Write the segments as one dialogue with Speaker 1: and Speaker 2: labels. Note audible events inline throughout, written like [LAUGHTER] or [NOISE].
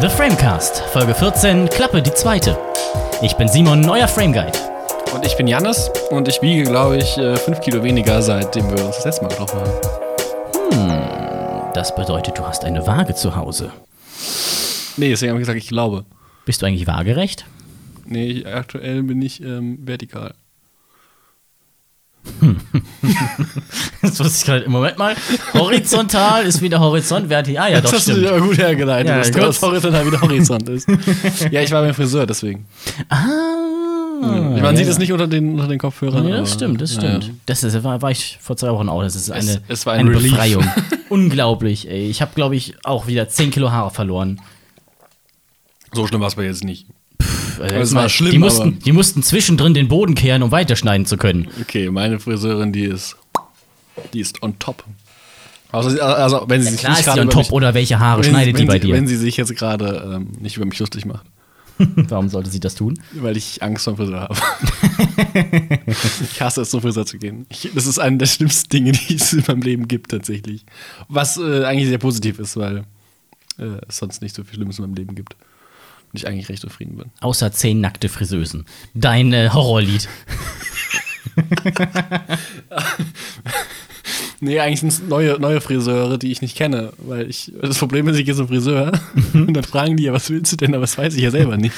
Speaker 1: The Framecast, Folge 14, Klappe die zweite. Ich bin Simon, euer Frame Guide.
Speaker 2: Und ich bin Jannis und ich wiege, glaube ich, 5 Kilo weniger, seitdem wir uns das letzte Mal getroffen haben.
Speaker 1: Das bedeutet, du hast eine Waage zu Hause.
Speaker 2: Nee, deswegen habe ich gesagt, ich glaube.
Speaker 1: Bist du eigentlich waagerecht? [LAUGHS]
Speaker 2: Nee, ich, aktuell bin ich ähm, vertikal.
Speaker 1: Das wusste ich gerade. Moment mal. Horizontal ist wieder Horizont, vertikal. Ah, ja, doch,
Speaker 2: [LAUGHS] das hast du
Speaker 1: stimmt.
Speaker 2: ja gut hergeleitet,
Speaker 1: Ja,
Speaker 2: dass
Speaker 1: Gott.
Speaker 2: kurz horizontal wieder
Speaker 1: [LAUGHS]
Speaker 2: horizont ist. ja, ich war beim Friseur, deswegen.
Speaker 1: Ah,
Speaker 2: Man sieht
Speaker 1: ja.
Speaker 2: es nicht unter den, unter den Kopfhörern.
Speaker 1: Nee,
Speaker 2: aber-
Speaker 1: das stimmt, das
Speaker 2: ja,
Speaker 1: stimmt.
Speaker 2: ja.
Speaker 1: Das ist, war, war ich vor zwei Wochen auch. Das ist eine,
Speaker 2: es war ein
Speaker 1: eine
Speaker 2: Relief. [LAUGHS]
Speaker 1: Befreiung. Unglaublich, ey. Ich habe, glaube ich, auch wieder 10 Kilo Haare verloren.
Speaker 2: So schlimm war es bei jetzt nicht.
Speaker 1: Also
Speaker 2: es
Speaker 1: jetzt
Speaker 2: war
Speaker 1: mal,
Speaker 2: schlimm,
Speaker 1: die, mussten,
Speaker 2: aber-
Speaker 1: die mussten zwischendrin den Boden kehren, um weiterschneiden zu können.
Speaker 2: Okay, meine Friseurin, die ist. Die ist on top. Also, sie- also wenn sie sich
Speaker 1: Klar
Speaker 2: nicht
Speaker 1: ist die
Speaker 2: gerade
Speaker 1: on
Speaker 2: über
Speaker 1: top
Speaker 2: mich-
Speaker 1: oder welche Haare
Speaker 2: wenn sie-
Speaker 1: schneidet die
Speaker 2: wenn
Speaker 1: bei
Speaker 2: sie-
Speaker 1: dir?
Speaker 2: Wenn sie sich jetzt gerade ähm, nicht über mich lustig macht.
Speaker 1: Warum sollte sie das tun?
Speaker 2: Weil ich Angst vor dem Friseur habe.
Speaker 1: [LAUGHS]
Speaker 2: ich hasse es, zum Friseur zu gehen. Ich, das ist eine der schlimmsten Dinge, die es in meinem Leben gibt, tatsächlich. Was äh, eigentlich sehr positiv ist, weil äh, es sonst nicht so viel Schlimmes in meinem Leben gibt. Und ich eigentlich recht zufrieden bin.
Speaker 1: Außer zehn nackte Friseusen. Dein äh, Horrorlied.
Speaker 2: Nee, eigentlich sind es neue, neue Friseure, die ich nicht kenne. Weil ich, das Problem ist, ich gehe zum Friseur
Speaker 1: Mhm.
Speaker 2: und dann fragen die ja, was willst du denn? Aber das weiß ich ja selber nicht.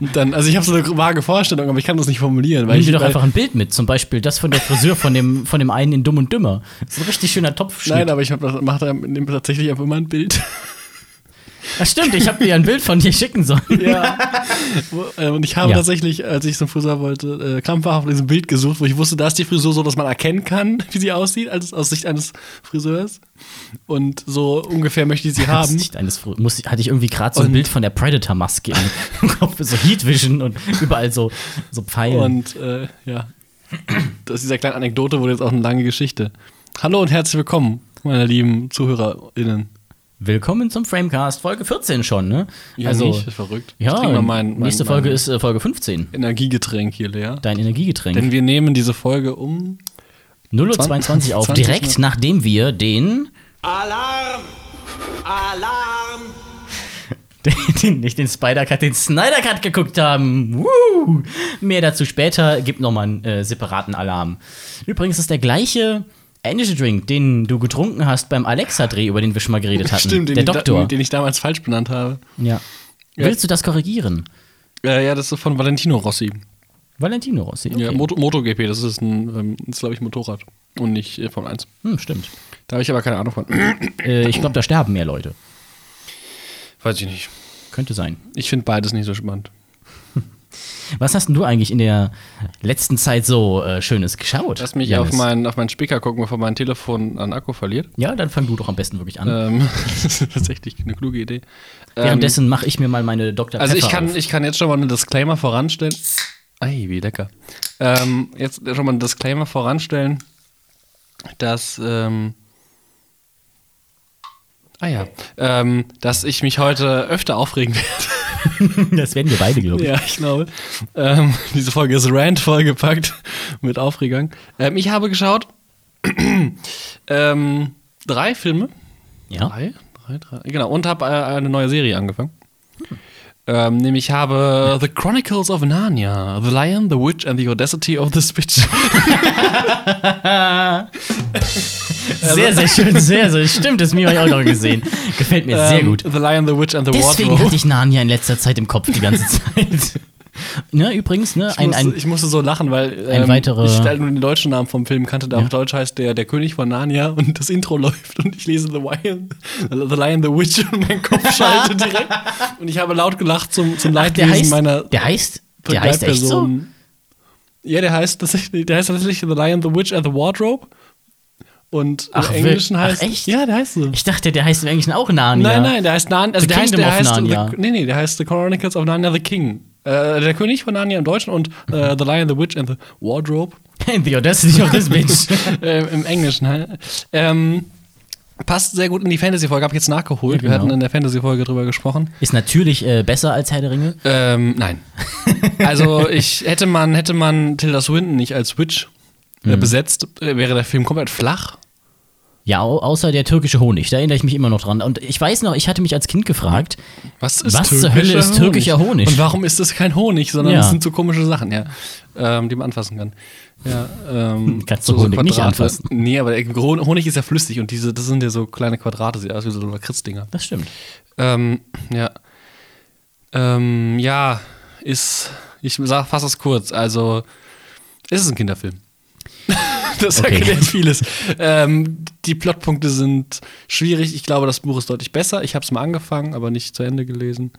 Speaker 2: Und dann, also ich habe so eine vage Vorstellung, aber ich kann das nicht formulieren. Weil
Speaker 1: Nimm
Speaker 2: ich,
Speaker 1: dir doch
Speaker 2: weil,
Speaker 1: einfach ein Bild mit. Zum Beispiel das von der Friseur von dem, von dem einen in Dumm und Dümmer. Das ist ein richtig schöner Topfschnitt.
Speaker 2: Nein, aber ich mache da tatsächlich einfach immer ein Bild.
Speaker 1: Ach, stimmt, ich habe dir ein Bild von dir schicken sollen.
Speaker 2: Ja. Wo- äh, Und ich habe
Speaker 1: Ja.
Speaker 2: tatsächlich, als ich zum Friseur wollte, äh, krampfhaft diesem Bild gesucht, wo ich wusste, da ist die Frisur so, dass man erkennen kann, [LAUGHS] wie sie aussieht, als aus Sicht eines Friseurs. Und so ungefähr
Speaker 1: [LAUGHS]
Speaker 2: möchte ich sie
Speaker 1: Aus
Speaker 2: haben.
Speaker 1: Sicht eines Fr- muss, hatte ich irgendwie gerade so ein
Speaker 2: Und-
Speaker 1: Bild von der Predator-Maske im [LAUGHS] Kopf. So Heat Vision und überall so, so Pfeile.
Speaker 2: Und äh, ja, aus dieser kleinen Anekdote wurde jetzt auch eine lange Geschichte. Hallo und herzlich willkommen, meine lieben ZuhörerInnen.
Speaker 1: Willkommen zum Framecast, Folge 14 schon, ne? also,
Speaker 2: nicht? Ist verrückt. Ich
Speaker 1: ja,
Speaker 2: trinke mal mein, mein,
Speaker 1: nächste
Speaker 2: mein
Speaker 1: Folge ist äh, Folge 15.
Speaker 2: Energiegetränk hier leer.
Speaker 1: Dein Energiegetränk.
Speaker 2: Denn wir nehmen diese Folge um
Speaker 1: 0.22 Uhr auf,
Speaker 2: 20,
Speaker 1: direkt nachdem wir den
Speaker 3: Alarm! Alarm!
Speaker 1: [LAUGHS] den, den, nicht den Spider-Cut, den Snyder-Cut geguckt haben. Woo! Mehr dazu später. Gibt nochmal einen äh, separaten Alarm. Übrigens ist der gleiche Energy Drink, den du getrunken hast beim Alexa-Dreh, über den wir schon mal geredet
Speaker 2: [LAUGHS]
Speaker 1: hatten.
Speaker 2: Stimmt, den,
Speaker 1: der
Speaker 2: ich da-
Speaker 1: Doktor.
Speaker 2: den ich damals falsch benannt habe.
Speaker 1: ja. Willst du das korrigieren?
Speaker 2: Ja, ja, das ist von Valentino Rossi.
Speaker 1: Valentino Rossi. Okay.
Speaker 2: Ja, Moto, MotoGP, das ist ein, ähm, das ist, glaube ich, Motorrad und nicht äh, Formel 1.
Speaker 1: hm, stimmt.
Speaker 2: Da habe ich aber keine Ahnung von.
Speaker 1: Äh, ich glaube, da sterben mehr Leute.
Speaker 2: Weiß ich nicht.
Speaker 1: Könnte sein.
Speaker 2: Ich finde beides nicht so spannend.
Speaker 1: Was hast denn du eigentlich in der letzten Zeit so äh, Schönes geschaut?
Speaker 2: Lass mich
Speaker 1: Janis?
Speaker 2: auf meinen auf meinen Speaker gucken, bevor mein Telefon an Akku verliert.
Speaker 1: Ja, dann fang du doch am besten wirklich an.
Speaker 2: Ähm, [LAUGHS] das ist tatsächlich eine kluge Idee. Ähm,
Speaker 1: Währenddessen mache ich mir mal meine Dr.
Speaker 2: also
Speaker 1: Pepper
Speaker 2: ich
Speaker 1: auf.
Speaker 2: kann, ich kann jetzt schon mal einen Disclaimer voranstellen. Ei, wie lecker. Ähm, jetzt schon mal einen Disclaimer voranstellen, dass ähm, Ah ja, ähm, dass ich mich heute öfter aufregen werde.
Speaker 1: [LAUGHS] Das werden wir beide, glaube ich.
Speaker 2: [LAUGHS] Ja, ich glaube. Ähm, diese Folge ist Rant vollgepackt mit Aufregung. Ähm, ich habe geschaut [CLEARS THROAT] ähm, drei Filme.
Speaker 1: Ja.
Speaker 2: Drei? Drei, drei. Genau, und habe äh, eine neue Serie angefangen. Ähm, nämlich habe The Chronicles of Narnia, The Lion, The Witch and the Audacity of the Bitch.
Speaker 1: Sehr, sehr schön, sehr, sehr. Stimmt, das Meme habe ich auch noch gesehen. Gefällt mir sehr
Speaker 2: Ähm,
Speaker 1: gut.
Speaker 2: The Lion, The Witch and the
Speaker 1: Deswegen
Speaker 2: Wardrobe.
Speaker 1: hatte ich Narnia in letzter Zeit im Kopf die ganze Zeit. [LAUGHS] ne, übrigens, ne,
Speaker 2: Ich
Speaker 1: ein,
Speaker 2: musste,
Speaker 1: ein,
Speaker 2: ich musste so lachen, weil
Speaker 1: ein weiterer-
Speaker 2: ich halt nur den deutschen Namen vom Film kannte. Da auf Deutsch heißt der, der König von Narnia und das Intro [LAUGHS] läuft und ich lese The Lion, The Lion, The Witch und
Speaker 1: [LAUGHS]
Speaker 2: mein Kopf schaltet direkt. Und ich habe laut gelacht zum, zum
Speaker 1: der
Speaker 2: Leidwesen
Speaker 1: heißt,
Speaker 2: meiner
Speaker 1: der heißt, der heißt echt so.
Speaker 2: Begleitperson. Ja, der heißt, tatsächlich- der heißt tatsächlich The Lion, The Witch and the Wardrobe. Und
Speaker 1: Ach,
Speaker 2: im Englischen
Speaker 1: wirklich?
Speaker 2: heißt.
Speaker 1: Ach, echt?
Speaker 2: Ja, der heißt so.
Speaker 1: Ich dachte, der heißt im Englischen auch Narnia.
Speaker 2: Nein, nein, der heißt Narnia. Also
Speaker 1: The
Speaker 2: der heißt,
Speaker 1: Kingdom
Speaker 2: der
Speaker 1: of
Speaker 2: heißt
Speaker 1: Narnia.
Speaker 2: The, nee, nee, der heißt The Chronicles of Narnia the King. Äh, der König von Narnia im Deutschen und äh, The Lion, The Witch and the
Speaker 1: [LAUGHS]
Speaker 2: Wardrobe
Speaker 1: The Audacity of this bitch.
Speaker 2: äh, im Englischen. Halt. Ähm, passt sehr gut in die Fantasy-Folge, habe ich jetzt nachgeholt.
Speaker 1: Ja, genau.
Speaker 2: Wir hatten in der Fantasy-Folge drüber gesprochen.
Speaker 1: Ist natürlich äh, besser als Herr der Ringe.
Speaker 2: Ähm,
Speaker 1: [LAUGHS]
Speaker 2: nein. Also ich hätte man, hätte
Speaker 1: Mhm.
Speaker 2: man Tilda Swinton nicht als Witch äh, besetzt, äh, wäre der Film komplett flach.
Speaker 1: Ja, au- außer der türkische Honig, da erinnere ich mich immer noch dran. Und ich weiß noch, ich hatte mich als Kind gefragt,
Speaker 2: Was ist
Speaker 1: Was zur
Speaker 2: türkischer
Speaker 1: Hölle ist türkischer Honig?
Speaker 2: Und warum ist das kein Honig, sondern
Speaker 1: Ja.
Speaker 2: das sind so komische Sachen, ja, ähm, die man anfassen kann. Ja,
Speaker 1: [LAUGHS]
Speaker 2: ähm,
Speaker 1: Kannst du Honig nicht
Speaker 2: Quadrate.
Speaker 1: anfassen?
Speaker 2: Nee, aber der Gro- Honig ist ja flüssig und diese, das sind ja so kleine Quadrate, sieht aus wie so Lakritzdinger.
Speaker 1: das stimmt.
Speaker 2: Ähm, ja. Ähm, ja, ist, ich sag, fass es kurz, also, es ist ein Kinderfilm. [LAUGHS] das
Speaker 1: Okay.
Speaker 2: erklärt vieles. Ähm, die Plotpunkte sind schwierig. Ich glaube, das Buch ist deutlich besser. Ich habe es mal angefangen, aber nicht zu Ende gelesen,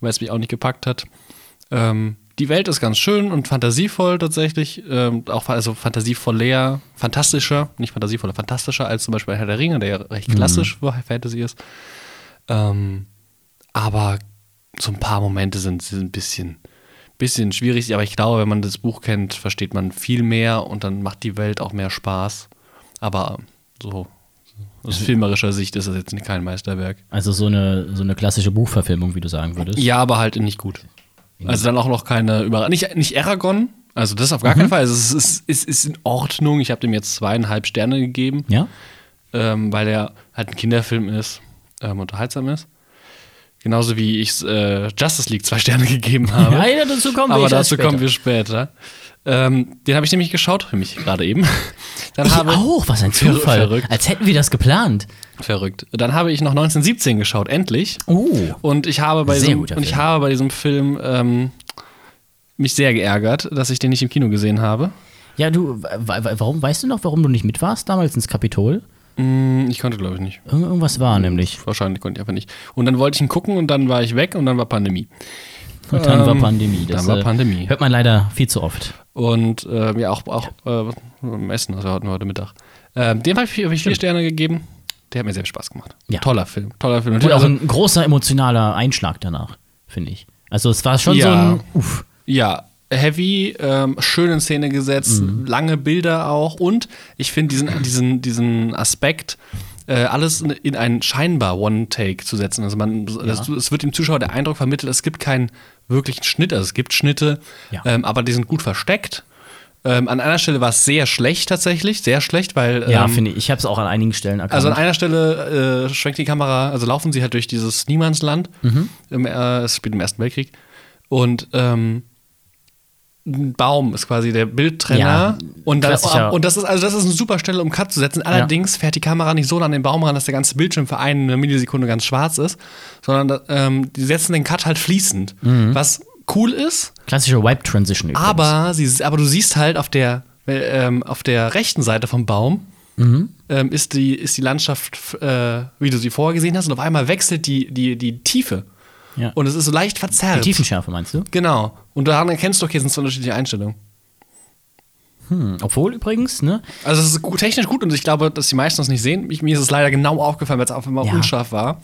Speaker 2: weil es mich auch nicht gepackt hat. Ähm, die Welt ist ganz schön und fantasievoll tatsächlich. Ähm, auch fa- also fantasievoller, fantastischer, nicht fantasievoller, fantastischer als zum Beispiel Herr der Ringe, der ja recht klassisch für Fantasy ist. Ähm, aber so ein paar Momente sind, sind ein bisschen, bisschen schwierig. Aber ich glaube, wenn man das Buch kennt, versteht man viel mehr und dann macht die Welt auch mehr Spaß. Aber so aus filmerischer Sicht ist das jetzt kein Meisterwerk.
Speaker 1: Also so eine, so eine klassische Buchverfilmung, wie du sagen würdest.
Speaker 2: Ja, aber halt nicht gut. Also dann auch noch keine Überraschung. Nicht, nicht Aragon, also das auf gar keinen Fall. Also es ist, es ist in Ordnung. Ich habe dem jetzt zweieinhalb Sterne gegeben,
Speaker 1: Ja?
Speaker 2: ähm, weil er halt ein Kinderfilm ist, ähm, unterhaltsam ist. Genauso wie ich äh, Justice League zwei Sterne
Speaker 1: [LAUGHS]
Speaker 2: [LAUGHS] gegeben habe.
Speaker 1: Nein, dazu kommen wir
Speaker 2: aber
Speaker 1: erst
Speaker 2: dazu
Speaker 1: später.
Speaker 2: kommen wir später. Ähm, den habe ich nämlich geschaut für mich
Speaker 1: [LAUGHS]
Speaker 2: gerade eben. Dann
Speaker 1: Ich
Speaker 2: habe
Speaker 1: auch, was ein
Speaker 2: Ver-
Speaker 1: Zufall.
Speaker 2: Verrückt,
Speaker 1: Als hätten wir das geplant.
Speaker 2: verrückt. Dann habe ich noch 1917 geschaut, endlich.
Speaker 1: Oh.
Speaker 2: Und ich habe bei
Speaker 1: Sehr
Speaker 2: diesem,
Speaker 1: guter
Speaker 2: und ich
Speaker 1: Film.
Speaker 2: habe bei diesem Film ähm, mich sehr geärgert, dass ich den nicht im Kino gesehen habe.
Speaker 1: Ja, du, wa- wa- warum weißt du noch, warum du nicht mit warst damals ins Kapitol?
Speaker 2: Hm, Ich konnte, glaube ich, nicht.
Speaker 1: Irg- Irgendwas war nämlich.
Speaker 2: Wahrscheinlich konnte ich einfach nicht. Und dann wollte ich ihn gucken und dann war ich weg und dann war Pandemie.
Speaker 1: Und dann war
Speaker 2: Ähm,
Speaker 1: Pandemie. Das,
Speaker 2: dann war
Speaker 1: äh,
Speaker 2: Pandemie.
Speaker 1: Hört man leider viel zu oft.
Speaker 2: Und ähm, ja, auch, auch äh, im Essen, was wir hatten heute Mittag. Ähm, dem habe ich, hab ich vier Sterne gegeben. Der hat mir sehr viel Spaß gemacht.
Speaker 1: Ja.
Speaker 2: Toller Film. Toller Film.
Speaker 1: Und auch
Speaker 2: Also-
Speaker 1: ein großer emotionaler Einschlag danach, finde ich. Also es war schon so
Speaker 2: Ja.
Speaker 1: ein Uff.
Speaker 2: Ja, heavy, ähm, schön in Szene gesetzt,
Speaker 1: Mhm.
Speaker 2: lange Bilder auch und ich finde diesen, diesen, diesen Aspekt, äh, alles in, in einen scheinbar One-Take zu setzen. Also man, es, es wird dem Zuschauer der Eindruck vermittelt, es gibt keinen wirklichen Schnitt, also es gibt Schnitte,
Speaker 1: Ja.
Speaker 2: ähm, aber die sind gut versteckt. Ähm, an einer Stelle war es sehr schlecht tatsächlich, sehr schlecht, weil
Speaker 1: Ja,
Speaker 2: ähm,
Speaker 1: finde ich. Ich habe es auch an einigen Stellen erkannt.
Speaker 2: also an einer Stelle äh, schwenkt die Kamera, also laufen sie halt durch dieses Niemandsland.
Speaker 1: Mhm.
Speaker 2: Im, äh, es spielt im Ersten Weltkrieg. Und ähm, ein Baum ist quasi der Bildtrenner.
Speaker 1: Ja,
Speaker 2: und, dann,
Speaker 1: klassischer-
Speaker 2: und das ist also das ist eine super Stelle, um Cut zu setzen. Allerdings fährt die Kamera nicht so nah an den Baum ran, dass der ganze Bildschirm für eine Millisekunde ganz schwarz ist, sondern ähm, die setzen den Cut halt fließend.
Speaker 1: Mhm.
Speaker 2: Was cool ist,
Speaker 1: Klassische Wipe Transition übrigens.
Speaker 2: aber, sie, aber du siehst halt auf der, äh, ähm, auf der rechten Seite vom Baum
Speaker 1: Mhm.
Speaker 2: ähm, ist, die, ist die Landschaft, äh, wie du sie vorher gesehen hast, und auf einmal wechselt die, die, die Tiefe.
Speaker 1: Ja.
Speaker 2: Und es ist so leicht
Speaker 1: die
Speaker 2: verzerrt.
Speaker 1: Tiefenschärfe meinst du?
Speaker 2: Genau. Und daran erkennst du, okay, sind zwei unterschiedliche Einstellungen. Mhm.
Speaker 1: Hm. Obwohl übrigens, ne?
Speaker 2: Also, es ist gut, technisch gut und ich glaube, dass die meisten das nicht sehen. Ich, mir ist es leider genau aufgefallen, weil es auf einmal
Speaker 1: Ja.
Speaker 2: unscharf war.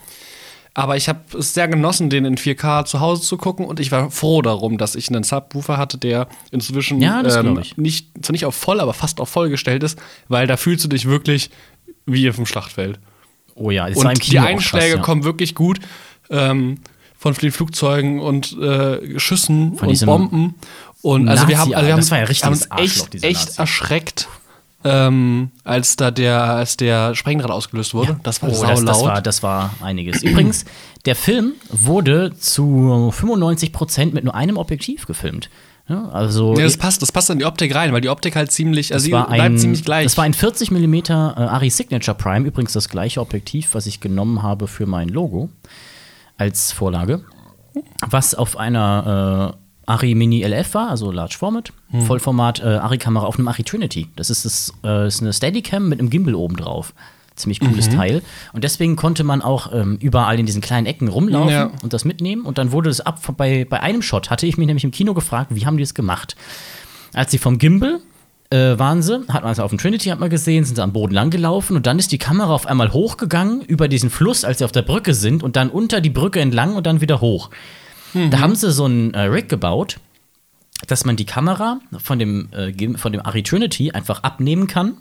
Speaker 2: Aber ich habe es sehr genossen, den in 4K zu Hause zu gucken und ich war froh darum, dass ich einen Subwoofer hatte, der inzwischen ähm,
Speaker 1: Ja, das glaub ich.
Speaker 2: nicht, zwar nicht auf voll, aber fast auf voll gestellt ist, weil da fühlst du dich wirklich wie auf dem Schlachtfeld.
Speaker 1: Oh ja, es war im
Speaker 2: Und
Speaker 1: Kino
Speaker 2: die
Speaker 1: auch krass,
Speaker 2: Einschläge
Speaker 1: ja.
Speaker 2: kommen wirklich gut ähm, von den Flugzeugen und äh, Schüssen und
Speaker 1: diesem
Speaker 2: Bomben. Und also wir
Speaker 1: Nazi-
Speaker 2: haben, also wir haben,
Speaker 1: das war ja ein
Speaker 2: wir haben
Speaker 1: richtiges
Speaker 2: uns echt,
Speaker 1: Arschloch, dieser
Speaker 2: echt
Speaker 1: Nazi.
Speaker 2: erschreckt, ähm, als da der, als der Sprengdraht ausgelöst wurde. Das war
Speaker 1: Oh,
Speaker 2: saulaut.
Speaker 1: das, das, war, das war einiges. Übrigens,
Speaker 2: [CLEARS THROAT]
Speaker 1: der Film wurde zu 95% mit nur einem Objektiv gefilmt. Ja, also
Speaker 2: ja, das passt, das passt in die Optik rein, weil die Optik halt ziemlich, also sie bleibt ziemlich gleich.
Speaker 1: Das war ein 40 mm äh, Ari Signature Prime, übrigens das gleiche Objektiv, was ich genommen habe für mein Logo als Vorlage, was auf einer äh, Ari Mini LF war, also Large Format, Vollformat äh, Ari Kamera auf einem Ari Trinity. Das ist, das, äh, ist eine Steadicam mit einem Gimbal oben drauf. Ziemlich cooles Teil. Und deswegen konnte man auch ähm, überall in diesen kleinen Ecken rumlaufen
Speaker 2: Ja.
Speaker 1: und das mitnehmen. Und dann wurde es ab. Bei, bei einem Shot hatte ich mich nämlich im Kino gefragt, wie haben die das gemacht? als sie vom Gimbal äh, waren sie, hat man es auf dem Trinity hat man gesehen, sind sie am Boden lang gelaufen und dann ist die Kamera auf einmal hochgegangen über diesen Fluss, als sie auf der Brücke sind und dann unter die Brücke entlang und dann wieder hoch.
Speaker 2: Mhm.
Speaker 1: Da haben sie so einen äh, Rig gebaut, dass man die Kamera von dem, äh, Gim- von dem Ari Trinity einfach abnehmen kann,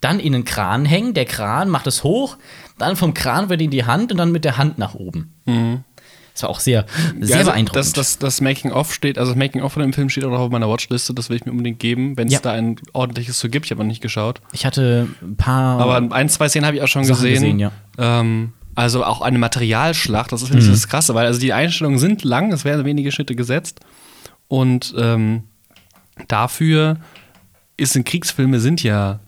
Speaker 1: dann in einen Kran hängen, der Kran macht es hoch, dann vom Kran wird in die Hand und dann mit der Hand nach oben. Das war auch sehr, sehr
Speaker 2: Mhm. also
Speaker 1: beeindruckend.
Speaker 2: Das, das, das Making-of steht, also das Making-of von dem Film steht auch noch auf meiner Watchliste, das will ich mir unbedingt geben, wenn es
Speaker 1: Ja.
Speaker 2: da ein ordentliches zu gibt. Ich habe noch nicht geschaut.
Speaker 1: ich hatte ein paar.
Speaker 2: Aber ein, zwei Szenen habe ich auch schon
Speaker 1: Sachen gesehen,
Speaker 2: gesehen.
Speaker 1: ja. Mhm.
Speaker 2: ähm, also auch eine Materialschlacht, das ist nämlich das Krasse, weil also die Einstellungen sind lang, es werden wenige Schnitte gesetzt. Und ähm, dafür ist in Kriegsfilme sind ja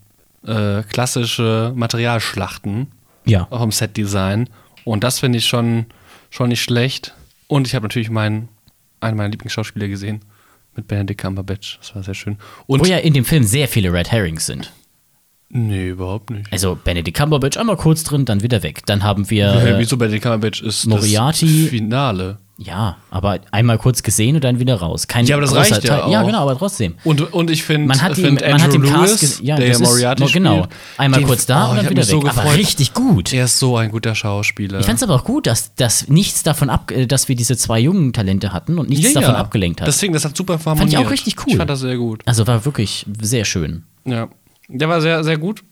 Speaker 2: äh, klassische Materialschlachten,
Speaker 1: ja.
Speaker 2: auch im Setdesign. Und das finde ich schon, schon nicht schlecht. Und ich habe natürlich meinen, einen meiner Lieblingsschauspieler gesehen mit Benedict Cumberbatch. Das war sehr schön. Und
Speaker 1: Wo ja in dem Film sehr viele Red Herrings sind.
Speaker 2: nee, überhaupt nicht.
Speaker 1: Also Benedict Cumberbatch einmal kurz drin, dann wieder weg. Dann haben
Speaker 2: Äh,
Speaker 1: wir. Äh,
Speaker 2: Wieso bei den Cumberbatch ist
Speaker 1: Moriarty.
Speaker 2: das Finale.
Speaker 1: ja, aber einmal kurz gesehen und dann wieder raus. Kein
Speaker 2: Ja, aber das
Speaker 1: großer
Speaker 2: reicht ja
Speaker 1: Teil- Ja,
Speaker 2: auch.
Speaker 1: genau, aber trotzdem.
Speaker 2: Und, und ich finde
Speaker 1: Man hat, ihm,
Speaker 2: äh, find
Speaker 1: man hat
Speaker 2: Andrew
Speaker 1: im Cast
Speaker 2: Lewis,
Speaker 1: gesehen. Ja,
Speaker 2: der
Speaker 1: das
Speaker 2: ja
Speaker 1: ist,
Speaker 2: Moriarty
Speaker 1: genau.
Speaker 2: spielt,
Speaker 1: Einmal
Speaker 2: den-
Speaker 1: kurz da
Speaker 2: oh,
Speaker 1: und
Speaker 2: ich
Speaker 1: dann
Speaker 2: hab
Speaker 1: wieder
Speaker 2: mich
Speaker 1: weg.
Speaker 2: so
Speaker 1: aber
Speaker 2: gefreut.
Speaker 1: richtig gut.
Speaker 2: Er ist so ein guter Schauspieler.
Speaker 1: Ich fand es aber auch gut, dass, dass nichts davon ab, äh, dass wir diese zwei jungen Talente hatten und nichts davon abgelenkt hat.
Speaker 2: Deswegen, das hat super harmoniert.
Speaker 1: Fand ich auch richtig cool.
Speaker 2: Ich fand das sehr gut.
Speaker 1: also war wirklich sehr schön.
Speaker 2: Ja. Der war sehr, sehr gut.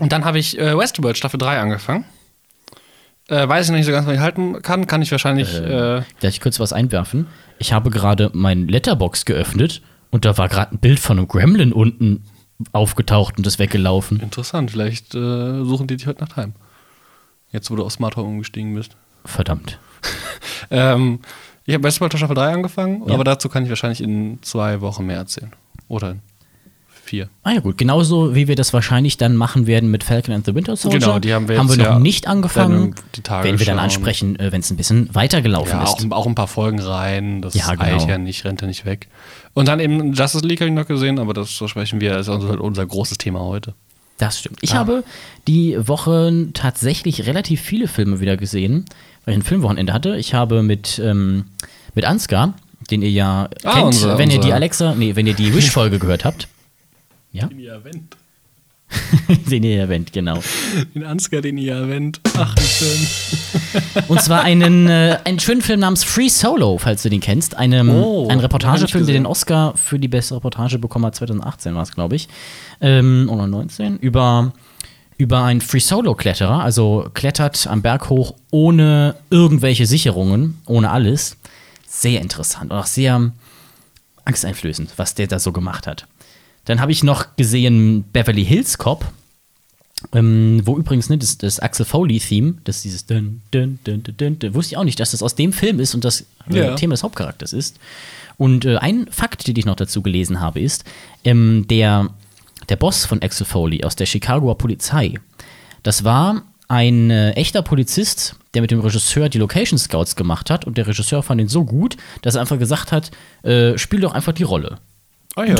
Speaker 2: Und dann habe ich äh, Westworld Staffel 3 angefangen. Äh, weiß ich noch nicht so ganz, was ich halten kann. Kann ich wahrscheinlich. Äh,
Speaker 1: Ähm, Darf ich kurz was einwerfen? Ich habe gerade mein Letterbox geöffnet und da war gerade ein Bild von einem Gremlin unten aufgetaucht und ist weggelaufen.
Speaker 2: interessant, vielleicht äh, suchen die dich heute Nacht heim. Jetzt, wo du auf Smart Home umgestiegen bist.
Speaker 1: Verdammt.
Speaker 2: Ähm, ich habe Westworld Staffel 3 angefangen, aber dazu kann ich wahrscheinlich in zwei Wochen mehr erzählen. Oder in vier.
Speaker 1: Ah ja gut, genauso wie wir das wahrscheinlich dann machen werden mit Falcon and the Winter Soldier.
Speaker 2: Genau, die haben wir jetzt
Speaker 1: noch
Speaker 2: ja-
Speaker 1: nicht angefangen.
Speaker 2: werden die Tage
Speaker 1: werden wir dann
Speaker 2: schauen.
Speaker 1: ansprechen, wenn es ein bisschen weitergelaufen
Speaker 2: Ja, auch,
Speaker 1: ist.
Speaker 2: auch ein paar Folgen rein. Das
Speaker 1: Ja,
Speaker 2: ja,
Speaker 1: genau.
Speaker 2: eilt ja nicht, rennt ja nicht weg. Und dann eben Justice League habe ich noch gesehen, aber das sprechen wir, das ist unser, unser großes Thema heute.
Speaker 1: Das stimmt. Ich habe die Wochen tatsächlich relativ viele Filme wieder gesehen, weil ich ein Filmwochenende hatte. Ich habe mit, ähm, mit Ansgar, den ihr ja
Speaker 2: Ah,
Speaker 1: kennt,
Speaker 2: unser-
Speaker 1: wenn ihr die
Speaker 2: unser-
Speaker 1: Alexa, nee, wenn ihr die Wish-Folge gehört habt, [LAUGHS]
Speaker 2: Den ihr erwähnt.
Speaker 1: den ihr erwähnt, genau.
Speaker 2: Den Ansgar, den ihr erwähnt. Ach, wie schön.
Speaker 1: Und zwar einen, äh, einen schönen Film namens Free Solo, falls du den kennst. Einem,
Speaker 2: Oh,
Speaker 1: ein
Speaker 2: hab ich
Speaker 1: Reportagefilm, der
Speaker 2: gesehen.
Speaker 1: den Oscar für die beste Reportage bekommen hat. 2018 war es, glaube ich. Ähm, oder 19. Über, über einen Free Solo-Kletterer. Also klettert am Berg hoch ohne irgendwelche Sicherungen, ohne alles. Sehr interessant und auch sehr angsteinflößend, was der da so gemacht hat. Dann habe ich noch gesehen Beverly Hills Cop. Ähm, wo übrigens ne, das, das Axel Foley-Theme, das ist dieses dün, dün, dün, dün, dün, dün, wusste ich auch nicht, dass das aus dem Film ist und das äh,
Speaker 2: Ja.
Speaker 1: Thema des Hauptcharakters ist. Und äh, ein Fakt, den ich noch dazu gelesen habe, ist, ähm, der, der Boss von Axel Foley aus der Chicagoer Polizei, das war ein äh, echter Polizist, der mit dem Regisseur die Location Scouts gemacht hat und der Regisseur fand ihn so gut, dass er einfach gesagt hat, äh, spiel doch einfach die Rolle.
Speaker 2: Oh ja.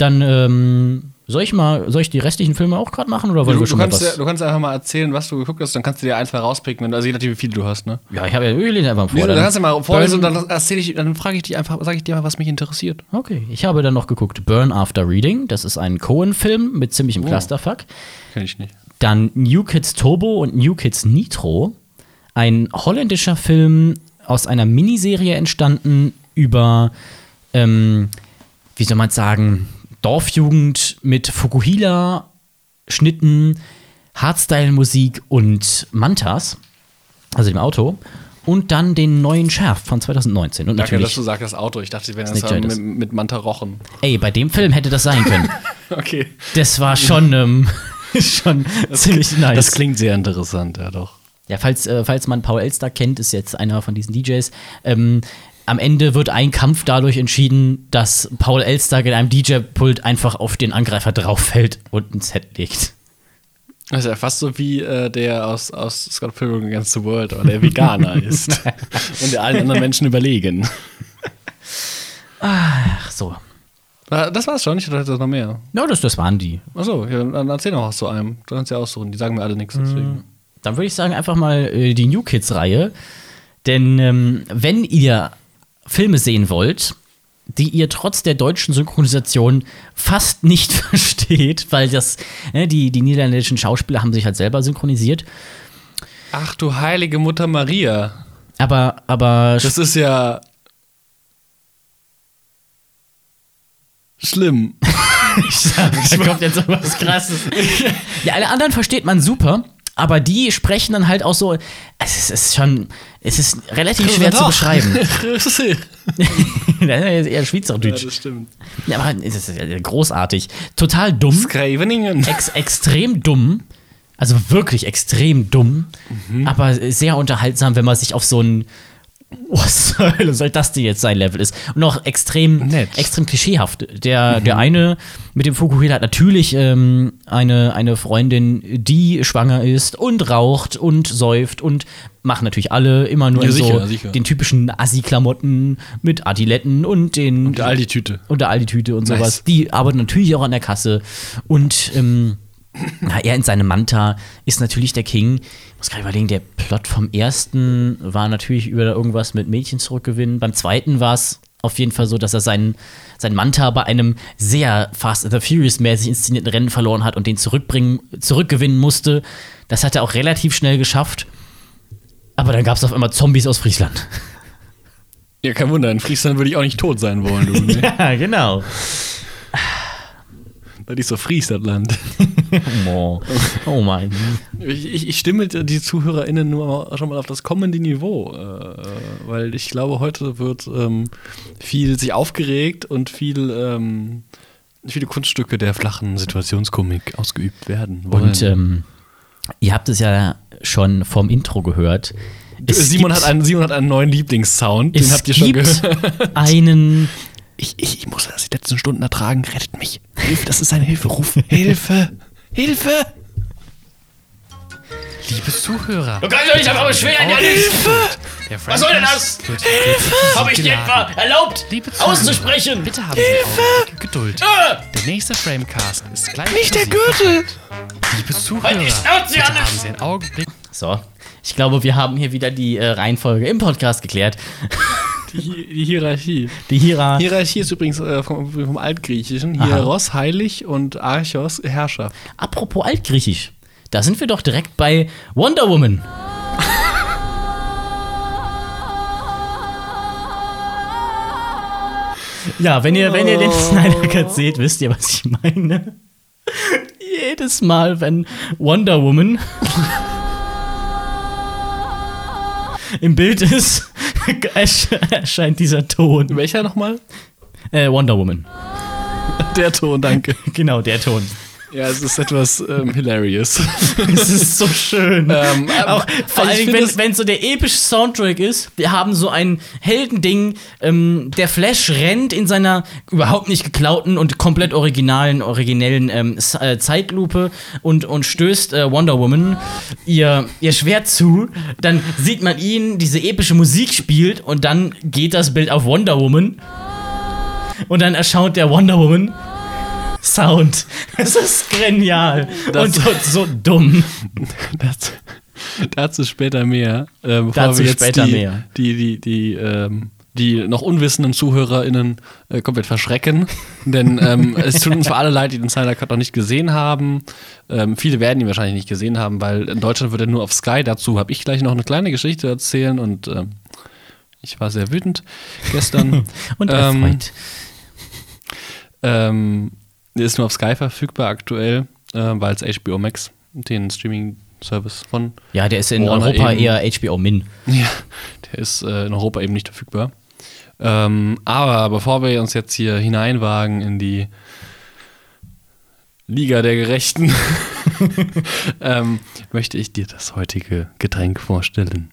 Speaker 1: Dann ähm, soll ich mal, soll ich die restlichen Filme auch gerade machen oder wollen
Speaker 2: Du,
Speaker 1: wir
Speaker 2: du,
Speaker 1: schon mal
Speaker 2: kannst,
Speaker 1: was?
Speaker 2: ja- du kannst einfach mal erzählen, was du geguckt hast, dann kannst du dir ein, zwei rauspicken, wenn du, also je nachdem, wie viele du hast, ne?
Speaker 1: Ja, ich habe ja ich lese einfach mal vor.
Speaker 2: Nee, dann
Speaker 1: dann-
Speaker 2: kannst du mal vorlesen und
Speaker 1: Burn-
Speaker 2: dann erzähle ich, dann frage ich dich einfach, sage ich dir mal, was mich interessiert.
Speaker 1: Okay, ich habe dann noch geguckt Burn After Reading. Das ist ein Cohen-Film mit
Speaker 2: Oh.
Speaker 1: ziemlichem Clusterfuck.
Speaker 2: Kenn ich nicht.
Speaker 1: Dann New Kids Turbo und New Kids Nitro. Ein holländischer Film aus einer Miniserie entstanden über, ähm, wie soll man es sagen, Dorfjugend mit Fukuhila-Schnitten, Hardstyle-Musik und Mantas, also dem Auto. Und dann den neuen Schärf von 2019. Und
Speaker 2: Danke, dass
Speaker 1: natürlich,
Speaker 2: du sagst, das Auto. Ich dachte, wir werden
Speaker 1: Snake
Speaker 2: das mit,
Speaker 1: Riders.
Speaker 2: mit Manta rochen. [LAUGHS]
Speaker 1: ey, bei dem Film hätte das sein [LAUGHS] können.
Speaker 2: Okay.
Speaker 1: Das war schon, [LAUGHS] ähm, schon ziemlich nice.
Speaker 2: Das klingt sehr interessant, ja doch.
Speaker 1: ja, falls, äh, falls man Paul Elster kennt, ist jetzt einer von diesen DJs. Ähm, am Ende wird ein Kampf dadurch entschieden, dass Paul Elster in einem DJ-Pult einfach auf den Angreifer drauffällt und ein Set legt.
Speaker 2: Das ist Also, ja fast so wie äh, der aus, aus Scott Pilgrim Against the World, aber der
Speaker 1: [LAUGHS]
Speaker 2: Veganer ist und der allen anderen Menschen überlegen.
Speaker 1: Ach so.
Speaker 2: Äh, Das war's schon, ich hatte noch mehr.
Speaker 1: Ja, das, das waren die.
Speaker 2: Achso, ja, dann erzähl noch was zu einem. Du kannst ja aussuchen, die sagen mir alle nichts. Deswegen.
Speaker 1: Dann würde ich sagen, einfach mal äh, die New Kids-Reihe. Denn ähm, wenn ihr Filme sehen wollt, die ihr trotz der deutschen Synchronisation fast nicht [LAUGHS] versteht, weil das, ne, die, die niederländischen Schauspieler haben sich halt selber synchronisiert.
Speaker 2: Ach du heilige Mutter Maria.
Speaker 1: Aber, aber [LAUGHS]
Speaker 2: Das ist ja. schlimm.
Speaker 1: da kommt jetzt sowas krasses. ja, alle anderen versteht man super, aber die sprechen dann halt auch so. Es ist, es ist schon. Es ist relativ
Speaker 2: [LAUGHS]
Speaker 1: schwer zu beschreiben. [LAUGHS] das ist eher Schweizerdeutsch.
Speaker 2: das stimmt.
Speaker 1: Ja, aber es ist ja großartig. Total dumm.
Speaker 2: Skraveningen.
Speaker 1: Ex extrem dumm. Also wirklich extrem dumm.
Speaker 2: Mhm.
Speaker 1: Aber sehr unterhaltsam, wenn man sich auf so ein. [LAUGHS] Was zur Hölle soll das denn jetzt sein Level ist? Und auch extrem,
Speaker 2: Nett. Mhm.
Speaker 1: extrem klischeehaft. Der, der eine mit dem Fukuhila hat natürlich ähm, eine, eine Freundin, die schwanger ist und raucht und säuft und machen natürlich alle immer nur
Speaker 2: Ja,
Speaker 1: in so
Speaker 2: sicher, sicher.
Speaker 1: den typischen Assi-Klamotten mit Adiletten und den
Speaker 2: Und all die Tüte.
Speaker 1: und der Aldi-Tüte und
Speaker 2: Nice.
Speaker 1: sowas. Die arbeiten natürlich auch an der Kasse. Und ähm, na, er in seinem Manta ist natürlich der King. Ich muss gerade überlegen, der Plot vom ersten war natürlich über irgendwas mit Mädchen zurückgewinnen. Beim zweiten war es auf jeden Fall so, dass er seinen, seinen Manta bei einem sehr Fast and the Furious-mäßig inszenierten Rennen verloren hat und den zurückbringen, zurückgewinnen musste. Das hat er auch relativ schnell geschafft. Aber dann gab es auf einmal Zombies aus Friesland.
Speaker 2: Ja, kein Wunder. In Friesland würde ich auch nicht tot sein wollen. Du, [LAUGHS] ne?
Speaker 1: Ja, genau.
Speaker 2: Das ist so Frieslandland.
Speaker 1: Oh, oh mein.
Speaker 2: Ich, ich, ich stimme die ZuhörerInnen nur mal- schon mal auf das kommende Niveau, äh, weil ich glaube, heute wird ähm, viel sich aufgeregt und viel, ähm, viele Kunststücke der flachen Situationskomik ausgeübt werden wollen.
Speaker 1: Und ähm, ihr habt es ja schon vom Intro gehört. Es
Speaker 2: Simon,
Speaker 1: gibt-
Speaker 2: hat einen, Simon hat einen neuen Lieblingssound,
Speaker 1: es
Speaker 2: den habt ihr schon
Speaker 1: gibt [LAUGHS]
Speaker 2: gehört.
Speaker 1: einen.
Speaker 2: Ich, ich, ich muss das die letzten Stunden ertragen, rettet mich. Hilfe, das ist ein Hilferuf. Hilfe! Hilfe! Liebe Zuhörer,
Speaker 4: Du kannst doch nicht einfach beschweren, ja nicht! Was soll denn das? Habe ich dir etwa erlaubt, auszusprechen?
Speaker 5: Bitte haben Hilfe! Sie Augenblick Geduld.
Speaker 4: Ah,
Speaker 5: Der nächste Framecast ist gleich.
Speaker 2: nicht der
Speaker 5: für Sie.
Speaker 2: Gürtel!
Speaker 5: Liebe Zuhörer,
Speaker 4: Halt die Schnauze,
Speaker 5: bitte
Speaker 4: Janis!
Speaker 5: haben Sie einen Augenblick.
Speaker 1: So, ich glaube, wir haben hier wieder die äh, Reihenfolge im Podcast geklärt.
Speaker 2: Die, die Hierarchie.
Speaker 1: Die Hira.
Speaker 2: Hierarchie ist übrigens äh, vom, vom Altgriechischen.
Speaker 1: Aha.
Speaker 2: Hieros, heilig und Archos, Herrscher.
Speaker 1: Apropos Altgriechisch. Da sind wir doch direkt bei Wonder Woman. Ja, wenn ihr, wenn ihr den Snyder Cut seht, wisst ihr, was ich meine. Jedes Mal, wenn Wonder Woman im Bild ist, [LAUGHS] ersch- erscheint dieser Ton.
Speaker 2: Welcher nochmal?
Speaker 1: Äh, Wonder Woman.
Speaker 2: Der Ton, danke.
Speaker 1: Genau, der Ton.
Speaker 2: ja, es ist etwas ähm, hilarious.
Speaker 1: Es ist so schön.
Speaker 2: Ähm,
Speaker 1: [LAUGHS] auch,
Speaker 2: ähm,
Speaker 1: vor
Speaker 2: also ich
Speaker 1: allem,
Speaker 2: find
Speaker 1: wenn,
Speaker 2: das-
Speaker 1: wenn so der epische Soundtrack ist, wir haben so ein Heldending, ähm, der Flash rennt in seiner überhaupt nicht geklauten und komplett originalen, originellen ähm, S- äh, Zeitlupe und, und stößt äh, Wonder Woman ihr, ihr Schwert zu, dann sieht man ihn, diese epische Musik spielt und dann geht das Bild auf Wonder Woman und dann erschaunt der Wonder Woman Sound. [LAUGHS] Es ist genial
Speaker 2: Das-
Speaker 1: und, und so dumm.
Speaker 2: Das, [LAUGHS] dazu später mehr. Äh, bevor
Speaker 1: Dazu
Speaker 2: wir jetzt
Speaker 1: später
Speaker 2: die,
Speaker 1: mehr.
Speaker 2: Die, die, die, ähm, die noch unwissenden ZuhörerInnen äh, komplett verschrecken. Denn
Speaker 1: [LAUGHS]
Speaker 2: ähm, es tut uns für alle leid, die den Snyder Cut noch nicht gesehen haben. Ähm, viele werden ihn wahrscheinlich nicht gesehen haben, weil in Deutschland wird er nur auf Sky. Dazu habe ich gleich noch eine kleine Geschichte erzählen und ähm, ich war sehr wütend gestern.
Speaker 1: [LAUGHS] Und
Speaker 2: Ähm,
Speaker 1: erfreut.
Speaker 2: Ähm, der ist nur auf Sky verfügbar aktuell, äh, weil es HBO Max, den Streaming-Service von
Speaker 1: Ja, der ist in
Speaker 2: Warner
Speaker 1: Europa
Speaker 2: eben.
Speaker 1: eher HBO Min.
Speaker 2: Ja, der ist äh, in Europa eben nicht verfügbar. Ähm, aber bevor wir uns jetzt hier hineinwagen in die Liga der Gerechten, [LAUGHS] ähm, möchte ich dir das heutige Getränk vorstellen.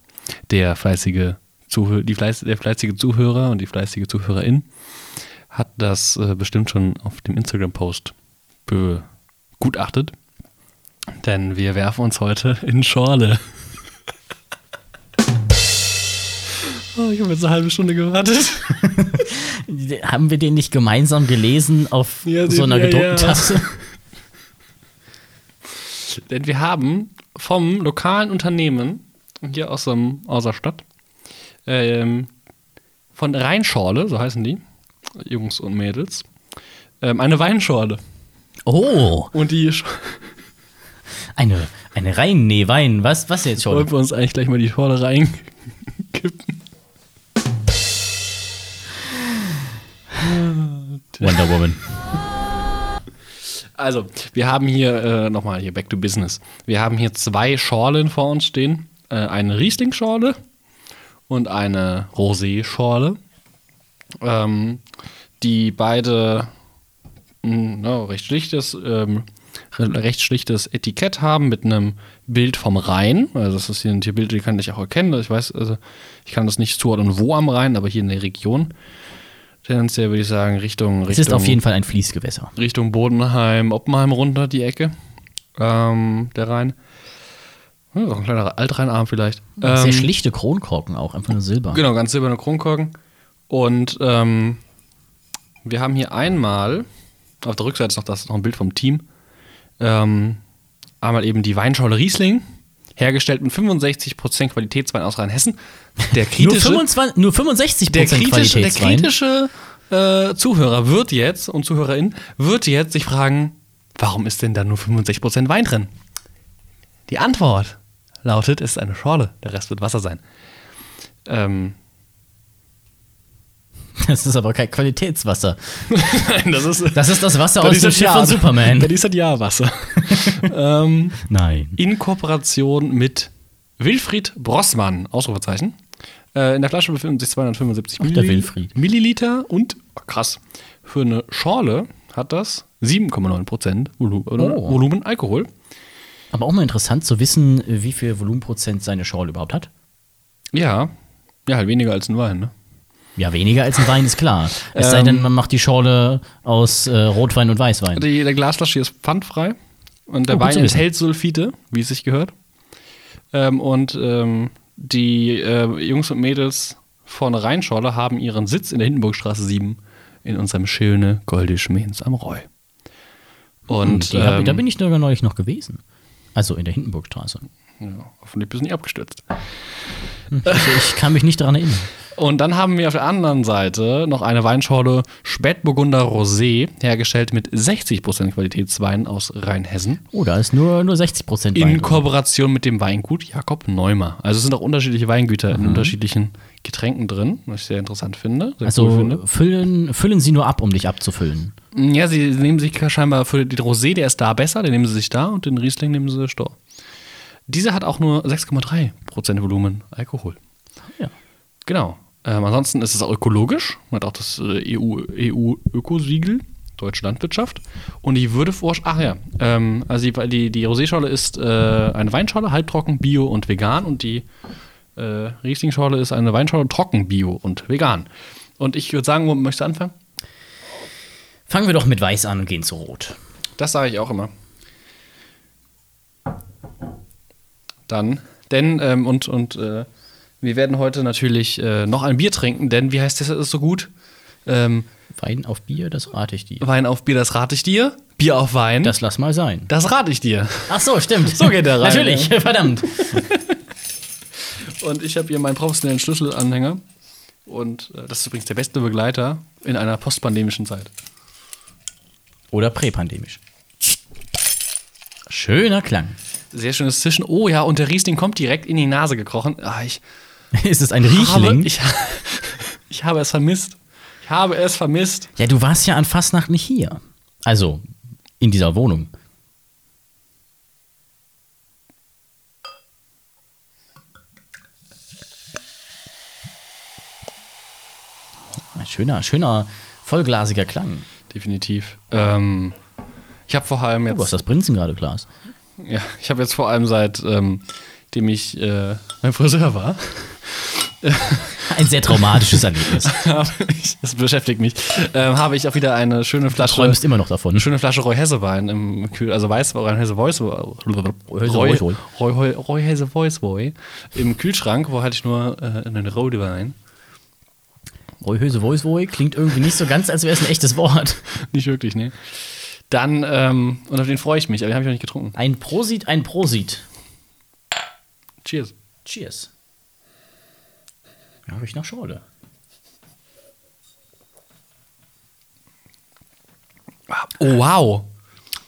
Speaker 2: Der fleißige, Zuhö die fleiß der fleißige Zuhörer und die fleißige Zuhörerin hat das äh, bestimmt schon auf dem Instagram-Post begutachtet. Denn wir werfen uns heute in Schorle. Oh, ich habe jetzt eine halbe Stunde gewartet.
Speaker 1: Haben wir den nicht gemeinsam gelesen auf
Speaker 2: Ja,
Speaker 1: so
Speaker 2: den-
Speaker 1: einer
Speaker 2: ja,
Speaker 1: gedruckten
Speaker 2: ja.
Speaker 1: Tasse?
Speaker 2: Denn wir haben vom lokalen Unternehmen hier aus, dem, aus der Stadt, ähm, von Rheinschorle, so heißen die, Jungs und Mädels, ähm, eine Weinschorle.
Speaker 1: [LAUGHS] Oh,
Speaker 2: Und die Sch-
Speaker 1: eine, eine Rein, nee, Wein. Was, was jetzt schon?
Speaker 2: wollen wir uns eigentlich gleich mal die Schorle reinkippen.
Speaker 1: Wonder Woman.
Speaker 2: Also, wir haben hier, äh, nochmal hier, back to business. Wir haben hier zwei Schorlen vor uns stehen. Äh, eine Riesling-Schorle und eine Rosé-Schorle. Ähm, die beide ein ja, recht, schlichtes, ähm, re- recht schlichtes Etikett haben mit einem Bild vom Rhein. Also das ist hier ein Bilder, die kann ich auch erkennen. Ich weiß, also ich kann das nicht zuordnen, wo am Rhein, aber hier in der Region. Tendenziell würde ich sagen, Richtung, Richtung
Speaker 1: Es ist auf jeden Fall ein Fließgewässer.
Speaker 2: Richtung Bodenheim, Oppenheim runter, die Ecke. Ähm, der Rhein. Ja, so ein kleiner Altrheinarm vielleicht.
Speaker 1: Sehr
Speaker 2: Ähm,
Speaker 1: schlichte Kronkorken auch, einfach nur Silber.
Speaker 2: genau, ganz silberne Kronkorken. Und ähm, wir haben hier einmal, auf der Rückseite ist noch, das ist noch ein Bild vom Team, ähm, einmal eben die Weinschorle Riesling, hergestellt mit 65% Qualitätswein aus Rheinhessen.
Speaker 1: [LAUGHS]
Speaker 2: Der
Speaker 1: Nur,
Speaker 2: kritische,
Speaker 1: 25, nur 65
Speaker 2: der
Speaker 1: Prozent
Speaker 2: kritische, der
Speaker 1: Qualitätswein.
Speaker 2: kritische äh, Zuhörer wird jetzt und Zuhörerin wird jetzt sich fragen, warum ist denn da nur 65% Wein drin? Die Antwort lautet, es ist eine Schorle, der Rest wird Wasser sein. Ähm,
Speaker 1: [LAUGHS] Das ist aber kein Qualitätswasser.
Speaker 2: Nein, das ist
Speaker 1: Das ist das Wasser aus dem Schiff von
Speaker 2: Das
Speaker 1: Superman.
Speaker 2: ist das Jahrwasser. ähm,
Speaker 1: Nein.
Speaker 2: in Kooperation mit Wilfried Brossmann, Ausrufezeichen. Äh, in der Flasche befinden sich 275
Speaker 1: der Wilfried.
Speaker 2: Milliliter und, oh, krass, für eine Schorle hat das 7,9% Volu
Speaker 1: Oh.
Speaker 2: Volumen Alkohol.
Speaker 1: Aber auch mal interessant zu wissen, wie viel Volumenprozent seine Schorle überhaupt hat.
Speaker 2: Ja, ja, halt weniger als ein Wein, ne?
Speaker 1: Ja, weniger als ein Wein ist klar. Es
Speaker 2: Ähm,
Speaker 1: sei denn, man macht die Schorle aus äh, Rotwein und Weißwein.
Speaker 2: Die, der Glasflasche hier ist pfandfrei und der
Speaker 1: Oh, gut
Speaker 2: Wein
Speaker 1: zu wissen.
Speaker 2: enthält Sulfite, wie es sich gehört. Ähm, und ähm, die äh, Jungs und Mädels von Rheinschorle haben ihren Sitz in der Hindenburgstraße 7 in unserem schönen Goldisch Mainz am Roy. Und
Speaker 1: Hm, Die hab-
Speaker 2: ähm,
Speaker 1: da bin ich sogar neulich noch gewesen. Also in der Hindenburgstraße.
Speaker 2: ja, hoffentlich bist du nicht abgestürzt.
Speaker 1: Also ich kann mich nicht daran erinnern.
Speaker 2: Und dann haben wir auf der anderen Seite noch eine Weinschorle Spätburgunder Rosé, hergestellt mit 60% Qualitätswein aus Rheinhessen.
Speaker 1: Oh, da ist nur, nur 60 Prozent Wein.
Speaker 2: In Kooperation mit dem Weingut Jakob Neumer. Also es sind auch unterschiedliche Weingüter in unterschiedlichen Getränken drin, was ich sehr interessant finde. Sehr
Speaker 1: also
Speaker 2: cool finde.
Speaker 1: füllen, füllen sie nur ab, um dich abzufüllen.
Speaker 2: Ja, sie nehmen sich scheinbar für den Rosé, der ist da besser, den nehmen sie sich da und den Riesling nehmen sie da. Dieser hat auch nur 6,3% Volumen Alkohol.
Speaker 1: Ja.
Speaker 2: Genau. Ähm, ansonsten ist es auch ökologisch, man hat auch das äh, EU EU-Ökosiegel, deutsche Landwirtschaft. Und ich würde vorsch, ach ja, ähm, also die, die, die Roséschorle ist äh, eine Weinschorle, halbtrocken, bio und vegan. Und die äh, Rieslingschorle ist eine Weinschorle, trocken, bio und vegan. Und ich würde sagen, womit möchtest du anfangen?
Speaker 1: Fangen wir doch mit Weiß an und gehen zu Rot.
Speaker 2: Das sage ich auch immer. Dann, denn, ähm, und, und äh, wir werden heute natürlich äh, noch ein Bier trinken, denn wie heißt das, das ist so gut? Ähm,
Speaker 1: Wein auf Bier, das rate ich dir.
Speaker 2: Wein auf Bier, das rate ich dir. Bier auf Wein, das,
Speaker 1: Das lass mal sein.
Speaker 2: rate ich dir.
Speaker 1: Ach so, stimmt.
Speaker 2: So geht der ne? rein,
Speaker 1: Natürlich, verdammt.
Speaker 2: Und ich habe hier meinen professionellen Schlüsselanhänger. Und äh, das ist übrigens der beste Begleiter in einer postpandemischen Zeit.
Speaker 1: Oder präpandemisch. Schöner Klang. [LAUGHS]
Speaker 2: Sehr schönes Zischen. Oh ja, und der Riesling kommt direkt in die Nase gekrochen. Ah, ich,
Speaker 1: Ist es ein
Speaker 2: habe,
Speaker 1: Riechling?
Speaker 2: ich, [LAUGHS] ich habe es vermisst. Ich habe es vermisst.
Speaker 1: ja, du warst ja an Fastnacht nicht hier. Also, in dieser Wohnung. Ein schöner, schöner, vollglasiger Klang.
Speaker 2: Definitiv. Ähm, ich habe vor allem
Speaker 1: Du hast
Speaker 2: jetzt,
Speaker 1: das Prinzen gerade, Glas.
Speaker 2: ja, ich habe jetzt vor allem seit, ähm, dem ich äh, mein Friseur war, [LAUGHS]
Speaker 1: Ein sehr traumatisches [LAUGHS] Erlebnis.
Speaker 2: habe ich, das beschäftigt mich, ähm, habe ich auch wieder eine schöne Flasche.
Speaker 1: Träumst immer noch
Speaker 2: eine
Speaker 1: davon.
Speaker 2: schöne Flasche Reuhessewein im Kühl, also Weißwein Hesse Voice
Speaker 1: Voicewoy.
Speaker 2: Reuhesse Voice Boy im Kühlschrank, wo hatte ich nur äh, einen Rotwein.
Speaker 1: Reuhöse Voicewoi klingt irgendwie nicht so ganz, als wäre es ein echtes Wort.
Speaker 2: [LAUGHS] Nicht wirklich, ne? Dann ähm, und auf den freue ich mich, aber den habe ich noch nicht getrunken.
Speaker 1: Ein Prosit, ein Prosit.
Speaker 2: Cheers.
Speaker 1: Cheers. Ja, riecht nach Schorle.
Speaker 2: Oh wow.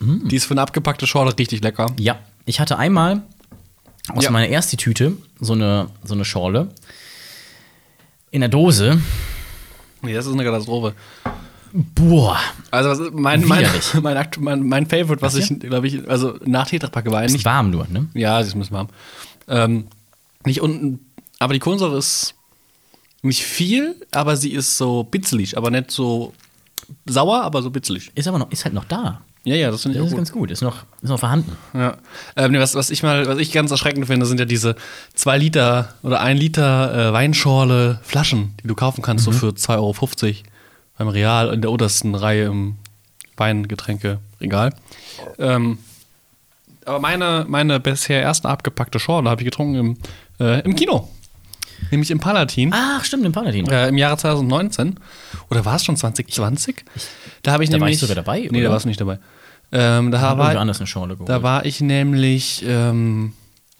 Speaker 2: Die ist für eine abgepackte Schorle richtig lecker.
Speaker 1: Ja, ich hatte einmal aus
Speaker 2: Ja.
Speaker 1: meiner ersten Tüte so eine, so eine Schorle in der Dose.
Speaker 2: Nee, das ist eine Katastrophe.
Speaker 1: Boah.
Speaker 2: Also was, mein, mein,
Speaker 1: Widerlich.
Speaker 2: [LAUGHS] mein, Akt- mein, mein Favorite, was ich, glaube ich, also nach Tetrapack war
Speaker 1: Ist
Speaker 2: nicht.
Speaker 1: warm nur, ne?
Speaker 2: Ja, das müssen wir haben. Ähm, nicht unten, aber die Kohlensäure ist nicht viel, aber sie ist so bitzelig, aber nicht so sauer, aber so bitzelig.
Speaker 1: Ist aber noch, ist halt noch da.
Speaker 2: Ja, ja, das finde
Speaker 1: Das
Speaker 2: ich auch
Speaker 1: ist
Speaker 2: gut.
Speaker 1: ganz gut. Ist noch, ist noch vorhanden.
Speaker 2: Ja. Ähm, nee, was, was ich mal, was ich ganz erschreckend finde, sind ja diese 2 Liter oder 1 Liter äh, Weinschorle Flaschen, die du kaufen kannst,
Speaker 1: Mhm.
Speaker 2: so für 2,50 Euro beim Real in der untersten Reihe im Weingetränkeregal. Ähm, aber meine, meine bisher erste abgepackte Schorle habe ich getrunken im, äh, im Kino. Nämlich im Palatin.
Speaker 1: Ach, stimmt, im Paladin.
Speaker 2: Äh, Im Jahre 2019. Oder war es schon 2020? da habe ich
Speaker 1: da war
Speaker 2: nämlich.
Speaker 1: ich sogar dabei,
Speaker 2: Nee,
Speaker 1: oder?
Speaker 2: da warst du nicht dabei. Ähm, da
Speaker 1: Aber
Speaker 2: war,
Speaker 1: anders eine Schorle geholt.
Speaker 2: da war ich nämlich ähm,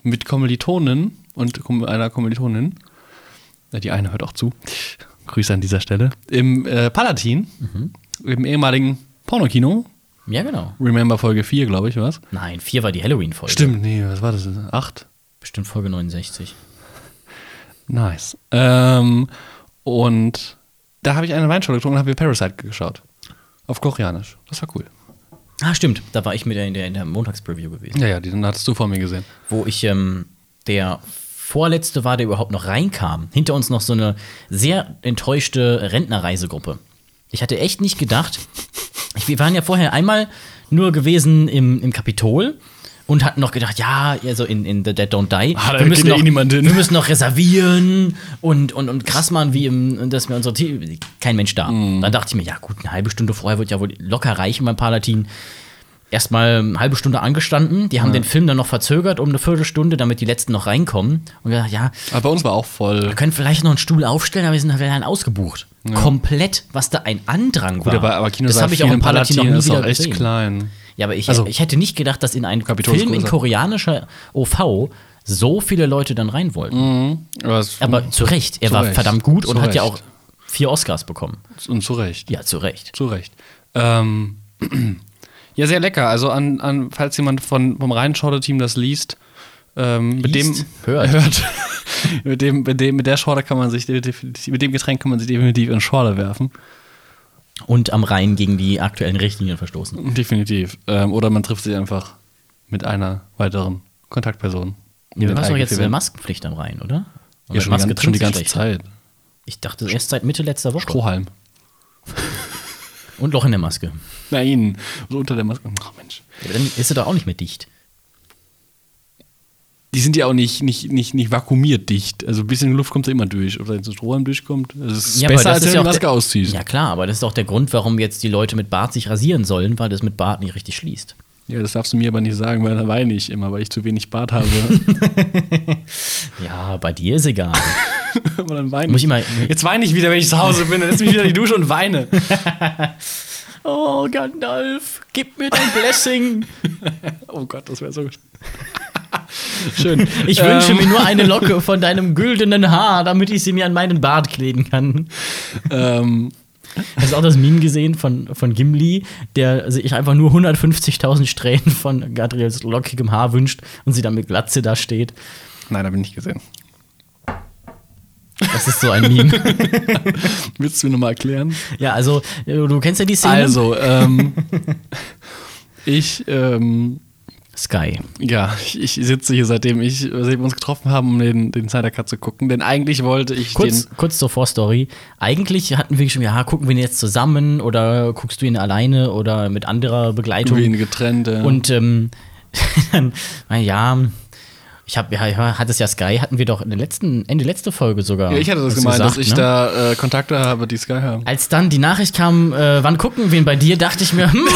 Speaker 2: mit Kommilitonen und Kom- einer Kommilitonin, äh, die eine hört auch zu, Grüße an dieser Stelle, im äh, Palatin, im ehemaligen Pornokino,
Speaker 1: ja, genau.
Speaker 2: Remember Folge 4, glaube ich, was?
Speaker 1: Nein, 4 war die Halloween-Folge.
Speaker 2: Stimmt, nee, was war das? Acht?
Speaker 1: Bestimmt Folge 69.
Speaker 2: Nice. Ähm, und da habe ich eine Weinschorle getrunken und habe mir Parasite geschaut. Auf Koreanisch. Das war cool.
Speaker 1: Ah, stimmt. Da war ich mit der in der, in der Montagspreview gewesen.
Speaker 2: Ja, ja, die hattest du vor mir gesehen.
Speaker 1: Wo ich ähm, der vorletzte war, der überhaupt noch reinkam. Hinter uns noch so eine sehr enttäuschte Rentnerreisegruppe. Ich hatte echt nicht gedacht. Ich, wir waren ja vorher einmal nur gewesen im, im Kapitol und hatten noch gedacht, ja, also in, in The Dead Don't Die.
Speaker 2: Ah, da geht ja eh niemand hin.
Speaker 1: wir müssen noch reservieren und, und, und krass machen, wie im, dass wir unsere Tee. Kein Mensch da.
Speaker 2: Mhm.
Speaker 1: Dann dachte ich mir, ja gut, eine halbe Stunde vorher wird ja wohl locker reichen beim Palatin. Erstmal eine halbe Stunde angestanden, die haben den Film dann noch verzögert um eine Viertelstunde, damit die letzten noch reinkommen. Und wir dachten, ja,
Speaker 2: Aber bei uns war auch voll.
Speaker 1: wir können vielleicht noch einen Stuhl aufstellen, aber wir sind halt ausgebucht. Komplett, was da ein Andrang war.
Speaker 2: Gut, aber, aber Kino
Speaker 1: das habe ich auch im Palatin noch nie
Speaker 2: ist
Speaker 1: wieder
Speaker 2: auch echt
Speaker 1: gesehen.
Speaker 2: klein.
Speaker 1: Ja, aber ich,
Speaker 2: Also-
Speaker 1: ich hätte nicht gedacht, dass in einen
Speaker 2: Kapitol ist
Speaker 1: Film in
Speaker 2: größer.
Speaker 1: koreanischer OV so viele Leute dann rein
Speaker 2: Mhm.
Speaker 1: wollten.
Speaker 2: Aber, es-
Speaker 1: Aber zu Recht, er
Speaker 2: Zu
Speaker 1: war
Speaker 2: Recht.
Speaker 1: verdammt gut und
Speaker 2: Zu
Speaker 1: hat ja
Speaker 2: Recht.
Speaker 1: auch vier Oscars bekommen.
Speaker 2: Und zu Recht.
Speaker 1: Ja, zu Recht.
Speaker 2: Zu Recht. Ähm, [CLEARS THROAT] ja, sehr lecker. Also, an, an, falls jemand von, vom Rheinschorle-Team das liest, ähm, mit dem. [LAUGHS]
Speaker 1: Liest? Hört.
Speaker 2: mit, dem, mit, dem, mit der Schorle kann man sich, definitiv- mit dem Getränk kann man sich definitiv in Schorle werfen.
Speaker 1: Und am Rhein gegen die aktuellen Richtlinien verstoßen.
Speaker 2: Definitiv. Ähm, oder man trifft sich einfach mit einer weiteren Kontaktperson.
Speaker 1: Ja, wir
Speaker 2: Mit
Speaker 1: haben doch jetzt
Speaker 2: eigenen
Speaker 1: eine Maskenpflicht am Rhein, oder? Und
Speaker 2: ja,
Speaker 1: mit
Speaker 2: schon, die
Speaker 1: Maske
Speaker 2: ganze- schon die
Speaker 1: trinkt
Speaker 2: ganze
Speaker 1: sich schlecht.
Speaker 2: Zeit.
Speaker 1: Ich dachte erst seit Mitte letzter Woche.
Speaker 2: Strohhalm.
Speaker 1: Und Loch in der Maske.
Speaker 2: Nein, so unter der Maske. Oh Mensch.
Speaker 1: Aber dann ist er doch auch nicht mehr dicht.
Speaker 2: Die sind ja auch nicht, nicht, nicht, nicht vakuumiert dicht. Also ein bisschen Luft kommt da immer durch. Oder wenn so ein Strohhalm durchkommt, das ist
Speaker 1: Ja, aber
Speaker 2: besser,
Speaker 1: das
Speaker 2: als
Speaker 1: ist
Speaker 2: wenn
Speaker 1: ja
Speaker 2: du die
Speaker 1: auch
Speaker 2: Maske
Speaker 1: der-
Speaker 2: ausziehst.
Speaker 1: Ja klar, aber das ist auch der Grund, warum jetzt die Leute mit Bart sich rasieren sollen, weil das mit Bart nicht richtig schließt.
Speaker 2: Ja, das darfst du mir aber nicht sagen, weil da weine ich immer, weil ich zu wenig Bart habe. [LAUGHS]
Speaker 1: Ja, bei dir ist egal.
Speaker 2: aber dann weine
Speaker 1: Muss ich mal-
Speaker 2: Jetzt weine ich wieder, wenn ich zu Hause bin. Dann setze ich mich wieder in die Dusche und weine.
Speaker 1: [LAUGHS] oh, Gandalf, gib mir dein Blessing.
Speaker 2: Oh Gott, das wäre so [LAUGHS] schön.
Speaker 1: Ich
Speaker 2: Ähm,
Speaker 1: wünsche mir nur eine Locke von deinem güldenen Haar, damit ich sie mir an meinen Bart kleben kann.
Speaker 2: ähm,
Speaker 1: Hast du auch das Meme gesehen von, von Gimli, der sich einfach nur 150.000 Strähnen von Gadriels lockigem Haar wünscht und sie dann mit Glatze da steht?
Speaker 2: Nein, habe ich nicht gesehen.
Speaker 1: Das ist so ein Meme.
Speaker 2: Willst du mir nochmal erklären?
Speaker 1: [LAUGHS] ja, also, du kennst ja die Szene.
Speaker 2: Also, ähm, [LAUGHS] ich, ähm,
Speaker 1: Sky.
Speaker 2: ja, ich, ich sitze hier, seitdem, ich, seitdem wir uns getroffen haben, um den, den Snyder Cut zu gucken. Denn eigentlich wollte ich
Speaker 1: Kurz,
Speaker 2: den.
Speaker 1: kurz zur Vorstory. Eigentlich hatten wir schon, ja, gucken wir ihn jetzt zusammen oder guckst du ihn alleine oder mit anderer Begleitung?
Speaker 2: Irgendwie getrennt. Äh,
Speaker 1: Und ähm, [LAUGHS] dann, na ja, ich habe, ja, ja, hat es ja Sky, hatten wir doch in der letzten, Ende letzte Folge sogar.
Speaker 2: ja, ich hatte
Speaker 1: was
Speaker 2: das gemeint, dass
Speaker 1: gesagt,
Speaker 2: ich
Speaker 1: ne?
Speaker 2: da äh, Kontakte habe, die Sky haben.
Speaker 1: Als dann die Nachricht kam, äh, wann gucken wir ihn bei dir, dachte ich mir, hm,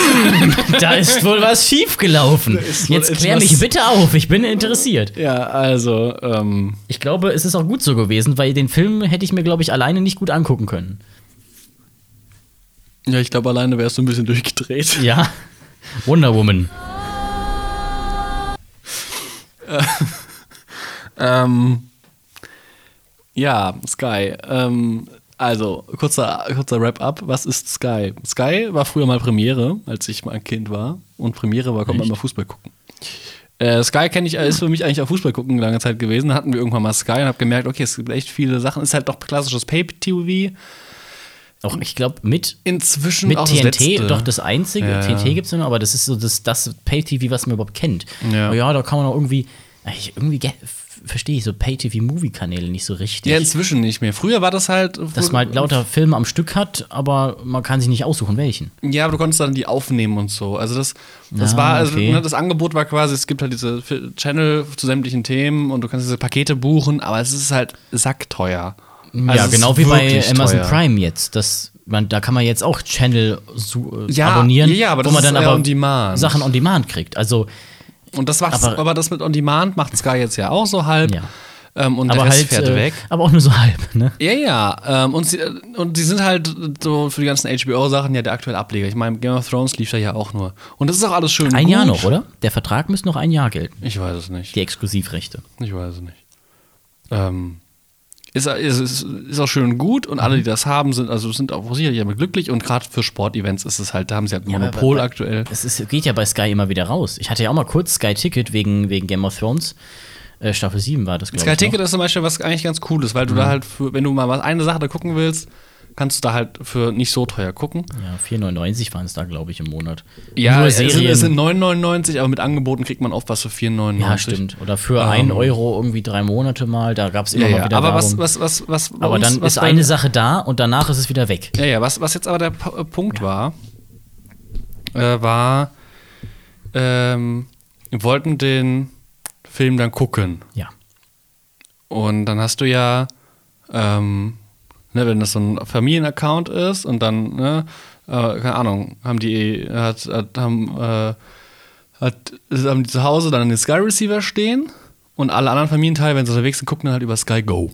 Speaker 2: [LAUGHS]
Speaker 1: da ist wohl was schiefgelaufen.
Speaker 2: ist wohl
Speaker 1: Jetzt klär
Speaker 2: etwas-
Speaker 1: mich bitte auf, ich bin interessiert.
Speaker 2: Ja, also, ähm,
Speaker 1: Ich glaube, es ist auch gut so gewesen, weil den Film hätte ich mir, glaube ich, alleine nicht gut angucken können.
Speaker 2: ja, ich glaube, alleine wärst du ein bisschen durchgedreht.
Speaker 1: Ja. [LAUGHS] Wonder Woman.
Speaker 2: Ähm, ja, Sky. Ähm, also, kurzer, kurzer Wrap-up. Was ist Sky? Sky war früher mal Premiere, als ich mal ein Kind war. Und Premiere war, konnte man mal Fußball gucken. Äh, Sky kenne ich, ist für mich eigentlich auch Fußball gucken lange Zeit gewesen. Da hatten wir irgendwann mal Sky und habe gemerkt, okay, es gibt echt viele Sachen. Ist halt doch klassisches Pay-TV.
Speaker 1: Auch, ich glaube, mit,
Speaker 2: Inzwischen
Speaker 1: mit
Speaker 2: auch das
Speaker 1: TNT
Speaker 2: letzte.
Speaker 1: doch das einzige.
Speaker 2: Ja, ja.
Speaker 1: TNT gibt es ja noch, aber das ist so das, das Pay-TV, was man überhaupt kennt.
Speaker 2: Ja.
Speaker 1: Aber ja, da kann man auch irgendwie. Ich, irgendwie ge- f- verstehe ich so Pay-TV-Movie-Kanäle nicht so richtig.
Speaker 2: ja, inzwischen nicht mehr. Früher war das halt.
Speaker 1: dass man halt lauter Filme am Stück hat, aber man kann sich nicht aussuchen, welchen.
Speaker 2: Ja, aber du konntest dann die aufnehmen und so. Also das, das
Speaker 1: Ah,
Speaker 2: war, also,
Speaker 1: okay.
Speaker 2: ne, das Angebot war quasi, es gibt halt diese F- Channel zu sämtlichen Themen und du kannst diese Pakete buchen, aber es ist halt sackteuer. Also
Speaker 1: ja,
Speaker 2: es
Speaker 1: genau
Speaker 2: ist
Speaker 1: wie bei
Speaker 2: wirklich
Speaker 1: Amazon
Speaker 2: teuer.
Speaker 1: Prime jetzt. Das, man, da kann man jetzt auch Channel su- äh,
Speaker 2: Ja,
Speaker 1: abonnieren,
Speaker 2: ja, aber
Speaker 1: wo
Speaker 2: das
Speaker 1: man
Speaker 2: ist
Speaker 1: dann
Speaker 2: eher
Speaker 1: aber
Speaker 2: on demand.
Speaker 1: Sachen on Demand kriegt. Also,
Speaker 2: Und das macht's, aber,
Speaker 1: Aber-
Speaker 2: das mit On Demand macht Sky jetzt ja auch so halb.
Speaker 1: Ja.
Speaker 2: Ähm, und
Speaker 1: aber
Speaker 2: der Rest
Speaker 1: halt,
Speaker 2: fährt
Speaker 1: äh,
Speaker 2: weg.
Speaker 1: aber auch nur so [LAUGHS] halb. Ne?
Speaker 2: Ja, ja. Ähm, und, sie, und die sind halt so für die ganzen HBO-Sachen ja der aktuelle Ableger. Ich meine, Game of Thrones lief da ja auch nur. Und das ist auch alles schön.
Speaker 1: Ein
Speaker 2: gut.
Speaker 1: Jahr noch, oder? Der Vertrag müsste noch ein Jahr gelten.
Speaker 2: Ich weiß es nicht.
Speaker 1: Die Exklusivrechte.
Speaker 2: Ich weiß es nicht. Ähm, ist, ist, ist, ist auch schön und gut und
Speaker 1: Mhm.
Speaker 2: alle, die das haben, sind also sind auch sicherlich damit glücklich und gerade für Sportevents ist es halt, da haben sie halt ein Monopol aktuell.
Speaker 1: Das ist, geht ja bei Sky immer wieder raus. Ich hatte ja auch mal kurz Sky Ticket wegen, wegen Game of Thrones. Äh, Staffel 7 war das, glaube ich. ne? Mhm.
Speaker 2: Sky
Speaker 1: noch.
Speaker 2: Ticket ist zum Beispiel was eigentlich ganz Cooles, weil du da halt, für, wenn du mal was, eine Sache da gucken willst, kannst du da halt für nicht so teuer gucken.
Speaker 1: Ja, 4,99 waren es da, glaube ich, im Monat.
Speaker 2: Ja,
Speaker 1: Nur
Speaker 2: es sind-
Speaker 1: Serien.
Speaker 2: es sind 9,99, aber mit Angeboten kriegt man oft was für 4,99.
Speaker 1: ja, stimmt. Oder für 1 Euro irgendwie drei Monate mal. Da gab es immer
Speaker 2: Ah, Ja,
Speaker 1: mal
Speaker 2: ja.
Speaker 1: wieder
Speaker 2: Aber was,
Speaker 1: Werbung.
Speaker 2: was, was, was, bei
Speaker 1: aber
Speaker 2: uns-
Speaker 1: dann
Speaker 2: was
Speaker 1: ist
Speaker 2: bei-
Speaker 1: eine Sache da und danach ist es wieder weg.
Speaker 2: Ja, ja, was, was jetzt aber der P- äh, Punkt war, äh, war, ähm, wir wollten den Film dann gucken.
Speaker 1: Ja.
Speaker 2: Und dann hast du ja, ähm, ne, wenn das so ein Familienaccount ist und dann, ne, äh, keine Ahnung, haben die, hat, hat, haben, äh, hat, haben die zu Hause dann den Sky Receiver stehen und alle anderen Familienteile, wenn sie unterwegs sind, gucken dann halt über Sky Go.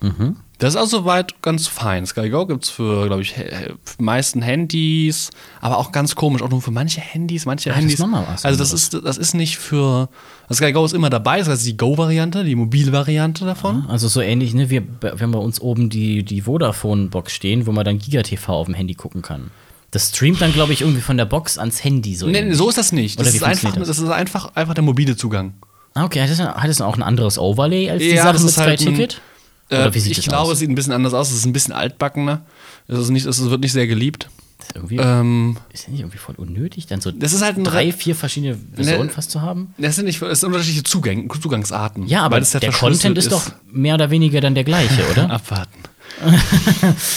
Speaker 1: Mhm.
Speaker 2: Das ist auch soweit ganz fein. Sky Go gibt es für, glaube ich, hä- für meisten Handys, aber auch ganz komisch, auch nur für manche Handys, manche
Speaker 1: ist
Speaker 2: Handys.
Speaker 1: nochmal was
Speaker 2: also das ist, das ist nicht für. Also Sky Go ist immer dabei, das heißt die Go-Variante, die Mobil-Variante davon.
Speaker 1: Also so ähnlich, ne? Wir, wir haben bei uns oben die, die Vodafone-Box stehen, wo man dann GigaTV auf dem Handy gucken kann. Das streamt dann, glaube ich, irgendwie von der Box ans Handy so.
Speaker 2: Nee,
Speaker 1: ähnlich.
Speaker 2: nee, so ist das nicht. Das
Speaker 1: Oder wie
Speaker 2: ist, einfach,
Speaker 1: funktioniert
Speaker 2: das ist einfach, einfach der mobile Zugang.
Speaker 1: Ah, okay, hat das, hat das auch ein anderes Overlay als die
Speaker 2: Ja,
Speaker 1: Sache
Speaker 2: das
Speaker 1: mit
Speaker 2: ist halt
Speaker 1: Sky
Speaker 2: ein-
Speaker 1: Ticket?
Speaker 2: Äh,
Speaker 1: Oder wie sieht
Speaker 2: ich
Speaker 1: das
Speaker 2: glaube, es
Speaker 1: aus?
Speaker 2: sieht ein bisschen anders aus. Es ist ein bisschen altbackener. Es, ist nicht, es wird nicht sehr geliebt.
Speaker 1: Ist irgendwie,
Speaker 2: Ähm,
Speaker 1: ist ja nicht irgendwie voll unnötig, dann so
Speaker 2: Das ist halt ein
Speaker 1: drei,
Speaker 2: Re-
Speaker 1: vier verschiedene Versionen
Speaker 2: Ne-
Speaker 1: fast zu haben?
Speaker 2: das sind, nicht, es sind unterschiedliche Zugänge, Zugangsarten.
Speaker 1: Ja, aber
Speaker 2: weil das
Speaker 1: der
Speaker 2: verschlüsselt
Speaker 1: Content ist doch mehr oder weniger dann der gleiche, oder? [LAUGHS]
Speaker 2: Abwarten. [LAUGHS]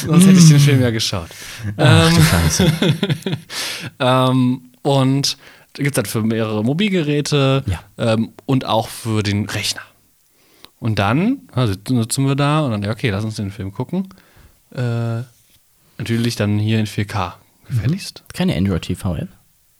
Speaker 2: Sonst hätte ich den Film ja
Speaker 1: Hm.
Speaker 2: geschaut. [LAUGHS] ähm, ähm, und da gibt es halt für mehrere Mobilgeräte
Speaker 1: Ja.
Speaker 2: ähm, und auch für den Rechner. Und dann also sitzen wir da und dann, ja, okay, lass uns den Film gucken. Äh, natürlich dann hier in 4K gefälligst.
Speaker 1: Keine Android-TV-App. Mhm.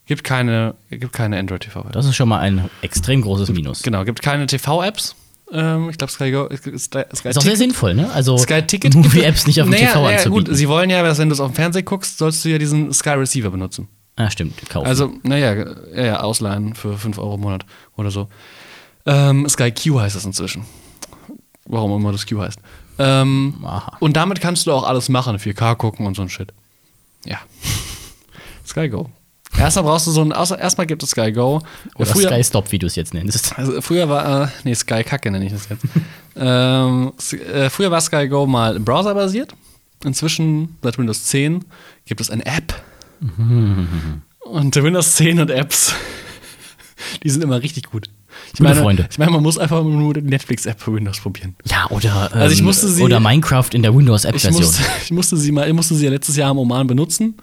Speaker 2: Gibt keine, gibt keine Android TV.
Speaker 1: Das ist schon mal ein extrem großes Minus.
Speaker 2: Genau, gibt keine TV-Apps. Ähm, ich glaube, Sky, Go- Sky, Sky
Speaker 1: Ist auch sehr sinnvoll, ne? Also
Speaker 2: Sky Ticket.
Speaker 1: Movie-Apps nicht auf dem
Speaker 2: naja,
Speaker 1: TV
Speaker 2: naja,
Speaker 1: anzubieten.
Speaker 2: gut, sie wollen ja, dass wenn du es auf dem Fernseher guckst, sollst du ja diesen Sky Receiver benutzen.
Speaker 1: ah, stimmt, kaufen.
Speaker 2: Also, naja, ja, ja, ausleihen für 5 Euro im Monat oder so. Ähm, Sky Q heißt das inzwischen. Warum immer das Q heißt. Ähm,
Speaker 1: Aha.
Speaker 2: und damit kannst du auch alles machen, 4K gucken und so ein Shit. Ja. [LAUGHS] Sky Go. Erstmal brauchst du so ein, außer- erstmal gibt es Sky Go.
Speaker 1: Oder
Speaker 2: Früher-
Speaker 1: Sky Stop, wie du es jetzt nennst.
Speaker 2: also früher war, äh, nee, Sky Kacke nenne ich das
Speaker 1: [LAUGHS]
Speaker 2: jetzt. ähm, S- äh, früher war Sky Go mal browserbasiert. Inzwischen, seit Windows 10, gibt es eine App.
Speaker 1: Mhm.
Speaker 2: und Windows 10 und Apps, [LAUGHS] die sind immer richtig gut. Ich
Speaker 1: Gute
Speaker 2: meine,
Speaker 1: Freunde.
Speaker 2: ich meine, man muss einfach nur die Netflix-App für Windows probieren.
Speaker 1: Ja, oder,
Speaker 2: Also ich musste sie-
Speaker 1: oder Minecraft in der
Speaker 2: Ich
Speaker 1: Windows-App-Version.
Speaker 2: musste, [LAUGHS] ich musste sie mal, ich musste sie ja letztes Jahr im Oman benutzen,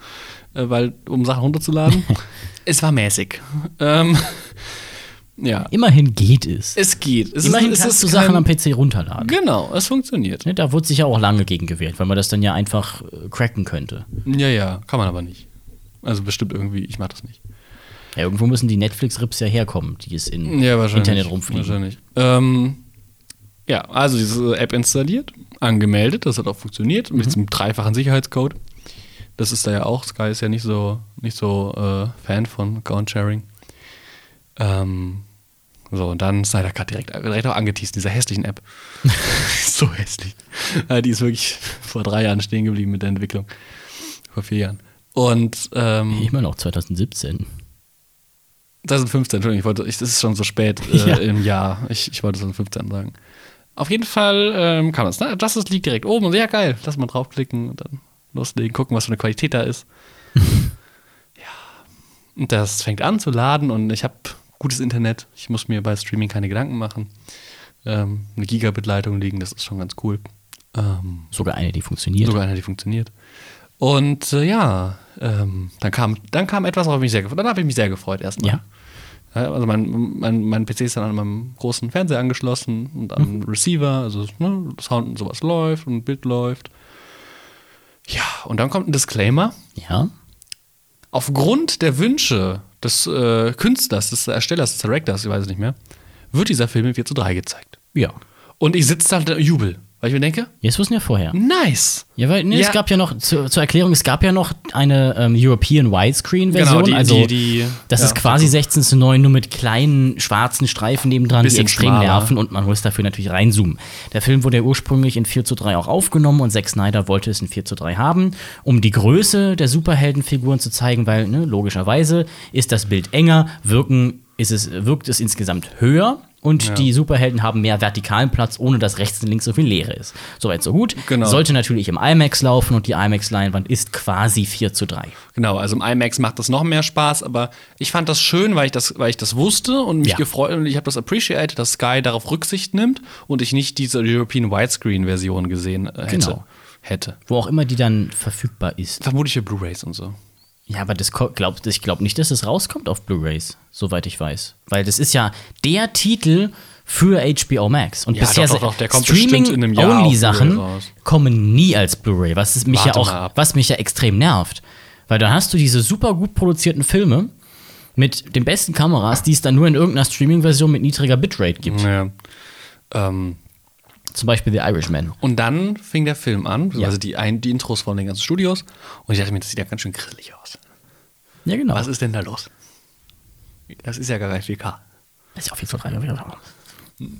Speaker 2: äh, weil, um Sachen
Speaker 1: [LAUGHS]
Speaker 2: runterzuladen. es war mäßig. Ähm, [LAUGHS] ja.
Speaker 1: Immerhin geht es.
Speaker 2: Es geht. Es
Speaker 1: Immerhin
Speaker 2: es
Speaker 1: kannst du
Speaker 2: kein-
Speaker 1: Sachen am PC runterladen.
Speaker 2: Genau, es funktioniert.
Speaker 1: Ne, Da wurde sich ja auch lange gegen gewehrt, weil man das dann ja einfach äh, cracken könnte.
Speaker 2: Ja, ja, kann man aber nicht. Also bestimmt irgendwie, ich mach das nicht.
Speaker 1: Ja, irgendwo müssen die Netflix-Rips ja herkommen, die es in Internet rumfliegen.
Speaker 2: Wahrscheinlich. Ähm, ja, also diese App installiert, angemeldet, das hat auch funktioniert
Speaker 1: Mhm.
Speaker 2: mit diesem dreifachen Sicherheitscode. Das ist da ja auch, Sky ist ja nicht so, nicht so äh, Fan von Account-Sharing. Ähm, so, und dann Snyder Cut direkt, direkt auch angeteased, in dieser
Speaker 1: [LAUGHS]
Speaker 2: hässlichen App. [LAUGHS] so hässlich. Äh, Die ist wirklich vor drei Jahren stehen geblieben mit der Entwicklung. Vor vier Jahren. Und ähm,
Speaker 1: Immer noch 2017.
Speaker 2: 2015, Entschuldigung, ich wollte, ich, das ist schon so spät äh,
Speaker 1: Ja.
Speaker 2: im Jahr. Ich, ich wollte 2015 sagen. Auf jeden Fall ähm, kann man es. Ne? Das ist, liegt direkt oben. Sehr geil. Lass mal draufklicken und dann loslegen, gucken, was für eine Qualität da ist. ja. Und das fängt an zu laden und ich habe gutes Internet. Ich muss mir bei Streaming keine Gedanken machen. Ähm, eine Gigabit-Leitung liegen, das ist schon ganz cool. Ähm,
Speaker 1: Sogar eine, die funktioniert.
Speaker 2: Sogar einer, die funktioniert. Und äh, ja, ähm, dann, kam, dann kam etwas, worauf ich mich sehr gefreut Dann habe ich mich sehr gefreut erstmal.
Speaker 1: Ja.
Speaker 2: Ja, Also mein, mein, mein PC ist dann an meinem großen Fernseher angeschlossen und am
Speaker 1: Mhm.
Speaker 2: Receiver, also ne, Sound und sowas läuft und Bild läuft. Ja, und dann kommt ein Disclaimer.
Speaker 1: Ja.
Speaker 2: Aufgrund der Wünsche des äh, Künstlers, des Erstellers, des Directors, ich weiß es nicht mehr, wird dieser Film in 4 zu 3 gezeigt.
Speaker 1: Ja.
Speaker 2: Und ich sitze da und jubel, weil ich mir denke,
Speaker 1: Jetzt wussten wir
Speaker 2: Hm?
Speaker 1: vorher.
Speaker 2: nice.
Speaker 1: Ja, weil ne,
Speaker 2: Ja.
Speaker 1: es gab ja noch, zu, zur Erklärung, es gab ja noch eine ähm, European Widescreen-Version.
Speaker 2: Genau, die-
Speaker 1: also,
Speaker 2: die- die-
Speaker 1: das
Speaker 2: ja. also-
Speaker 1: ist quasi 16 zu 9, nur mit kleinen schwarzen Streifen nebendran, die
Speaker 2: Bisschen
Speaker 1: extrem
Speaker 2: schmaler.
Speaker 1: nerven und man muss dafür natürlich reinzoomen. Der Film wurde ja ursprünglich in 4 zu 3 auch aufgenommen und Zack Snyder wollte es in 4 zu 3 haben, um die Größe der Superheldenfiguren zu zeigen, weil ne, logischerweise ist das Bild enger, wirken, ist es, wirkt es insgesamt höher. Und die Superhelden haben mehr vertikalen Platz, ohne dass rechts und links so viel Leere ist. Soweit, so gut.
Speaker 2: Genau.
Speaker 1: Sollte natürlich im IMAX laufen und die IMAX-Leinwand ist quasi 4 zu 3.
Speaker 2: Genau, also im IMAX macht das noch mehr Spaß, aber ich fand das schön, weil ich das, weil ich das wusste und mich
Speaker 1: Ja.
Speaker 2: gefreut und ich habe das appreciated, dass Sky darauf Rücksicht nimmt und ich nicht diese European Widescreen-Version gesehen äh, hätte.
Speaker 1: Genau.
Speaker 2: hätte.
Speaker 1: Wo auch immer die dann verfügbar ist.
Speaker 2: Vermutlich für Blu-Rays und so.
Speaker 1: Ja, aber das ko- glaubt, ich glaube nicht, dass es rauskommt auf Blu-Rays, soweit ich weiß. Weil das ist ja der Titel für HBO Max. Und
Speaker 2: Ja,
Speaker 1: bisher
Speaker 2: doch, doch, doch, der kommt
Speaker 1: Streaming
Speaker 2: bestimmt in einem Jahr auf
Speaker 1: only
Speaker 2: Blu-ray
Speaker 1: Sachen
Speaker 2: raus.
Speaker 1: kommen nie als Blu-ray, was es mich
Speaker 2: Warte
Speaker 1: ja auch,
Speaker 2: mal ab.
Speaker 1: was mich ja extrem nervt. Weil dann hast du diese super gut produzierten Filme mit den besten Kameras, die es dann nur in irgendeiner Streaming-Version mit niedriger Bitrate gibt.
Speaker 2: Ja. Ähm,
Speaker 1: Zum Beispiel The Irishman.
Speaker 2: und dann fing der Film an,
Speaker 1: Ja.
Speaker 2: also die, ein, die Intros von den ganzen Studios, und ich dachte mir, das sieht ja ganz schön grisselig aus.
Speaker 1: Ja, genau.
Speaker 2: Was ist denn da los? Das ist ja gar kein 4K.
Speaker 1: Das ist ja auch viel zu rein.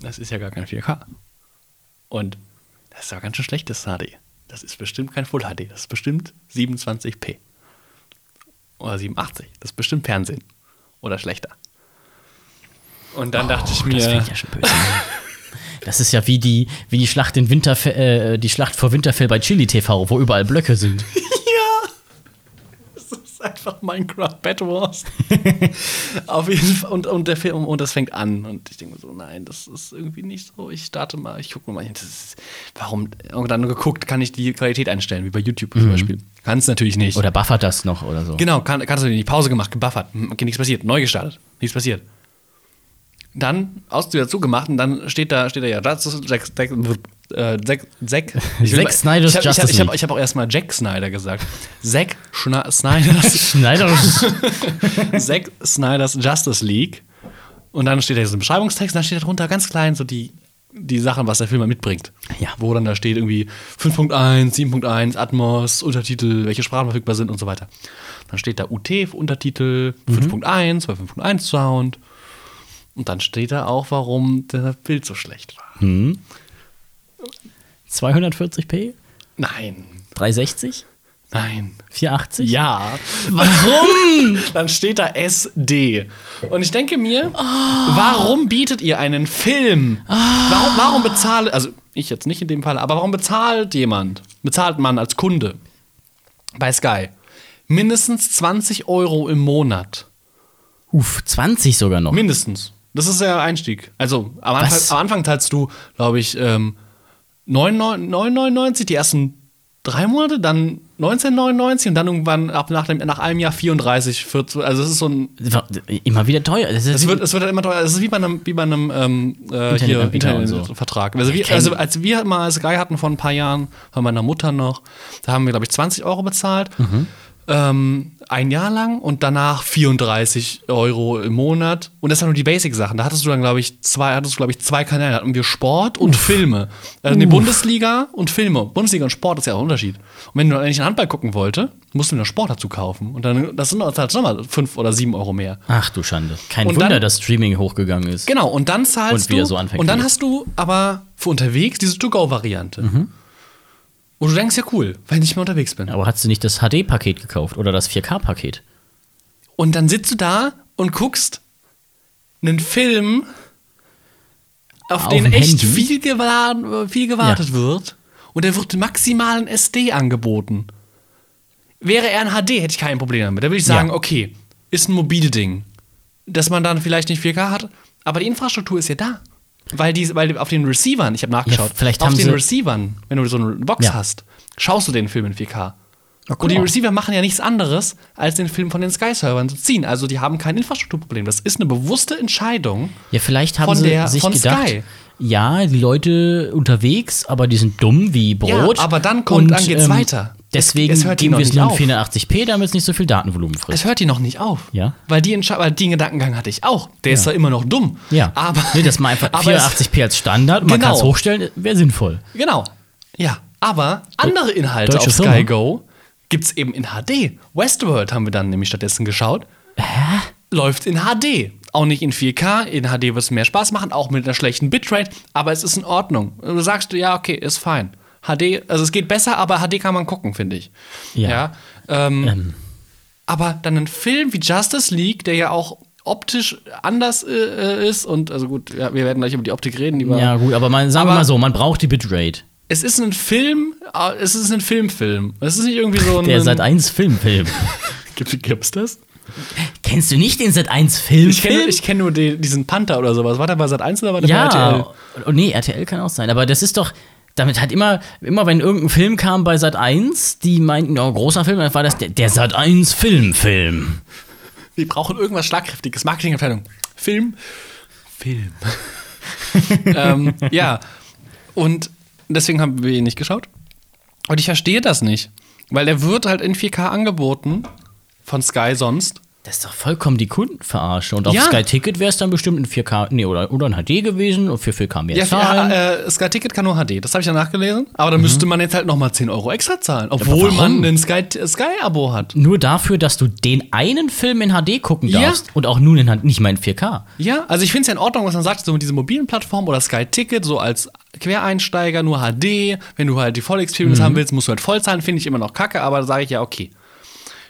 Speaker 2: das ist ja gar kein 4K. Und das ist ja ganz schön schlechtes HD. Das ist bestimmt kein Full HD. Das ist bestimmt 27p. Oder 87. Das ist bestimmt Fernsehen. Oder schlechter. Und dann dachte ich
Speaker 1: Das
Speaker 2: mir,
Speaker 1: fängt ja schon böse an. [LAUGHS] Das ist ja wie die, wie die Schlacht in Winterfell, äh, die Schlacht vor Winterfell bei Chili TV, wo überall Blöcke sind.
Speaker 2: Ja. Das ist einfach Minecraft Bad Wars. Auf jeden Fall. Und, und der Film, und das fängt an. Und ich denke mir so, nein, das ist irgendwie nicht so. Ich starte mal, ich gucke mal. Das ist, warum? Und dann geguckt, kann ich die Qualität einstellen, wie bei YouTube zum Beispiel. Kannst natürlich nicht.
Speaker 1: Oder buffert das noch oder so.
Speaker 2: Genau, kann, kannst du nicht. Pause gemacht, gebuffert. Hm, Okay, nichts passiert. Neu gestartet. Nichts passiert. Dann aus wieder zugemacht und dann steht da, steht da ja Justice, Jack, Jack, äh, Zack, Zack. Ich will
Speaker 1: [LAUGHS] Zack
Speaker 2: mal-
Speaker 1: Snyder's
Speaker 2: ich hab, Ich habe
Speaker 1: Justice
Speaker 2: ich hab,
Speaker 1: League.
Speaker 2: ich hab auch erstmal Jack Snyder gesagt. Zack Schna
Speaker 1: [LAUGHS]
Speaker 2: Snyder's,
Speaker 1: Schneider.
Speaker 2: Zack Snyder's Justice League. Und dann steht da so ein Beschreibungstext, dann steht da drunter ganz klein so die, die Sachen, was der Film halt mitbringt.
Speaker 1: Ja.
Speaker 2: Wo dann da steht irgendwie 5.1, 7.1, Atmos, Untertitel, welche Sprachen verfügbar sind und so weiter. Dann steht da UT für Untertitel, 5.1, bei 5.1 Sound. Und dann steht da auch, warum der Bild so schlecht war.
Speaker 1: 240p?
Speaker 2: Nein,
Speaker 1: 360?
Speaker 2: nein,
Speaker 1: 480?
Speaker 2: Ja. Warum? [LAUGHS] Dann steht da SD. Und ich denke mir, warum bietet ihr einen Film? Warum, warum bezahlt, also ich jetzt nicht in dem Fall, aber warum bezahlt jemand, bezahlt man als Kunde bei Sky mindestens 20 Euro im Monat?
Speaker 1: Uff, 20 sogar noch.
Speaker 2: Mindestens. Das ist der Einstieg. Also am Anfang,
Speaker 1: Was?
Speaker 2: am Anfang zahlst du, glaube ich, ähm, 9,99 die ersten drei Monate, dann 19,99 und dann irgendwann ab nach, dem, nach einem Jahr 34, 40. Also es ist so ein,
Speaker 1: Wa- Immer wieder teuer. Das ist
Speaker 2: es wird, es wird halt immer teurer. Es ist wie bei einem, wie bei einem ähm, äh, hier,
Speaker 1: Internetanbieter und so.
Speaker 2: Internetvertrag. Also, wir,
Speaker 1: kenn-
Speaker 2: also als wir mal Sky hatten vor ein paar Jahren, bei meiner Mutter noch, da haben wir glaube ich 20 Euro bezahlt.
Speaker 1: Mhm.
Speaker 2: Ähm, ein Jahr lang und danach 34 Euro im Monat. Und das waren nur die Basic-Sachen. Da hattest du dann, glaube ich, zwei, hattest du, glaube ich, zwei Kanäle. Da hatten wir Sport und Filme. Also die Bundesliga und Filme. Bundesliga und Sport ist ja auch ein Unterschied. Und wenn du dann eigentlich Handball gucken wollte, musst du dir noch Sport dazu kaufen. Und dann, das sind halt nochmal fünf oder sieben Euro mehr.
Speaker 1: Ach du Schande. Kein
Speaker 2: Und
Speaker 1: Wunder,
Speaker 2: dann-
Speaker 1: dass Streaming hochgegangen ist.
Speaker 2: Genau, und dann zahlst
Speaker 1: Und wieder
Speaker 2: du.
Speaker 1: so anfängt
Speaker 2: und dann
Speaker 1: die-
Speaker 2: hast du aber für unterwegs diese To-Go-Variante.
Speaker 1: Mhm.
Speaker 2: Und du denkst, ja cool, weil ich nicht mehr unterwegs bin.
Speaker 1: Aber hast du nicht das HD-Paket gekauft oder das 4K-Paket?
Speaker 2: Und dann sitzt du da und guckst einen Film, auf,
Speaker 1: Auf
Speaker 2: den
Speaker 1: dem
Speaker 2: echt
Speaker 1: Handy?
Speaker 2: viel, geladen, viel gewartet wird. Und der wird maximal in SD angeboten. Wäre er ein HD, hätte ich kein Problem damit. Da würde ich sagen,
Speaker 1: Ja.
Speaker 2: okay, ist ein mobile Ding. Dass man dann vielleicht nicht 4K hat, aber die Infrastruktur ist ja da. Weil, die, weil auf den Receivern, ich habe nachgeschaut,
Speaker 1: Ja, vielleicht
Speaker 2: auf
Speaker 1: haben
Speaker 2: den
Speaker 1: sie-
Speaker 2: Receivern, wenn du so eine Box
Speaker 1: Ja.
Speaker 2: hast, schaust du den Film in 4K.
Speaker 1: guck
Speaker 2: Und die
Speaker 1: mal.
Speaker 2: Receiver machen ja nichts anderes, als den Film von den Sky-Servern zu ziehen. Also die haben kein Infrastrukturproblem. Das ist eine bewusste Entscheidung.
Speaker 1: Ja, vielleicht haben
Speaker 2: Von
Speaker 1: sie
Speaker 2: der-
Speaker 1: sich
Speaker 2: von
Speaker 1: gedacht,
Speaker 2: Sky.
Speaker 1: ja, die Leute unterwegs, aber die sind dumm wie Brot.
Speaker 2: Ja, aber dann kommt-
Speaker 1: Und,
Speaker 2: dann geht's
Speaker 1: ähm,
Speaker 2: weiter.
Speaker 1: Deswegen
Speaker 2: Es- es hört ihnen
Speaker 1: geben wir
Speaker 2: noch
Speaker 1: es nur in
Speaker 2: nicht
Speaker 1: 480p, damit es nicht so viel Datenvolumen frisst.
Speaker 2: Es hört die noch nicht auf.
Speaker 1: Ja.
Speaker 2: Weil die Entsche weil den Gedankengang hatte ich auch. Der ist zwar immer noch dumm.
Speaker 1: Ja,
Speaker 2: Aber.
Speaker 1: nee, das mal einfach
Speaker 2: [LAUGHS] aber es-
Speaker 1: 480p als Standard, man
Speaker 2: Genau.
Speaker 1: kann es hochstellen, wäre sinnvoll.
Speaker 2: Genau. Ja. Aber andere Inhalte
Speaker 1: deutsche
Speaker 2: auf Sky
Speaker 1: Firma.
Speaker 2: Go gibt's eben in HD. Westworld haben wir dann nämlich stattdessen geschaut. Hä? Läuft in HD. Auch nicht in 4K. In HD wird es mehr Spaß machen, auch mit einer schlechten Bitrate. Aber es ist in Ordnung. Du sagst, ja, okay, ist fein. HD, also es geht besser, aber HD kann man gucken, finde ich.
Speaker 1: Ja.
Speaker 2: ähm,
Speaker 1: Ähm.
Speaker 2: Aber dann ein Film wie Justice League, der ja auch optisch anders äh, äh, ist und also gut, ja, wir werden gleich über die Optik reden, lieber.
Speaker 1: Ja, gut, aber man, sagen wir
Speaker 2: Aber-
Speaker 1: mal so, man braucht die Bitrate.
Speaker 2: Es ist ein Film, äh, es ist ein Filmfilm. Es ist nicht irgendwie so ein.
Speaker 1: Der Sat 1
Speaker 2: [LAUGHS]
Speaker 1: Filmfilm.
Speaker 2: gibt, gibt's das?
Speaker 1: Kennst du nicht den Sat 1 Filmfilm?
Speaker 2: Ich kenne ich kenn nur die, diesen Panther oder sowas. War der bei Sat 1 oder war der bei RTL?
Speaker 1: ja, oh, nee, RTL kann auch sein, aber das ist doch damit hat immer, immer wenn irgendein Film kam bei Sat 1, die meinten, oh, großer Film, dann war das der, der Sat 1 Filmfilm.
Speaker 2: Wir brauchen irgendwas Schlagkräftiges. Marketingabteilung. Film. Film. ähm, ja. Und deswegen haben wir ihn nicht geschaut. Und ich verstehe das nicht. Weil er wird halt in 4K angeboten. Von Sky sonst.
Speaker 1: Das ist doch vollkommen die Kundenverarsche. Und auf
Speaker 2: Ja.
Speaker 1: Sky Ticket wäre es dann bestimmt in 4K, nee, oder, oder in HD gewesen und für 4K mehr
Speaker 2: Ja,
Speaker 1: zahlen.
Speaker 2: äh, Sky Ticket kann nur HD. Das habe ich ja nachgelesen. Aber da müsste man jetzt halt nochmal 10 Euro extra zahlen. Obwohl man ein Sky-Abo hat.
Speaker 1: Nur dafür, dass du den einen Film in HD gucken
Speaker 2: Ja.
Speaker 1: darfst und auch nun in, H- nicht mal in 4K.
Speaker 2: Ja, also ich finde es ja in Ordnung, was man sagt, so mit dieser mobilen Plattform oder Sky Ticket, so als Quereinsteiger, nur HD. Wenn du halt die Voll Experience
Speaker 1: Mhm.
Speaker 2: haben willst, musst du halt voll zahlen, finde ich immer noch kacke, aber da sage ich ja, okay.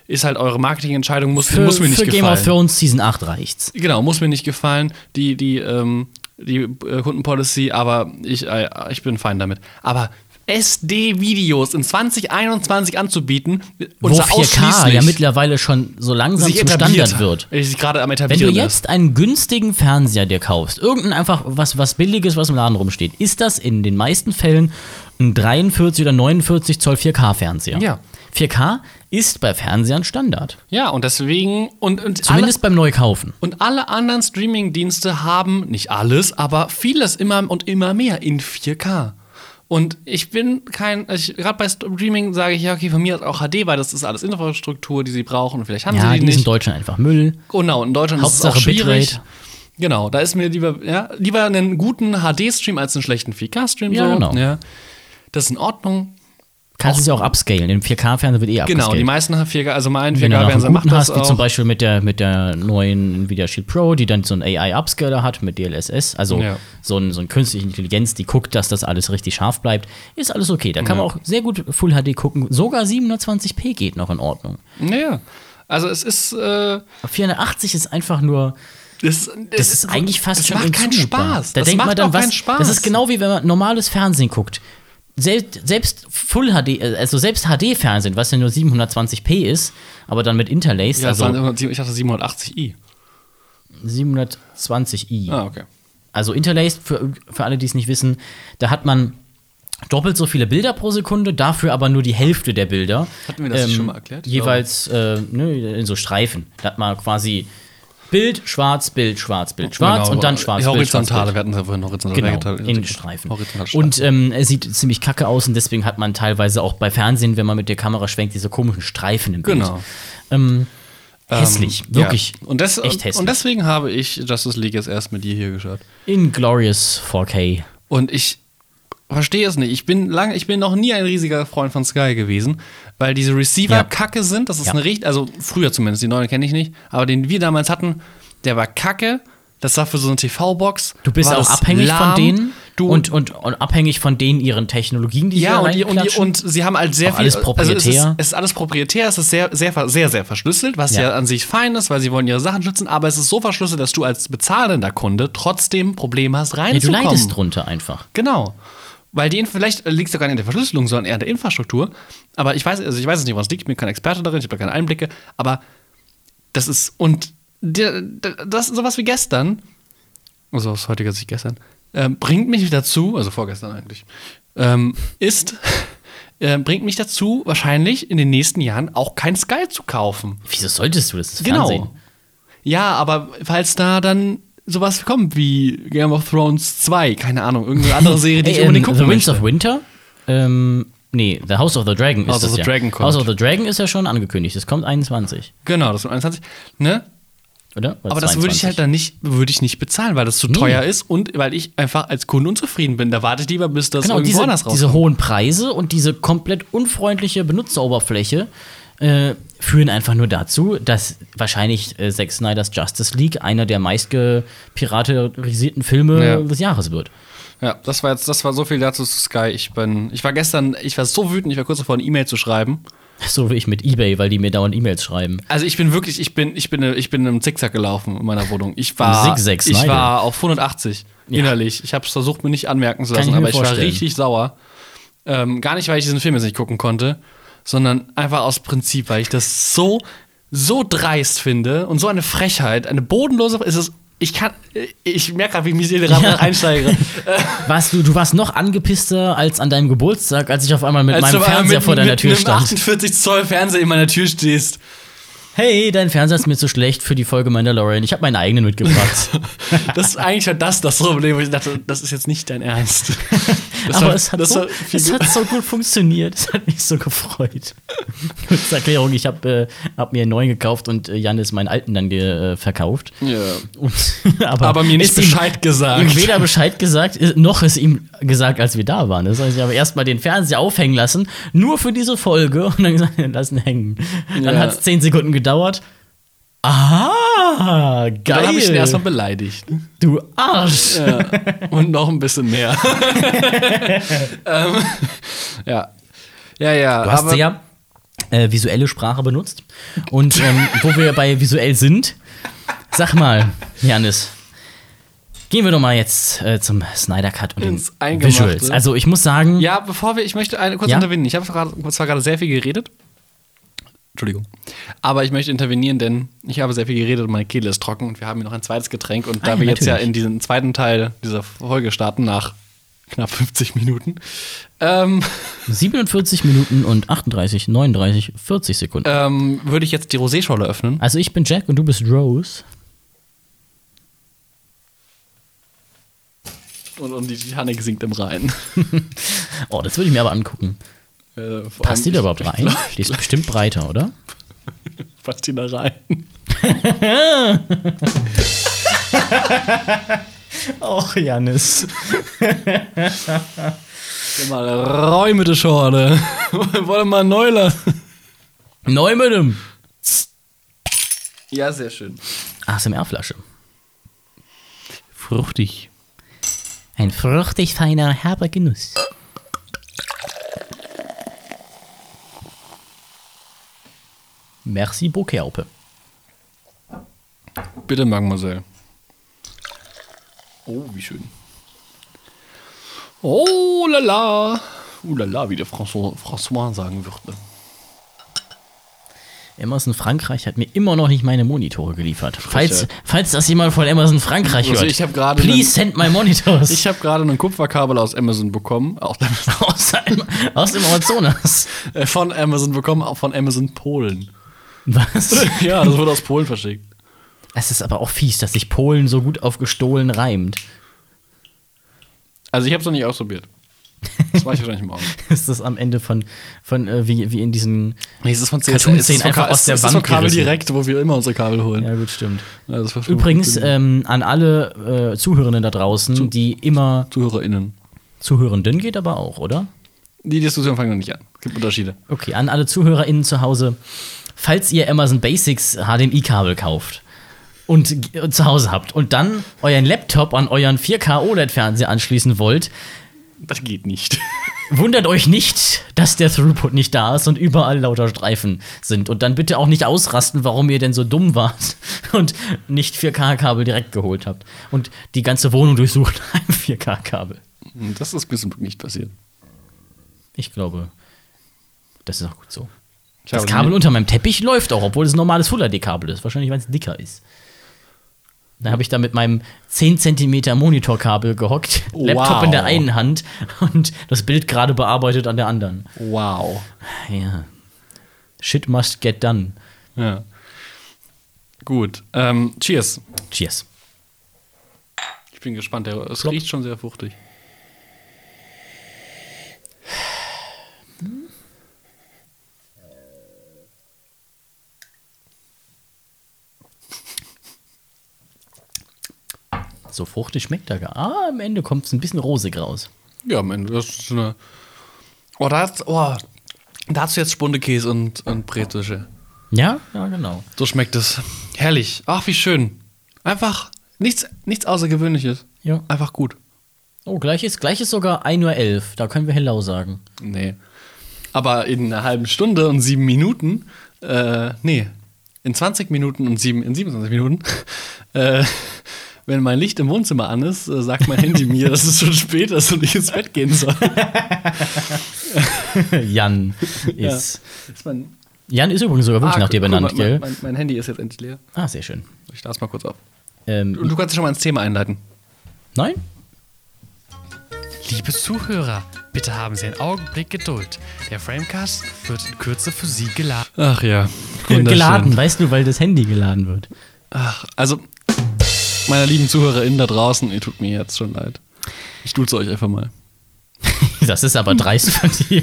Speaker 2: Ist halt eure Marketingentscheidung, muss,
Speaker 1: Für,
Speaker 2: muss mir nicht
Speaker 1: für Game of
Speaker 2: gefallen.
Speaker 1: Thrones Season 8 reicht's.
Speaker 2: Genau, muss mir nicht gefallen, die, die, ähm, die äh, Kundenpolicy, aber ich, äh, ich bin fein damit. Aber SD-Videos in 2021 anzubieten, und
Speaker 1: Wo
Speaker 2: zwar
Speaker 1: 4K
Speaker 2: ausschließlich
Speaker 1: ja mittlerweile schon so langsam
Speaker 2: sich
Speaker 1: zum
Speaker 2: etabliert
Speaker 1: Standard wird.
Speaker 2: Ich gerade am
Speaker 1: Wenn
Speaker 2: etablieren
Speaker 1: du
Speaker 2: ist.
Speaker 1: jetzt einen günstigen Fernseher dir kaufst, irgendein einfach was, was billiges, was im Laden rumsteht, ist das in den meisten Fällen ein 43 oder 49 Zoll 4K-Fernseher.
Speaker 2: Ja.
Speaker 1: 4K ist bei Fernsehern Standard.
Speaker 2: Ja, und deswegen, und, und alle-
Speaker 1: Zumindest beim Neukaufen.
Speaker 2: Und alle anderen Streaming-Dienste haben, nicht alles, aber vieles immer und immer mehr in 4K. Und ich bin kein, ich- gerade bei Streaming sage ich ja, okay, von mir aus auch HD, weil das ist alles Infrastruktur, die sie brauchen und vielleicht haben
Speaker 1: Ja,
Speaker 2: sie
Speaker 1: die
Speaker 2: die
Speaker 1: ist in
Speaker 2: nicht.
Speaker 1: Deutschland einfach Müll.
Speaker 2: Genau, in Deutschland ist
Speaker 1: Hauptsache
Speaker 2: es auch schwierig.
Speaker 1: Bitrate.
Speaker 2: Genau, da ist mir lieber, ja, lieber einen guten HD-Stream als einen schlechten 4K-Stream.
Speaker 1: Ja,
Speaker 2: so.
Speaker 1: genau.
Speaker 2: Ja. Das ist in Ordnung.
Speaker 1: Kannst du sie auch upscalen. Im 4K-Fernseher wird eh upscaled.
Speaker 2: Genau, die meisten haben 4K, also mein
Speaker 1: Wenn du danach einen
Speaker 2: 4K-Fernseher macht
Speaker 1: guten
Speaker 2: das
Speaker 1: hast, wie
Speaker 2: auch.
Speaker 1: zum Beispiel mit der, mit der neuen Nvidia Shield Pro, die dann so einen AI-Upscaler hat mit DLSS, also
Speaker 2: Ja.
Speaker 1: so, ein, so eine künstliche Intelligenz, die guckt, dass das alles richtig scharf bleibt, ist alles okay. Da kann man auch sehr gut Full HD gucken. Sogar 720p geht noch in Ordnung.
Speaker 2: Naja, also es ist, äh,
Speaker 1: Aber 480 ist einfach nur,
Speaker 2: das,
Speaker 1: das ist eigentlich fast
Speaker 2: das
Speaker 1: schon
Speaker 2: macht keinen
Speaker 1: unzumutbar.
Speaker 2: Spaß.
Speaker 1: Da
Speaker 2: das
Speaker 1: denkt
Speaker 2: macht
Speaker 1: man dann,
Speaker 2: auch
Speaker 1: was,
Speaker 2: keinen Spaß.
Speaker 1: Das ist genau wie wenn man normales Fernsehen guckt. Selbst, selbst Full HD, äh, also selbst HD-Fernsehen, was ja nur 720p ist, aber dann mit Interlaced,
Speaker 2: Ja, das
Speaker 1: also
Speaker 2: waren, ich dachte 780i.
Speaker 1: 720i.
Speaker 2: Ah, okay.
Speaker 1: also Interlaced, für, für alle, die es nicht wissen, da hat man doppelt so viele Bilder pro Sekunde, dafür aber nur die Hälfte der Bilder. ähm,
Speaker 2: Hatten wir das nicht schon mal erklärt? Ich
Speaker 1: Jeweils äh, ne, in so Streifen. Da hat man quasi Bild, schwarz, Bild, schwarz, Bild, schwarz und dann schwarz,
Speaker 2: äh, Die
Speaker 1: Bild, schwarz,
Speaker 2: Genau, horizontale,
Speaker 1: Bild.
Speaker 2: wir hatten es ja vorhin horizontal
Speaker 1: Genau,
Speaker 2: geteilt.
Speaker 1: in Streifen.
Speaker 2: Horizontal
Speaker 1: Und ähm, es sieht ziemlich kacke aus und deswegen hat man teilweise auch bei Fernsehen, wenn man mit der Kamera schwenkt, diese komischen Streifen im Bild.
Speaker 2: Genau.
Speaker 1: Ähm, hässlich,
Speaker 2: Ähm, Ja.
Speaker 1: wirklich.
Speaker 2: Und, das,
Speaker 1: echt hässlich.
Speaker 2: und deswegen habe ich Justice League jetzt erst mit dir hier geschaut.
Speaker 1: Inglorious 4K.
Speaker 2: Und ich verstehe es nicht. Ich bin lange, ich bin noch nie ein riesiger Freund von Sky gewesen, weil diese Receiver
Speaker 1: Ja.
Speaker 2: kacke sind. Das ist
Speaker 1: Ja.
Speaker 2: eine richtig, also früher zumindest, die neuen kenne ich nicht, aber den wir damals hatten, der war kacke. Das war für so eine TV-Box.
Speaker 1: Du bist
Speaker 2: war
Speaker 1: auch
Speaker 2: das
Speaker 1: abhängig
Speaker 2: lahm.
Speaker 1: von denen
Speaker 2: Du,
Speaker 1: und, und, und abhängig von denen ihren Technologien, die sie da
Speaker 2: Ja, und, die, und, die,
Speaker 1: reinklatschen.
Speaker 2: und sie haben halt sehr
Speaker 1: Auch alles
Speaker 2: Also
Speaker 1: proprietär.
Speaker 2: es, ist, es ist alles proprietär, es ist sehr, sehr, ver- sehr, sehr verschlüsselt, was ja.
Speaker 1: Ja.
Speaker 2: an sich fein ist, weil sie wollen ihre Sachen schützen, aber es ist so verschlüsselt, dass du als bezahlender Kunde trotzdem Probleme hast,
Speaker 1: ja, du
Speaker 2: reinzukommen.
Speaker 1: leidest drunter einfach.
Speaker 2: Genau. Weil die, Inf- vielleicht liegt es ja gar nicht an der Verschlüsselung, sondern eher an der Infrastruktur. Aber ich weiß, also ich weiß es nicht, was liegt. Ich bin kein Experte darin, ich habe da keine Einblicke. Aber das ist, und der, der, das, sowas wie gestern, also aus heutiger Sicht gestern, ähm, bringt mich dazu, also vorgestern eigentlich, ähm, ist, [LAUGHS] äh, bringt mich dazu, wahrscheinlich in den nächsten Jahren auch kein Sky zu kaufen.
Speaker 1: Wieso solltest du das? das ist
Speaker 2: Genau.
Speaker 1: Fernsehen.
Speaker 2: Ja, aber falls da dann sowas kommt wie Game of Thrones 2, keine Ahnung, irgendeine andere
Speaker 1: [LAUGHS]
Speaker 2: Serie, die
Speaker 1: Ey,
Speaker 2: ich unbedingt
Speaker 1: ähm,
Speaker 2: gucken
Speaker 1: The Winds
Speaker 2: möchte.
Speaker 1: of Winter? Ähm, nee, The House of the Dragon ist
Speaker 2: House of
Speaker 1: das
Speaker 2: the
Speaker 1: ja.
Speaker 2: Dragon kommt.
Speaker 1: House of the Dragon ist ja schon angekündigt. Das kommt 21,
Speaker 2: Genau, das sind 21. Ne?
Speaker 1: oder? Oder
Speaker 2: Aber das würde ich
Speaker 1: 22.
Speaker 2: halt dann nicht, würde ich nicht bezahlen, weil das zu teuer ist und weil ich einfach als Kunde unzufrieden bin. Da warte ich lieber, bis das
Speaker 1: Genau,
Speaker 2: irgendwo
Speaker 1: diese,
Speaker 2: anders rauskommt.
Speaker 1: diese hohen Preise und diese komplett unfreundliche Benutzeroberfläche äh, führen einfach nur dazu, dass wahrscheinlich äh, Zack Snyder's Justice League einer der meistgepiraterisierten Filme
Speaker 2: Ja.
Speaker 1: des Jahres wird.
Speaker 2: Ja, das war jetzt, das war so viel dazu zu Sky. Ich bin, ich war gestern, ich war so wütend, ich war kurz davor, eine E-Mail zu schreiben.
Speaker 1: So wie ich mit Ebay, weil die mir dauernd E-Mails schreiben.
Speaker 2: Also ich bin wirklich, ich bin, ich bin, ich bin im Zickzack gelaufen in meiner Wohnung. Ich war,
Speaker 1: Zickzack,
Speaker 2: ich
Speaker 1: Snyder.
Speaker 2: war auf 180 innerlich. Ich habe es versucht, mir nicht anmerken zu lassen,
Speaker 1: ich mir
Speaker 2: aber ich war
Speaker 1: vorstellen.
Speaker 2: richtig sauer. Ähm, gar nicht, weil ich diesen Film jetzt nicht gucken konnte, sondern einfach aus Prinzip, weil ich das so, so dreist finde und so eine Frechheit, eine bodenlose. Es ist, ich kann, ich merke gerade, wie ich mich hier gerade
Speaker 1: Ja. [LAUGHS]
Speaker 2: einsteige.
Speaker 1: Warst du, du warst noch angepisster als an deinem Geburtstag, als ich auf einmal mit
Speaker 2: Als
Speaker 1: meinem
Speaker 2: du
Speaker 1: Fernseher
Speaker 2: mit,
Speaker 1: vor deiner
Speaker 2: mit
Speaker 1: Tür
Speaker 2: einem
Speaker 1: stand.
Speaker 2: 48 Zoll Fernseher in meiner Tür stehst.
Speaker 1: Hey, dein Fernseher ist mir zu schlecht für die Folge Mandalorian. Ich habe meinen eigenen
Speaker 2: [LAUGHS]
Speaker 1: mitgebracht.
Speaker 2: Das ist eigentlich halt das, das Problem, wo ich dachte, das ist jetzt nicht
Speaker 1: [LAUGHS]
Speaker 2: dein Ernst. Das
Speaker 1: Aber
Speaker 2: war-
Speaker 1: es, hat
Speaker 2: das
Speaker 1: so,
Speaker 2: war viel
Speaker 1: es hat so gut funktioniert. Es hat mich so
Speaker 2: [LAUGHS]
Speaker 1: gefreut. Kurze Erklärung: Ich habe äh, hab mir einen neuen gekauft und äh, Janis meinen alten dann ge, äh, verkauft.
Speaker 2: Ja.
Speaker 1: Und, [LAUGHS] aber,
Speaker 2: Aber mir nicht
Speaker 1: ist ihm-
Speaker 2: Bescheid gesagt.
Speaker 1: Ihm weder Bescheid gesagt, äh, noch ist ihm gesagt, als wir da waren. Das heißt, ich habe erstmal den Fernseher aufhängen lassen, nur für diese Folge und dann gesagt, [LAUGHS] lassen hängen. Dann
Speaker 2: Ja.
Speaker 1: hat es zehn Sekunden gedauert. Ah,
Speaker 2: Dann habe ich ihn erstmal
Speaker 1: geil.
Speaker 2: beleidigt.
Speaker 1: Du Arsch.
Speaker 2: Und noch ein
Speaker 1: [LAUGHS]
Speaker 2: bisschen mehr. ähm, ja. Ja, ja.
Speaker 1: Du hast sehr äh, visuelle Sprache benutzt. Und ähm, wo wir bei visuell sind, sag mal, Janis, gehen wir doch mal jetzt äh, zum Snyder Cut und
Speaker 2: Ins
Speaker 1: den
Speaker 2: Eingemachte.
Speaker 1: Visuals. Also ich muss sagen,
Speaker 2: ja, bevor wir, ich möchte eine, kurz
Speaker 1: Ja?
Speaker 2: intervenieren. Ich habe zwar, zwar gerade sehr viel geredet. Entschuldigung. Aber ich möchte intervenieren, denn ich habe sehr viel geredet und meine Kehle ist trocken und wir haben hier noch ein zweites Getränk. Und da
Speaker 1: Ah, ja,
Speaker 2: wir jetzt ja
Speaker 1: natürlich.
Speaker 2: in diesen zweiten Teil dieser Folge starten, nach knapp 50 Minuten, ähm,
Speaker 1: 47 Minuten und 38, 39, 40 Sekunden.
Speaker 2: ähm, würde ich jetzt die Rosé-Schorle öffnen.
Speaker 1: Also ich bin Jack und du bist Rose.
Speaker 2: Und, und die Titanic sinkt im Rhein.
Speaker 1: Oh, das würde ich mir aber angucken.
Speaker 2: Äh, vor
Speaker 1: Passt die
Speaker 2: allem-
Speaker 1: da überhaupt rein?
Speaker 2: Glaub,
Speaker 1: Die ist bestimmt breiter, oder?
Speaker 2: [LAUGHS] Passt die da rein?
Speaker 1: Och, Janis.
Speaker 2: Mal Räume die Schorle. [LAUGHS] Wollen mal Neuler.
Speaker 1: Neu mit dem.
Speaker 2: Ja, sehr schön.
Speaker 1: ASMR-Flasche.
Speaker 5: Fruchtig.
Speaker 1: Ein fruchtig feiner, herber Genuss. Merci, Bokerpe.
Speaker 2: Bitte, Mademoiselle. Oh, wie schön. Oh la la. Oh la la, wie der François, François sagen ne? würde.
Speaker 1: Emerson Frankreich hat mir immer noch nicht meine Monitore geliefert. Falls, falls das jemand von Emerson Frankreich hört,
Speaker 2: Also ich hab gerade
Speaker 1: please send my monitors. [LAUGHS]
Speaker 2: Ich habe gerade ein Kupferkabel aus [LAUGHS] Amazon bekommen. Auch
Speaker 1: aus, dem, aus dem Amazonas.
Speaker 2: äh, von Amazon bekommen, auch von Amazon Polen. [LAUGHS]
Speaker 1: Was?
Speaker 2: Ja, das wurde aus Polen verschickt.
Speaker 1: Es ist aber auch fies, dass sich Polen so gut auf gestohlen reimt. [LAUGHS]
Speaker 2: Also ich habe es noch nicht ausprobiert. Das mache ich wahrscheinlich morgen.
Speaker 1: Ist das am Ende von, von äh, wie, wie in diesen.
Speaker 2: [LAUGHS] Nee, es ist von
Speaker 1: CSU, es ist von Ka- es ist von
Speaker 2: Kabel
Speaker 1: Kabel
Speaker 2: direkt, wo wir immer unsere Kabel holen. Also
Speaker 1: Ja, gut, stimmt.
Speaker 2: Ja, das war schon
Speaker 1: Übrigens
Speaker 2: gut.
Speaker 1: ähm, an alle äh, Zuhörenden da draußen, die immer
Speaker 2: ZuhörerInnen.
Speaker 1: Zuhörenden geht aber auch, oder?
Speaker 2: Die Diskussion fangen wir nicht an. Es gibt Unterschiede.
Speaker 1: Okay, an alle ZuhörerInnen zu Hause, falls ihr Amazon Basics HDMI-Kabel kauft und g- äh, zu Hause habt und dann euren Laptop an euren 4K OLED-Fernseher E anschließen wollt,
Speaker 2: Das geht nicht.
Speaker 1: wundert euch nicht, dass der Throughput nicht da ist und überall lauter Streifen sind. Und dann bitte auch nicht ausrasten, warum ihr denn so dumm wart [LAUGHS] und [LAUGHS] nicht 4K-Kabel direkt geholt habt und die ganze Wohnung durchsucht nach einem 4K-Kabel.
Speaker 2: Und Hm, Das ist Bissenburg nicht passiert.
Speaker 1: Ich glaube, das ist auch gut so.
Speaker 2: Ich
Speaker 1: Das
Speaker 2: habe
Speaker 1: Kabel
Speaker 2: nie-
Speaker 1: unter meinem Teppich läuft auch, obwohl es ein normales Full HD-Kabel ist. Wahrscheinlich, weil es dicker ist. Dann habe ich da mit meinem 10 cm Monitorkabel gehockt, Laptop in der
Speaker 2: Wow.
Speaker 1: einen Hand und das Bild gerade bearbeitet an der anderen.
Speaker 2: Wow.
Speaker 1: Ja. Shit must get done.
Speaker 2: Ja. Gut. Ähm, cheers.
Speaker 1: Cheers.
Speaker 2: Ich bin gespannt. Der, es
Speaker 1: Klopp.
Speaker 2: riecht schon sehr fruchtig.
Speaker 1: So fruchtig schmeckt er gar. Ah, am Ende kommt es ein bisschen rosig raus.
Speaker 2: Ja, man, das ist so eine. Oh, da hat's, oh, da hast du jetzt Spundekäse und, und Bretische.
Speaker 1: Ja? Ja, genau.
Speaker 2: So schmeckt es. Herrlich. Ach, wie schön. Einfach nichts, nichts Außergewöhnliches.
Speaker 1: Ja.
Speaker 2: Einfach gut.
Speaker 1: Oh, gleich ist, gleich ist sogar 1.11 Uhr. Da können wir Hello sagen.
Speaker 2: Nee. Aber in einer halben Stunde und sieben Minuten, äh, nee, in 20 Minuten und sieben, in 27 Minuten, [LAUGHS] äh, wenn mein Licht im Wohnzimmer an ist, äh, sagt mein Handy mir, dass es schon spät ist und ich ins Bett gehen soll.
Speaker 1: [LAUGHS] [LAUGHS] Jan ist.
Speaker 2: Ist mein,
Speaker 1: Jan ist übrigens sogar wirklich
Speaker 2: Ah,
Speaker 1: nach dir
Speaker 2: guck mal,
Speaker 1: benannt,
Speaker 2: mein,
Speaker 1: gell?
Speaker 2: Mein, mein Handy ist jetzt endlich leer.
Speaker 1: Ah, sehr schön.
Speaker 2: Ich lass mal kurz auf.
Speaker 1: Ähm,
Speaker 2: Und du kannst schon mal ins Thema einleiten.
Speaker 1: nein?
Speaker 5: Liebe Zuhörer, bitte haben Sie einen Augenblick Geduld. Der Framecast wird in Kürze für Sie geladen.
Speaker 2: Ach ja.
Speaker 1: Geladen, weißt du, weil das Handy geladen wird.
Speaker 2: Ach, also, meine lieben ZuhörerInnen da draußen, ihr tut mir jetzt schon leid. Ich duze euch
Speaker 1: [LAUGHS]
Speaker 2: einfach mal.
Speaker 1: Das ist aber dreist von dir.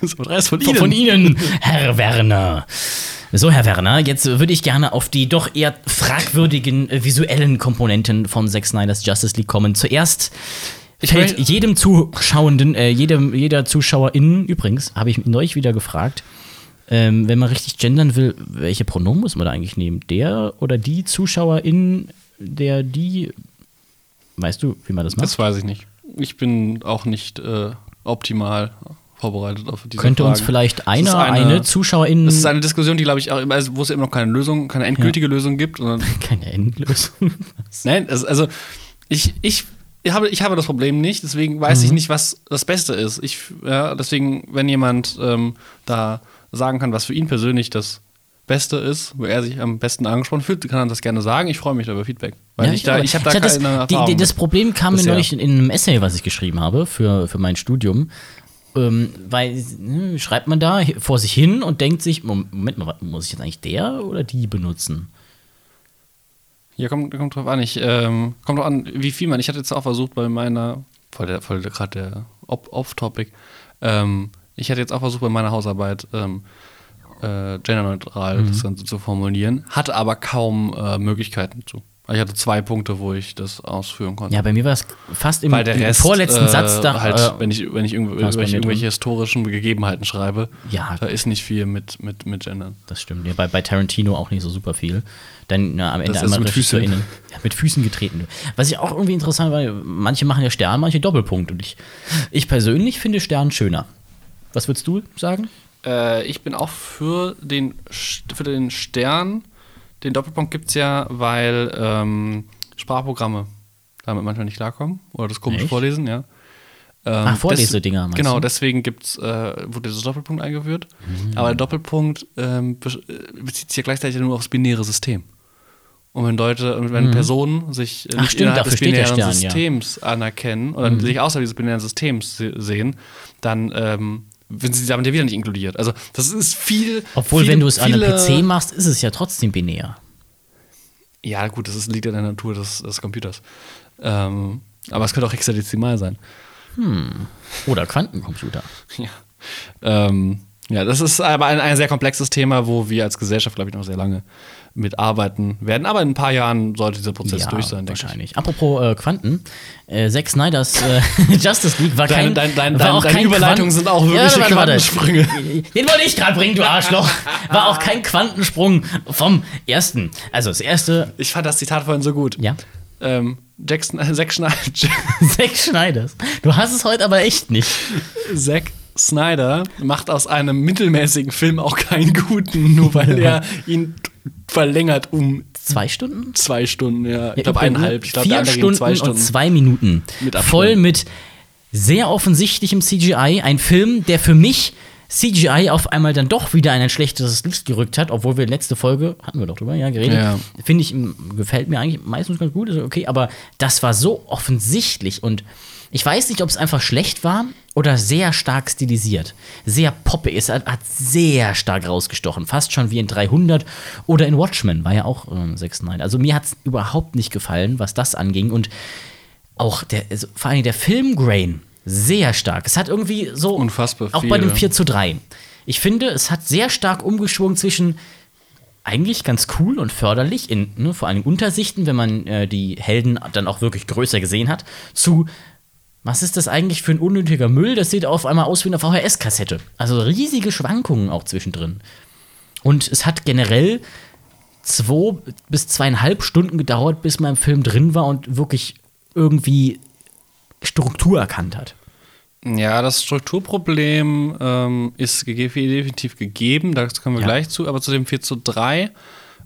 Speaker 2: Das war dreist von
Speaker 1: Von, von Ihnen, Herr Werner. So, Herr Werner, jetzt würde ich gerne auf die doch eher fragwürdigen äh, visuellen Komponenten von Zack Snyder's Justice League kommen. Zuerst fällt
Speaker 2: möchte-
Speaker 1: jedem Zuschauenden, äh, jedem, jeder ZuschauerInnen, übrigens, habe ich neulich wieder gefragt, ähm, wenn man richtig gendern will, welche Pronomen muss man da eigentlich nehmen? Der oder die ZuschauerInnen, der, die. Weißt du, wie man das macht?
Speaker 2: Das weiß ich nicht. Ich bin auch nicht äh, optimal vorbereitet auf diese
Speaker 1: Könnte uns
Speaker 2: Fragen.
Speaker 1: vielleicht
Speaker 2: Es ist
Speaker 1: einer, eine, ZuschauerInnen.
Speaker 2: Es ist eine Diskussion, die, glaube ich, auch, also, wo es eben noch keine Lösung, keine endgültige Lösung gibt. sondern-
Speaker 1: [LAUGHS] keine Endlösung.
Speaker 2: Nein, es, also ich, ich, habe, ich habe das Problem nicht, deswegen weiß
Speaker 1: Mhm.
Speaker 2: ich nicht, was das Beste ist. Ich, ja, deswegen, wenn jemand ähm, da sagen kann, was für ihn persönlich das Beste ist, wo er sich am besten angesprochen fühlt, kann er das gerne sagen. Ich freue mich da über Feedback. Weil
Speaker 1: Ja,
Speaker 2: ich, da,
Speaker 1: glaube,
Speaker 2: ich habe da
Speaker 1: hatte
Speaker 2: keine
Speaker 1: das, die-
Speaker 2: Erfahrung.
Speaker 1: die, das
Speaker 2: mit.
Speaker 1: Problem kam mir
Speaker 2: bisher.
Speaker 1: neulich in, in einem Essay, was ich geschrieben habe für, für mein Studium. Ähm, weil ne, schreibt man da hi- vor sich hin und denkt sich, Mom- Moment mal, was- muss ich jetzt eigentlich der oder die benutzen?
Speaker 2: Ja, kommt, kommt drauf an. Ich, ähm, kommt drauf an, wie viel man. Ich hatte jetzt auch versucht bei meiner, voll der, voll der, gerade der Op- Off-Topic, ähm, ich hatte jetzt auch versucht bei meiner Hausarbeit ähm, äh, genderneutral
Speaker 1: Mhm.
Speaker 2: das Ganze zu formulieren, hatte aber kaum äh, Möglichkeiten zu. Also Ich hatte zwei Punkte, wo ich das ausführen konnte.
Speaker 1: Ja, bei mir war es fast im,
Speaker 2: Weil der
Speaker 1: im
Speaker 2: Rest,
Speaker 1: vorletzten
Speaker 2: äh,
Speaker 1: Satz da.
Speaker 2: halt,
Speaker 1: äh,
Speaker 2: wenn ich, wenn ich, irgendw
Speaker 1: war's bei
Speaker 2: wenn ich
Speaker 1: mir
Speaker 2: irgendwelche
Speaker 1: drin.
Speaker 2: historischen Gegebenheiten schreibe,
Speaker 1: Ja.
Speaker 2: da ist nicht viel mit, mit, mit Gendern.
Speaker 1: das stimmt, ja, bei, bei Tarantino auch nicht so super viel. Dann na, am Ende
Speaker 2: Das ist mit Füßen.
Speaker 1: RegisseurInnen. Ja, mit Füßen getreten. Was ich auch irgendwie interessant war, manche machen ja Stern, manche Doppelpunkt. Und ich, ich persönlich finde Stern schöner. Was würdest du sagen?
Speaker 2: Äh, ich bin auch für den, St- für den Stern. Den Doppelpunkt gibt es ja, weil ähm, Sprachprogramme damit manchmal nicht klarkommen oder das komisch
Speaker 1: Echt?
Speaker 2: vorlesen, ja. Ähm,
Speaker 1: Ach, Vorlesedinger,
Speaker 2: des-
Speaker 1: meinst
Speaker 2: Genau,
Speaker 1: du? Mhm.
Speaker 2: deswegen gibt's, äh, wurde dieser Doppelpunkt eingeführt. Aber der Doppelpunkt ähm, besch- äh, bezieht sich ja gleichzeitig nur aufs binäre System. Und wenn Leute, und wenn Personen sich äh,
Speaker 1: Mhm. Ach,
Speaker 2: nicht
Speaker 1: stimmt, dafür
Speaker 2: des
Speaker 1: steht der
Speaker 2: binären
Speaker 1: Stern, ja.
Speaker 2: Systems anerkennen oder
Speaker 1: Mhm.
Speaker 2: sich außerhalb dieses binären Systems se sehen, dann ähm, sind sie damit ja wieder nicht inkludiert. Also das ist viel.
Speaker 1: Obwohl,
Speaker 2: viele-
Speaker 1: wenn du es an einem
Speaker 2: viele-
Speaker 1: PC machst, ist es ja trotzdem binär.
Speaker 2: Ja, gut, das ist, liegt in der Natur des, des Computers. Ähm, aber es könnte auch hexadezimal sein.
Speaker 1: Oder Quantencomputer.
Speaker 2: Ja. Ähm, ja, das ist aber ein, ein sehr komplexes Thema, wo wir als Gesellschaft, glaube ich, noch sehr lange mitarbeiten werden. Aber in ein paar Jahren sollte dieser Prozess durch sein, denke ich.
Speaker 1: wahrscheinlich. Apropos äh, Quanten, äh, Zack Snyders äh, [LAUGHS] Justice League war
Speaker 2: Dein-
Speaker 1: kein
Speaker 2: dein- dein-
Speaker 1: war
Speaker 2: dein-
Speaker 1: auch
Speaker 2: deine
Speaker 1: kein
Speaker 2: Überleitungen sind auch wirkliche
Speaker 1: warte, warte.
Speaker 2: Quantensprünge.
Speaker 1: Den wollte ich gerade bringen, du Arschloch. War auch
Speaker 2: [LAUGHS]
Speaker 1: kein Quantensprung vom ersten. Also das erste, [LAUGHS]
Speaker 2: Ich fand das Zitat vorhin so gut.
Speaker 1: ja,
Speaker 2: Ähm, Jackson, äh, [LAUGHS] Zack, Schneider,
Speaker 1: Zack Snyders. Du hast es heute aber echt nicht.
Speaker 2: [LAUGHS] Zack Snyder macht aus einem mittelmäßigen Film auch keinen
Speaker 1: [LAUGHS]
Speaker 2: guten, nur weil er ihn verlängert um
Speaker 1: Zwei Stunden?
Speaker 2: zwei Stunden, ja. Ich
Speaker 1: Ja,
Speaker 2: glaube
Speaker 1: übrigens,
Speaker 2: eineinhalb. Ich glaube, der
Speaker 1: vier
Speaker 2: andere ging
Speaker 1: Stunden,
Speaker 2: zwei Stunden.
Speaker 1: und zwei Minuten.
Speaker 2: Mit Abstand.
Speaker 1: voll mit sehr offensichtlichem CGI. Ein Film, der für mich CGI auf einmal dann doch wieder in ein schlechteres Licht gerückt hat, obwohl wir letzte Folge, hatten wir doch drüber, ja, geredet.
Speaker 2: Ja.
Speaker 1: Finde ich, m, gefällt mir eigentlich meistens ganz gut, ist okay, aber das war so offensichtlich und ich weiß nicht, ob es einfach schlecht war oder sehr stark stilisiert. Sehr poppig, es hat, hat sehr stark rausgestochen, fast schon wie in 300 oder in Watchmen, war ja auch ähm, 6.9. Also mir hat es überhaupt nicht gefallen, was das anging und auch der, also vor allem der Filmgrain sehr stark. Es hat irgendwie so.
Speaker 2: Unfassbar
Speaker 1: Auch
Speaker 2: viel,
Speaker 1: bei dem
Speaker 2: ja.
Speaker 1: 4 zu 3. Ich finde, es hat sehr stark umgeschwungen zwischen eigentlich ganz cool und förderlich, in ne, vor allem Untersichten, wenn man äh, die Helden dann auch wirklich größer gesehen hat, zu was ist das eigentlich für ein unnötiger Müll? Das sieht auf einmal aus wie eine VHS-Kassette. Also riesige Schwankungen auch zwischendrin. Und es hat generell zwei bis zweieinhalb Stunden gedauert, bis man im Film drin war und wirklich irgendwie Struktur erkannt hat.
Speaker 2: Ja, das Strukturproblem ähm, ist gege- definitiv gegeben, das kommen wir
Speaker 1: Ja.
Speaker 2: gleich zu, aber zu dem 4 zu 3,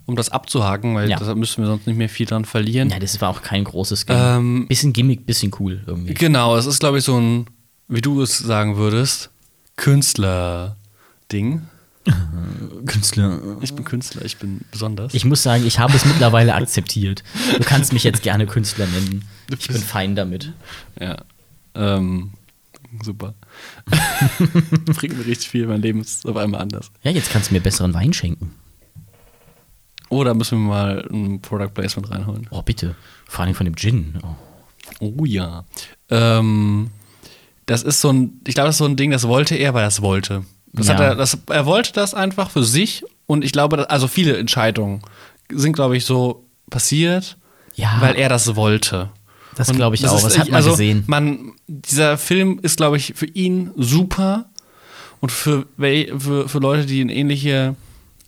Speaker 2: um das abzuhaken, weil
Speaker 1: Ja.
Speaker 2: da müssen wir sonst nicht mehr viel dran verlieren.
Speaker 1: Ja, das war auch kein großes Game.
Speaker 2: Ähm,
Speaker 1: bisschen Gimmick, bisschen cool irgendwie.
Speaker 2: Genau, es ist, glaube ich, so ein, wie du es sagen würdest, Künstler-Ding.
Speaker 1: Künstler.
Speaker 2: Ich bin Künstler, ich bin besonders.
Speaker 1: Ich muss sagen, ich habe es mittlerweile akzeptiert. Du kannst mich jetzt gerne Künstler nennen. Ich bin fein damit.
Speaker 2: ja. Ähm, super. [LAUGHS] Bringt mir richtig viel, mein Leben ist auf einmal anders.
Speaker 1: Ja, jetzt kannst du mir besseren Wein schenken.
Speaker 2: Oder müssen wir mal ein Product Placement reinholen?
Speaker 1: Oh, bitte. Vor allem von dem Gin. Oh.
Speaker 2: Oh ja. Ähm, das ist so ein, ich glaube, das ist so ein Ding, das wollte er, weil er es wollte. Das
Speaker 1: Ja.
Speaker 2: hat er, das, er wollte das einfach für sich und ich glaube, dass- also viele Entscheidungen sind, glaube ich, so passiert,
Speaker 1: Ja.
Speaker 2: weil er das wollte.
Speaker 1: Ah. Das
Speaker 2: Und
Speaker 1: glaube ich auch. Das
Speaker 2: echt-
Speaker 1: hat man
Speaker 2: also
Speaker 1: gesehen.
Speaker 2: Man, dieser Film ist, glaube ich, für ihn super und für, wel- für, für Leute, die ähnliche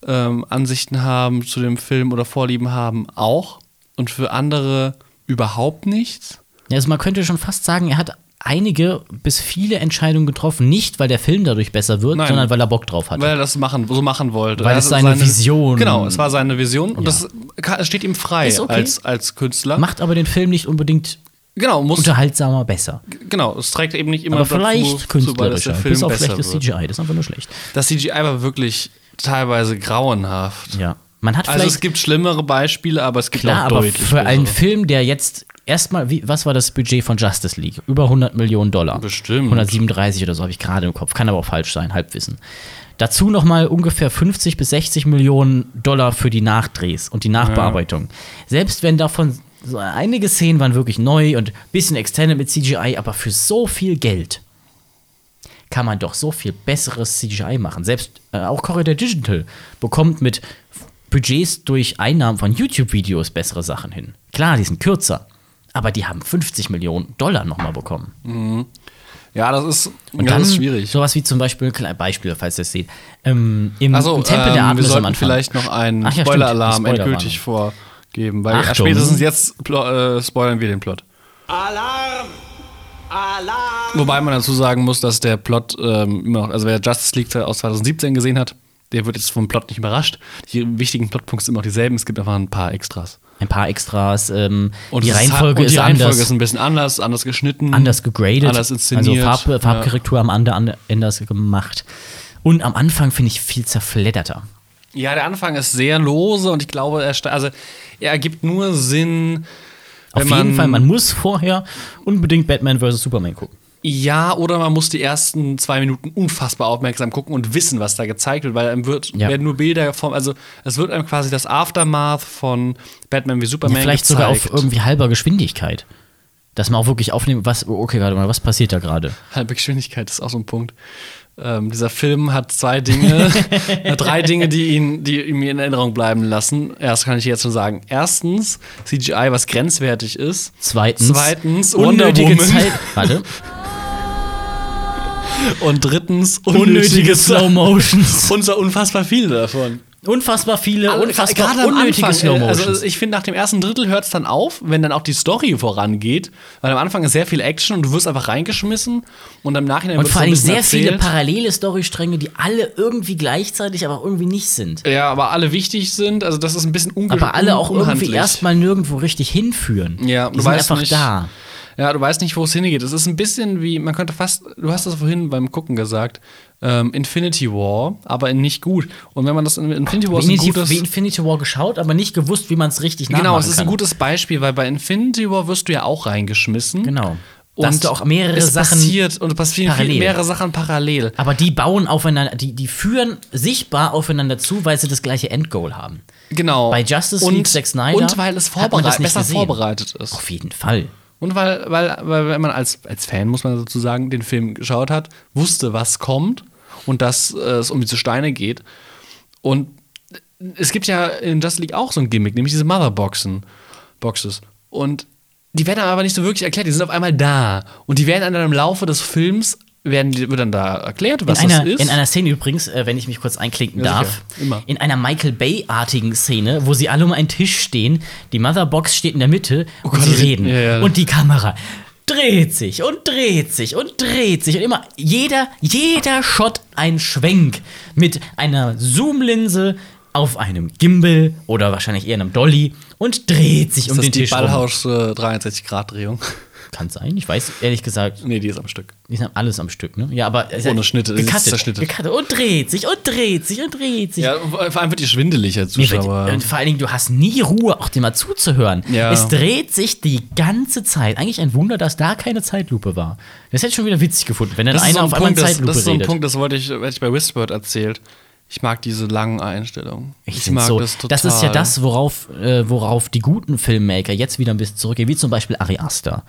Speaker 2: ähm, Ansichten haben zu dem Film oder Vorlieben haben, auch. Und für andere überhaupt nichts.
Speaker 1: Ja, Also man könnte schon fast sagen, er hat einige bis viele Entscheidungen getroffen. Nicht, weil der Film dadurch besser wird,
Speaker 2: Nein.
Speaker 1: sondern weil er Bock drauf hat.
Speaker 2: Weil er das machen, so machen wollte.
Speaker 1: Weil es
Speaker 2: Das ist
Speaker 1: seine Vision-
Speaker 2: Genau, es war seine Vision und das ka- steht ihm frei
Speaker 1: Ist okay.
Speaker 2: als, als Künstler.
Speaker 1: Macht aber den Film nicht unbedingt
Speaker 2: genau, muss,
Speaker 1: unterhaltsamer besser.
Speaker 2: genau, es trägt eben nicht immer
Speaker 1: aber
Speaker 2: dazu
Speaker 1: vielleicht
Speaker 2: zu bei, dass
Speaker 1: künstlerischer.
Speaker 2: der
Speaker 1: Bis
Speaker 2: Film
Speaker 1: auf
Speaker 2: besser
Speaker 1: schlechtes
Speaker 2: wird.
Speaker 1: CGI. Das ist einfach nur schlecht.
Speaker 2: Das CGI war wirklich teilweise grauenhaft.
Speaker 1: Ja. Man hat
Speaker 2: Also
Speaker 1: vielleicht
Speaker 2: es gibt schlimmere Beispiele, aber es gibt
Speaker 1: Klar,
Speaker 2: auch
Speaker 1: aber
Speaker 2: deutlich
Speaker 1: für einen
Speaker 2: bessere.
Speaker 1: Film, der jetzt erstmal, wie, was war das Budget von Justice League? Über 100 Millionen Dollar.
Speaker 2: Bestimmt.
Speaker 1: 137 oder so habe ich gerade im Kopf. Kann aber auch falsch sein, Halbwissen. Dazu nochmal ungefähr 50 bis 60 Millionen Dollar für die Nachdrehs und die Nachbearbeitung. Selbst wenn davon so einige Szenen waren wirklich neu und ein bisschen extended mit CGI, aber für so viel Geld kann man doch so viel besseres CGI machen. Selbst äh, auch Corridor Digital bekommt mit Budgets durch Einnahmen von YouTube-Videos bessere Sachen hin. Klar, die sind kürzer, aber die haben 50 Millionen Dollar nochmal bekommen.
Speaker 2: Ja, das ist,
Speaker 1: Und
Speaker 2: ja,
Speaker 1: dann
Speaker 2: das ist schwierig.
Speaker 1: sowas wie zum Beispiel, klein Beispiel, falls ihr es seht, ähm, im,
Speaker 2: Also,
Speaker 1: im Tempel der
Speaker 2: ähm, wir
Speaker 1: Atmos am
Speaker 2: sollten
Speaker 1: Anfang.
Speaker 2: vielleicht noch einen
Speaker 1: Ach ja, stimmt,
Speaker 2: Spoiler-Alarm
Speaker 1: die
Speaker 2: endgültig vorgeben, weil
Speaker 1: Achtung.
Speaker 2: spätestens jetzt plo- äh, spoilern wir den Plot.
Speaker 3: Alarm! Alarm!
Speaker 2: Wobei man dazu sagen muss, dass der Plot ähm, immer noch, also wer Justice League aus 2017 gesehen hat, der wird jetzt vom Plot nicht überrascht. Die wichtigen Plotpunkte sind immer noch dieselben, es gibt einfach ein paar Extras.
Speaker 1: Ein paar Extras, ähm, die
Speaker 2: es
Speaker 1: Reihenfolge
Speaker 2: und
Speaker 1: ist,
Speaker 2: die Reihenfolge
Speaker 1: anders.
Speaker 2: ist ein bisschen anders, anders geschnitten.
Speaker 1: anders gegradet,
Speaker 2: Anders
Speaker 1: also
Speaker 2: inszeniert.
Speaker 1: Farb, Farbkorrektur am Ende an- anders gemacht. Und am Anfang finde ich viel zerfledderter.
Speaker 2: Ja, der Anfang ist sehr lose und ich glaube, er, sta- also, er ergibt nur Sinn,
Speaker 1: Auf
Speaker 2: wenn
Speaker 1: jeden Fall, man muss vorher unbedingt Batman vs. Superman gucken.
Speaker 2: Ja, oder man muss die ersten zwei Minuten unfassbar aufmerksam gucken und wissen, was da gezeigt wird, weil einem wird,
Speaker 1: Ja.
Speaker 2: werden nur Bilder vom, also es wird einem quasi das Aftermath von Batman wie Superman
Speaker 1: Vielleicht sogar
Speaker 2: gezeigt.
Speaker 1: auf irgendwie halber Geschwindigkeit. Dass man auch wirklich aufnimmt, was, okay, warte mal, was passiert da gerade?
Speaker 2: Halbe Geschwindigkeit ist auch so ein Punkt. Ähm, dieser Film hat zwei [LAUGHS] Dinge, äh, drei Dinge, die ihn, die ihm in Erinnerung bleiben lassen. Erst kann ich jetzt nur sagen: Erstens CGI, was grenzwertig ist.
Speaker 1: Zweitens,
Speaker 2: Zweitens, Wonder
Speaker 1: unnötige
Speaker 2: Woman.
Speaker 1: Zeit. Warte.
Speaker 2: Und drittens
Speaker 1: Unnötige
Speaker 2: unnötiges
Speaker 1: Slow
Speaker 2: [LAUGHS]
Speaker 1: Motions.
Speaker 2: Und so unfassbar viele davon.
Speaker 1: Unfassbar
Speaker 2: Ah,
Speaker 1: viele,
Speaker 2: Gerade
Speaker 1: unfassbar
Speaker 2: am
Speaker 1: unnötige
Speaker 2: Anfang,
Speaker 1: Slow
Speaker 2: äh,
Speaker 1: Motions.
Speaker 2: Also ich finde, nach dem ersten Drittel hört es dann auf, wenn dann auch die Story vorangeht. Weil am Anfang ist sehr viel Action und du wirst einfach reingeschmissen und im Nachhinein
Speaker 1: und
Speaker 2: wird's
Speaker 1: vor
Speaker 2: so ein
Speaker 1: allem
Speaker 2: bisschen
Speaker 1: sehr viele
Speaker 2: erzählt.
Speaker 1: parallele Storystränge, die alle irgendwie gleichzeitig, aber auch irgendwie nicht sind.
Speaker 2: Ja, aber alle wichtig sind. Also das ist ein bisschen unge
Speaker 1: Aber alle auch irgendwie
Speaker 2: unhandlich.
Speaker 1: erstmal nirgendwo richtig hinführen.
Speaker 2: Ja,
Speaker 1: die
Speaker 2: du
Speaker 1: sind
Speaker 2: weißt
Speaker 1: einfach
Speaker 2: nicht-
Speaker 1: da.
Speaker 2: Ja, du weißt nicht, wo es hingeht. Es ist ein bisschen wie, man könnte fast, du hast das vorhin beim Gucken gesagt, ähm, Infinity War, aber in nicht gut. Und wenn man das in Infinity War ist ein
Speaker 1: Infinity,
Speaker 2: gutes.
Speaker 1: wie Infinity War geschaut, aber nicht gewusst, wie man es richtig nachmachen
Speaker 2: Genau, es ist
Speaker 1: kann.
Speaker 2: ein gutes Beispiel, weil bei Infinity War wirst du ja auch reingeschmissen.
Speaker 1: Genau. Dass du auch mehrere
Speaker 2: es
Speaker 1: Sachen
Speaker 2: passiert und es passieren viel-
Speaker 1: parallel.
Speaker 2: mehrere Sachen parallel.
Speaker 1: Aber die bauen aufeinander, die, die führen sichtbar aufeinander zu, weil sie das gleiche Endgoal haben.
Speaker 2: Genau.
Speaker 1: Bei Justice
Speaker 2: und,
Speaker 1: League Zack Snyder
Speaker 2: Und weil es
Speaker 1: hat man das
Speaker 2: vorbereit
Speaker 1: nicht
Speaker 2: besser
Speaker 1: gesehen.
Speaker 2: vorbereitet ist.
Speaker 1: Auf jeden Fall.
Speaker 2: Und weil, weil, weil wenn man als, als Fan, muss man sozusagen, den Film geschaut hat, wusste, was kommt und dass äh, es um diese Steine geht. Und es gibt ja in Just League auch so ein Gimmick, nämlich diese Motherboxen. Boxes. Und die werden aber nicht so wirklich erklärt, die sind auf einmal da. Und die werden dann im Laufe des Films, werden, die- wird dann da erklärt, was
Speaker 1: in einer,
Speaker 2: das ist.
Speaker 1: In einer Szene übrigens, äh, wenn ich mich kurz einklinken
Speaker 2: Ja,
Speaker 1: darf,
Speaker 2: sicher. Immer.
Speaker 1: in einer Michael Bay-artigen Szene, wo sie alle um einen Tisch stehen, die Motherbox steht in der Mitte und
Speaker 2: Oh Gott,
Speaker 1: sie
Speaker 2: das-
Speaker 1: reden.
Speaker 2: ja, ja.
Speaker 1: Und die Kamera dreht sich und dreht sich und dreht sich und immer jeder, jeder Shot ein Schwenk mit einer Zoom-Linse auf einem Gimbal oder wahrscheinlich eher einem Dolly und dreht sich um
Speaker 2: ist das
Speaker 1: den
Speaker 2: die
Speaker 1: Tisch rum.
Speaker 2: Ballhaus äh, 63-Grad-Drehung?
Speaker 1: Kann sein, ich weiß ehrlich gesagt
Speaker 2: [LAUGHS] nee, die ist am Stück.
Speaker 1: die sind alles am Stück, ne? Ja, aber
Speaker 2: Ohne Schnitte, es ist
Speaker 1: gekattet,
Speaker 2: zerschnitten.
Speaker 1: gekattet und dreht sich und dreht sich und dreht sich.
Speaker 2: Ja, und vor allem wird die schwindelig als
Speaker 1: Mir wird-
Speaker 2: Zuschauer.
Speaker 1: und vor allen Dingen, du hast nie Ruhe, auch dem mal zuzuhören.
Speaker 2: Ja.
Speaker 1: Es dreht sich die ganze Zeit. Eigentlich ein Wunder, dass da keine Zeitlupe war. Das hätte ich schon wieder witzig gefunden, wenn dann
Speaker 2: Das ist
Speaker 1: einer
Speaker 2: so ein
Speaker 1: auf einmal
Speaker 2: Punkt, das,
Speaker 1: Zeitlupe
Speaker 2: das ist so ein
Speaker 1: redet.
Speaker 2: Punkt, das wollte ich, werde ich bei Whispered erzählt. Ich mag diese langen Einstellungen.
Speaker 1: Ich find so, das ist ja das, worauf, äh, worauf die guten Filmmaker jetzt wieder ein bisschen zurückgehen, wie zum Beispiel Ari Aster.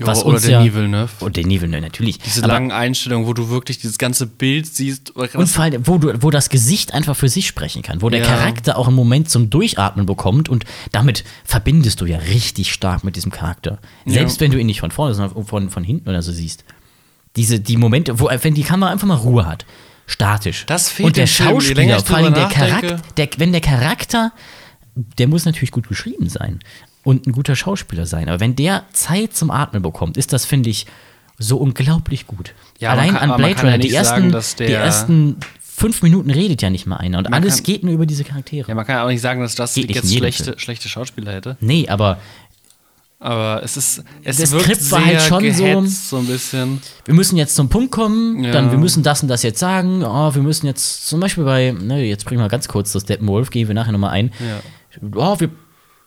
Speaker 2: Ja, oder Denis Villeneuve.
Speaker 1: Und Oh, Denis Villeneuve, natürlich.
Speaker 2: Diese
Speaker 1: Aber-
Speaker 2: langen Einstellungen, wo du wirklich dieses ganze Bild siehst. weil
Speaker 1: Und
Speaker 2: das-
Speaker 1: vor allem, wo, du, wo das Gesicht einfach für sich sprechen kann, wo der
Speaker 2: Ja.
Speaker 1: Charakter auch einen Moment zum Durchatmen bekommt und damit verbindest du ja richtig stark mit diesem Charakter. Selbst wenn du ihn nicht von vorne, sondern von, von hinten oder so siehst. Diese, die Momente, wo wenn die Kamera einfach mal Ruhe hat, statisch.
Speaker 2: Das fehlt
Speaker 1: Und der
Speaker 2: dem Film. Je länger
Speaker 1: Schauspieler,
Speaker 2: ich
Speaker 1: vor allem der
Speaker 2: drüber
Speaker 1: Charakter,
Speaker 2: nachdenke-
Speaker 1: der, wenn der Charakter, der muss natürlich gut geschrieben sein und ein guter Schauspieler sein, aber wenn der Zeit zum Atmen bekommt, ist das, finde ich, so unglaublich gut.
Speaker 2: Ja, man
Speaker 1: Allein
Speaker 2: kann-
Speaker 1: an
Speaker 2: aber man
Speaker 1: Blade
Speaker 2: kann ja
Speaker 1: Runner, die
Speaker 2: nicht
Speaker 1: ersten,
Speaker 2: sagen, dass
Speaker 1: die
Speaker 2: der-
Speaker 1: ersten fünf Minuten redet ja nicht mal einer und alles
Speaker 2: kann-
Speaker 1: geht nur über diese Charaktere.
Speaker 2: ja, man kann ja auch nicht sagen, dass das
Speaker 1: Geht nicht in
Speaker 2: jetzt
Speaker 1: jedem
Speaker 2: schlechte, schlechte Schauspieler hätte.
Speaker 1: nee, aber
Speaker 2: Aber es ist. Es
Speaker 1: Das
Speaker 2: wirkt
Speaker 1: Skript
Speaker 2: sehr
Speaker 1: war halt schon so-
Speaker 2: gehetzt, so ein bisschen.
Speaker 1: wir müssen jetzt zum Punkt kommen,
Speaker 2: Ja.
Speaker 1: dann wir müssen das und das jetzt sagen, oh, wir müssen jetzt zum Beispiel bei, ne, jetzt bringen wir ganz kurz das Steppenwolf, gehen wir nachher nochmal ein. Oh, wir,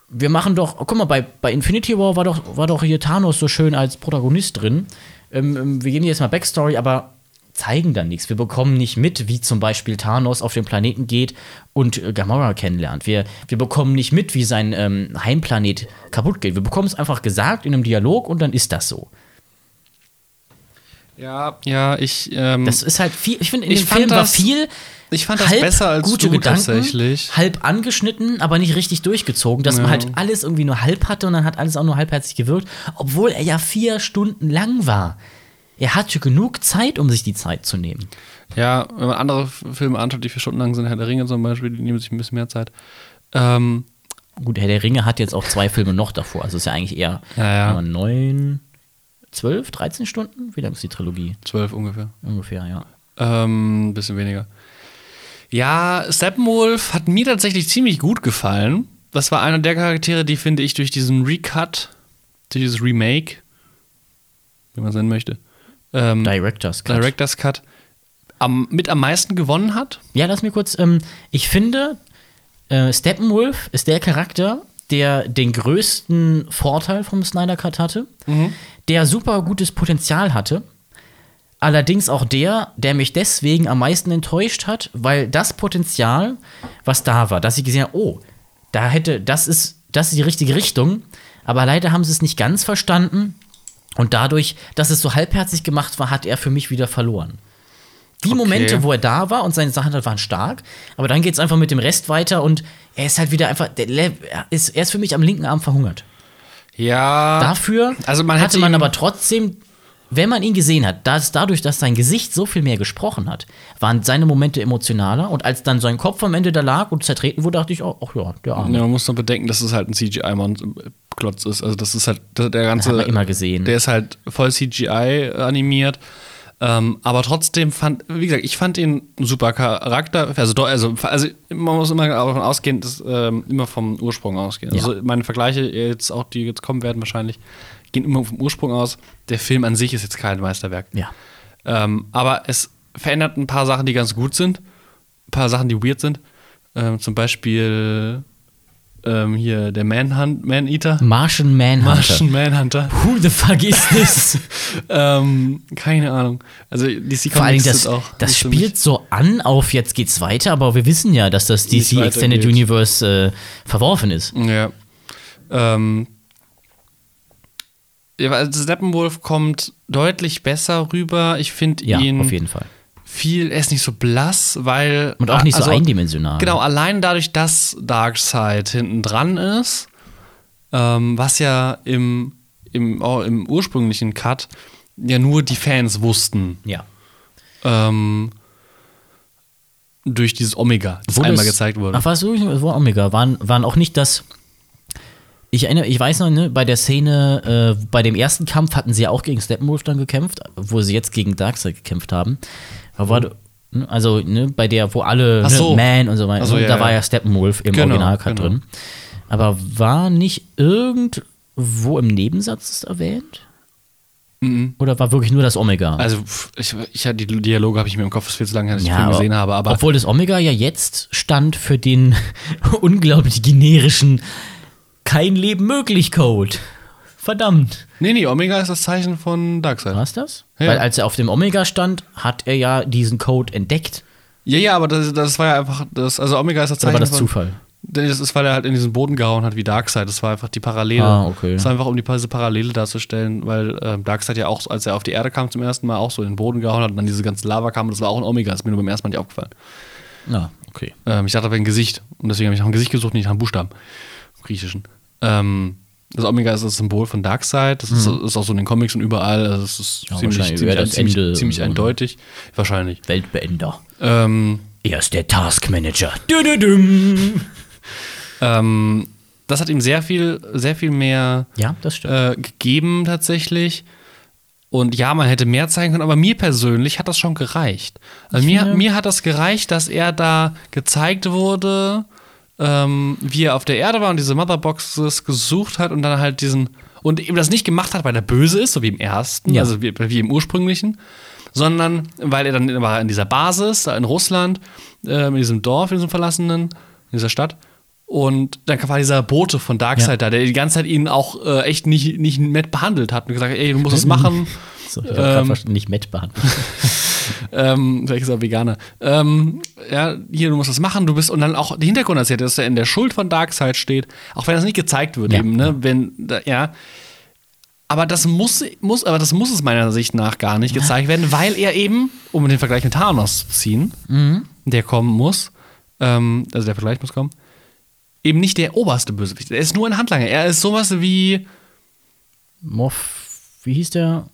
Speaker 1: wir machen doch, oh, guck mal, bei, bei Infinity War war doch, war doch hier Thanos so schön als Protagonist drin. Ähm, ähm, wir gehen jetzt mal Backstory, aber zeigen dann nichts. Wir bekommen nicht mit, wie zum Beispiel Thanos auf den Planeten geht und äh, Gamora kennenlernt. Wir, wir bekommen nicht mit, wie sein ähm, Heimplanet kaputt geht. Wir bekommen es einfach gesagt in einem Dialog und dann ist das so.
Speaker 2: Ja, ja, ich. Ähm,
Speaker 1: Das ist halt viel. Ich finde, in
Speaker 2: Ich
Speaker 1: dem
Speaker 2: fand
Speaker 1: Film war
Speaker 2: das-
Speaker 1: viel.
Speaker 2: ich fand das besser als du tatsächlich.
Speaker 1: halb angeschnitten, aber nicht richtig durchgezogen, dass man halt alles irgendwie nur halb hatte und dann hat alles auch nur halbherzig gewirkt, obwohl er ja vier Stunden lang war. Er hatte genug Zeit, um sich die Zeit zu nehmen.
Speaker 2: Ja, wenn man andere F- Filme anschaut, die vier Stunden lang sind, Herr der Ringe zum Beispiel, die nehmen sich ein bisschen mehr Zeit. Ähm,
Speaker 1: Gut, Herr der Ringe hat jetzt auch zwei Filme noch davor, also ist ja eigentlich eher
Speaker 2: Ja, ja.
Speaker 1: nur neun, zwölf, 13 Stunden? Wie lang ist die Trilogie?
Speaker 2: zwölf ungefähr.
Speaker 1: Ungefähr, ja.
Speaker 2: Ähm, bisschen weniger. Ja, Steppenwolf hat mir tatsächlich ziemlich gut gefallen. Das war einer der Charaktere, die finde ich durch diesen Recut, durch dieses Remake, wie man es nennen möchte, ähm,
Speaker 1: Directors Cut.
Speaker 2: Directors Cut, am, mit am meisten gewonnen hat.
Speaker 1: Ja, lass mir kurz. Ähm, ich finde, äh, Steppenwolf ist der Charakter, der den größten Vorteil vom Snyder Cut hatte, der super gutes Potenzial hatte. Allerdings auch der, der mich deswegen am meisten enttäuscht hat, weil das Potenzial, was da war, dass ich gesehen habe, oh, da hätte, das ist, das ist die richtige Richtung, aber leider haben sie es nicht ganz verstanden und dadurch, dass es so halbherzig gemacht war, hat er für mich wieder verloren. Die Momente, wo er da war und seine Sachen hat, waren stark, aber dann geht es einfach mit dem Rest weiter und er ist halt wieder einfach, der, Le- er ist, er ist für mich am linken Arm verhungert.
Speaker 2: Ja.
Speaker 1: Dafür
Speaker 2: also man
Speaker 1: hatte
Speaker 2: hätte
Speaker 1: man
Speaker 2: ihm-
Speaker 1: aber trotzdem, wenn man ihn gesehen hat, dass dadurch, dass sein Gesicht so viel mehr gesprochen hat, waren seine Momente emotionaler. Und als dann sein Kopf am Ende da lag und zertreten wurde, dachte ich, oh, ach ja, der Arme.
Speaker 2: Ja, man muss noch bedenken, dass es halt ein CGI-Klotz ist. Also das ist halt das, der ganze.
Speaker 1: hat man immer gesehen.
Speaker 2: Der ist halt voll CGI animiert. Ähm, aber trotzdem fand, wie gesagt, ich fand ihn ein super Charakter. Also, do- also, also man muss immer davon ausgehen, dass, ähm, immer vom Ursprung ausgehen.
Speaker 1: Ja.
Speaker 2: Also meine Vergleiche jetzt auch, die jetzt kommen werden wahrscheinlich, gehen immer vom Ursprung aus. Der Film an sich ist jetzt kein Meisterwerk.
Speaker 1: Ja.
Speaker 2: Ähm, aber es verändert ein paar Sachen, die ganz gut sind. Ein paar Sachen, die weird sind. Ähm, zum Beispiel ähm, hier der Manhunt, Man-Eater.
Speaker 1: Martian Manhunter.
Speaker 2: Martian Manhunter.
Speaker 1: Who the fuck is
Speaker 2: [LAUGHS]
Speaker 1: this?
Speaker 2: ähm, keine Ahnung. Also DC
Speaker 1: Vor allem
Speaker 2: Comics
Speaker 1: das,
Speaker 2: sind auch
Speaker 1: das
Speaker 2: nicht für mich.
Speaker 1: spielt so an auf jetzt geht's weiter, aber wir wissen ja, dass das
Speaker 2: Nicht
Speaker 1: DC Extended
Speaker 2: weitergeht.
Speaker 1: Universe äh, verworfen ist.
Speaker 2: Ja. Ähm, ja, also Steppenwolf kommt deutlich besser rüber. Ich finde
Speaker 1: Ja,
Speaker 2: ihn
Speaker 1: auf jeden Fall.
Speaker 2: viel, er ist nicht so blass, weil.
Speaker 1: Und auch nicht so
Speaker 2: also-
Speaker 1: eindimensional.
Speaker 2: Genau, allein dadurch, dass Darkseid hinten dran ist, ähm, was ja im, im, oh, im ursprünglichen Cut ja nur die Fans wussten,
Speaker 1: Ja.
Speaker 2: ähm, durch dieses Omega, das
Speaker 1: Wurde
Speaker 2: einmal
Speaker 1: es-
Speaker 2: gezeigt wurde.
Speaker 1: Ach, war es wirklich es war Omega? Waren, waren auch nicht das. Ich erinnere, ich weiß noch, ne, bei der Szene, äh, bei dem ersten Kampf hatten sie ja auch gegen Steppenwolf dann gekämpft, wo sie jetzt gegen Darkseid gekämpft haben. Aber war, ne, also, ne, bei der, wo alle
Speaker 2: Ach
Speaker 1: ne,
Speaker 2: so.
Speaker 1: Man und so weiter,
Speaker 2: Ach so,
Speaker 1: ne,
Speaker 2: ja,
Speaker 1: da
Speaker 2: ja.
Speaker 1: war ja Steppenwolf im
Speaker 2: Genau,
Speaker 1: Originalcut
Speaker 2: genau.
Speaker 1: drin. Aber war nicht irgendwo im Nebensatz das erwähnt?
Speaker 2: Mhm.
Speaker 1: Oder war wirklich nur das Omega?
Speaker 2: Also, pff, ich, ich hatte die Dialoge habe ich mir im Kopf, das ist viel zu lange, her, dass ich den Film gesehen habe, aber
Speaker 1: obwohl das Omega ja jetzt stand für den [LAUGHS] unglaublich generischen kein Leben möglich Code. Verdammt.
Speaker 2: nee, nee, Omega ist das Zeichen von Darkseid.
Speaker 1: War es das?
Speaker 2: Ja.
Speaker 1: Weil als er auf dem Omega stand, hat er ja diesen Code entdeckt.
Speaker 2: Ja, ja, aber das, das war ja einfach das, also Omega ist das
Speaker 1: Oder
Speaker 2: Zeichen
Speaker 1: war das
Speaker 2: von,
Speaker 1: Zufall?
Speaker 2: Nee, Das ist, weil er halt in diesen Boden gehauen hat wie Darkseid. Das war einfach die Parallele.
Speaker 1: Ah, okay.
Speaker 2: Das war einfach, um die, diese Parallele darzustellen, weil ähm, Darkseid ja auch, als er auf die Erde kam zum ersten Mal, auch so in den Boden gehauen hat und dann diese ganze Lava kam. Das war auch ein Omega. Das ist mir nur beim ersten Mal nicht aufgefallen.
Speaker 1: Ja, okay.
Speaker 2: Ähm, ich dachte, das wäre ein Gesicht. Und deswegen habe ich nach einem Gesicht gesucht, nicht nach einem Buchstaben. Im Griechischen. Ähm, das Omega ist das Symbol von Darkseid. Das ist, ist auch so in den Comics und überall. Also das ist
Speaker 1: Mhm. Ja,
Speaker 2: ziemlich,
Speaker 1: wahrscheinlich wäre
Speaker 2: ziemlich,
Speaker 1: das Ende
Speaker 2: ziemlich, ziemlich
Speaker 1: so, ne?
Speaker 2: eindeutig. Wahrscheinlich.
Speaker 1: Weltbeender.
Speaker 2: Ähm,
Speaker 1: Er ist der Taskmanager. Dü-dü-düm.
Speaker 2: ähm, das hat ihm sehr viel, sehr viel mehr
Speaker 1: Ja, das stimmt.
Speaker 2: äh, gegeben tatsächlich. Und ja, man hätte mehr zeigen können, aber mir persönlich hat das schon gereicht. Also mir, mir hat das gereicht, dass er da gezeigt wurde, ähm, wie er auf der Erde war und diese Motherboxes gesucht hat und dann halt diesen. Und eben das nicht gemacht hat, weil er böse ist, so wie im ersten,
Speaker 1: Ja.
Speaker 2: also wie, wie im ursprünglichen, sondern weil er dann war in dieser Basis, da in Russland, äh, in diesem Dorf, in diesem verlassenen, in dieser Stadt. Und dann war dieser Bote von Darkseid
Speaker 1: Ja.
Speaker 2: da, der die ganze Zeit ihn auch äh, echt nicht, nicht nett behandelt hat und gesagt hat, ey,
Speaker 1: [LAUGHS]
Speaker 2: du musst das machen.
Speaker 1: so, ich habe
Speaker 2: ähm,
Speaker 1: verstanden, nicht Matt behandelt.
Speaker 2: ähm, vielleicht ist er Veganer. Ähm, ja, hier, du musst das machen, du bist, und dann auch den Hintergrund erzählt, dass er in der Schuld von Darkseid steht, auch wenn das nicht gezeigt wird
Speaker 1: Ja.
Speaker 2: eben, ne, wenn, da, ja. Aber das muss, muss, aber das muss es meiner Sicht nach gar nicht gezeigt werden, weil er eben, um den Vergleich mit Thanos zu ziehen,
Speaker 1: Mhm.
Speaker 2: der kommen muss, ähm, also der Vergleich muss kommen, eben nicht der oberste Bösewicht. Er ist nur ein Handlanger. Er ist sowas wie,
Speaker 1: Moff, wie hieß der?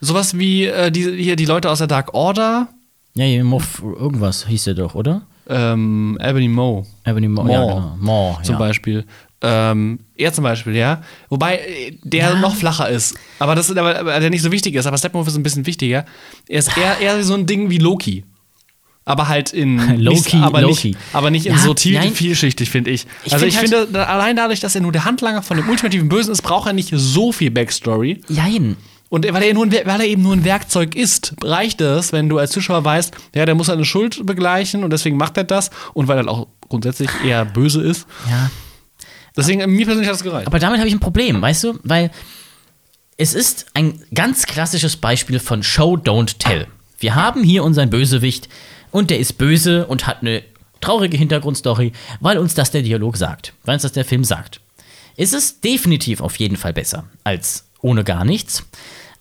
Speaker 2: sowas wie äh, die, hier die Leute aus der Dark Order,
Speaker 1: Ja, hier, Moff, irgendwas hieß der doch, oder?
Speaker 2: ähm, Ebony Moe.
Speaker 1: Ebony Maw. Ja, genau. Maw,
Speaker 2: zum
Speaker 1: ja.
Speaker 2: Beispiel. Ähm, er zum Beispiel, ja. Wobei äh, der noch flacher ist. Aber das aber, aber der nicht so wichtig ist. Aber Steppenwolf ist ein bisschen wichtiger. Er ist eher, eher so ein Ding wie Loki. Aber
Speaker 1: [LAUGHS]
Speaker 2: halt in
Speaker 1: Loki,
Speaker 2: nicht, aber
Speaker 1: Loki.
Speaker 2: Nicht, aber nicht in
Speaker 1: Ja,
Speaker 2: so tief,
Speaker 1: nein.
Speaker 2: vielschichtig, finde ich.
Speaker 1: Ich
Speaker 2: also
Speaker 1: find
Speaker 2: ich
Speaker 1: halt-
Speaker 2: finde, da- allein dadurch, dass er nur der Handlanger von dem ultimativen Bösen ist, braucht er nicht so viel Backstory.
Speaker 1: Jein.
Speaker 2: Und weil er, nur ein, Wer- weil er eben nur ein Werkzeug ist, reicht es, wenn du als Zuschauer weißt, ja, der muss seine Schuld begleichen und deswegen macht er das. Und weil er halt auch grundsätzlich eher böse ist.
Speaker 1: Ja,
Speaker 2: Deswegen, äh, mir persönlich hat das gereicht.
Speaker 1: Aber damit habe ich ein Problem, weißt du? Weil es ist ein ganz klassisches Beispiel von Show, Don't Tell. Wir haben hier unseren Bösewicht und der ist böse und hat eine traurige Hintergrundstory, weil uns das der Dialog sagt, weil uns das der Film sagt. Es ist definitiv auf jeden Fall besser als ohne gar nichts,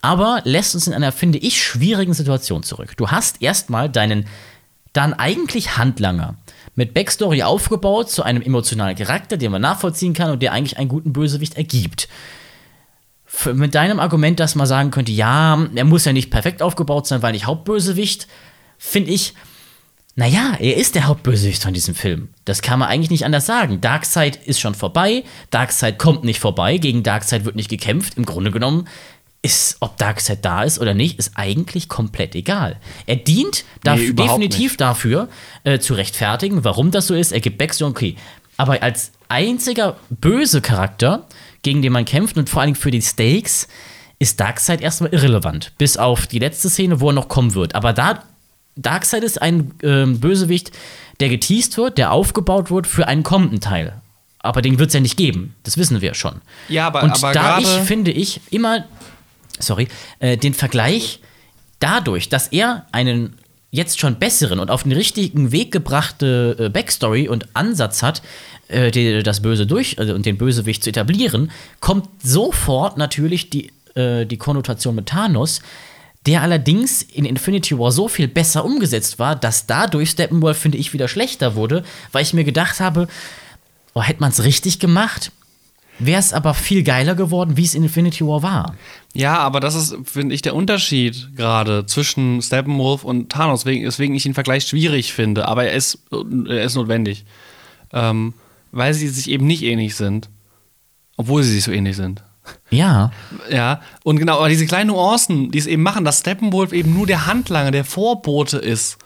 Speaker 1: aber lässt uns in einer, finde ich, schwierigen Situation zurück. Du hast erstmal deinen dann eigentlich Handlanger. Mit Backstory aufgebaut zu einem emotionalen Charakter, den man nachvollziehen kann und der eigentlich einen guten Bösewicht ergibt. F- mit deinem Argument, dass man sagen könnte, ja, er muss ja nicht perfekt aufgebaut sein, weil nicht Hauptbösewicht, finde ich, naja, er ist der Hauptbösewicht von diesem Film. Das kann man eigentlich nicht anders sagen. Darkseid ist schon vorbei, Darkseid kommt nicht vorbei, gegen Darkseid wird nicht gekämpft. Im Grunde genommen ist, ob Darkseid da ist oder nicht, ist eigentlich komplett egal. Er dient daf
Speaker 2: Nee, überhaupt
Speaker 1: definitiv dafür, äh, zu rechtfertigen, warum das so ist. Er gibt Backstory, okay. Aber als einziger böse Charakter gegen den man kämpft und vor allem für die Stakes ist Darkseid erstmal irrelevant. Bis auf die letzte Szene, wo er noch kommen wird. Aber da, Darkseid ist ein ähm, Bösewicht, der geteased wird, der aufgebaut wird für einen kommenden Teil. Aber den wird es ja nicht geben. Das wissen wir schon.
Speaker 2: Ja, aber-
Speaker 1: Und
Speaker 2: aber
Speaker 1: da
Speaker 2: gerade-
Speaker 1: ich, finde ich, immer, sorry, äh, den Vergleich dadurch, dass er einen jetzt schon besseren und auf den richtigen Weg gebrachte äh, Backstory und Ansatz hat, äh, die, das Böse durch also, und den Bösewicht zu etablieren, kommt sofort natürlich die, äh, die Konnotation mit Thanos, der allerdings in Infinity War so viel besser umgesetzt war, dass dadurch Steppenwolf, finde ich, wieder schlechter wurde, weil ich mir gedacht habe, oh, hätte man es richtig gemacht, wäre es aber viel geiler geworden, wie es in Infinity War war.
Speaker 2: Ja, aber das ist, finde ich, der Unterschied gerade zwischen Steppenwolf und Thanos, wegen- weswegen ich den Vergleich schwierig finde. Aber er ist, äh, er ist notwendig. Ähm, weil sie sich eben nicht ähnlich sind. Obwohl sie sich so ähnlich sind.
Speaker 1: Ja.
Speaker 2: Ja, und genau, aber diese kleinen Nuancen, die es eben machen, dass Steppenwolf eben nur der Handlanger, der Vorbote ist.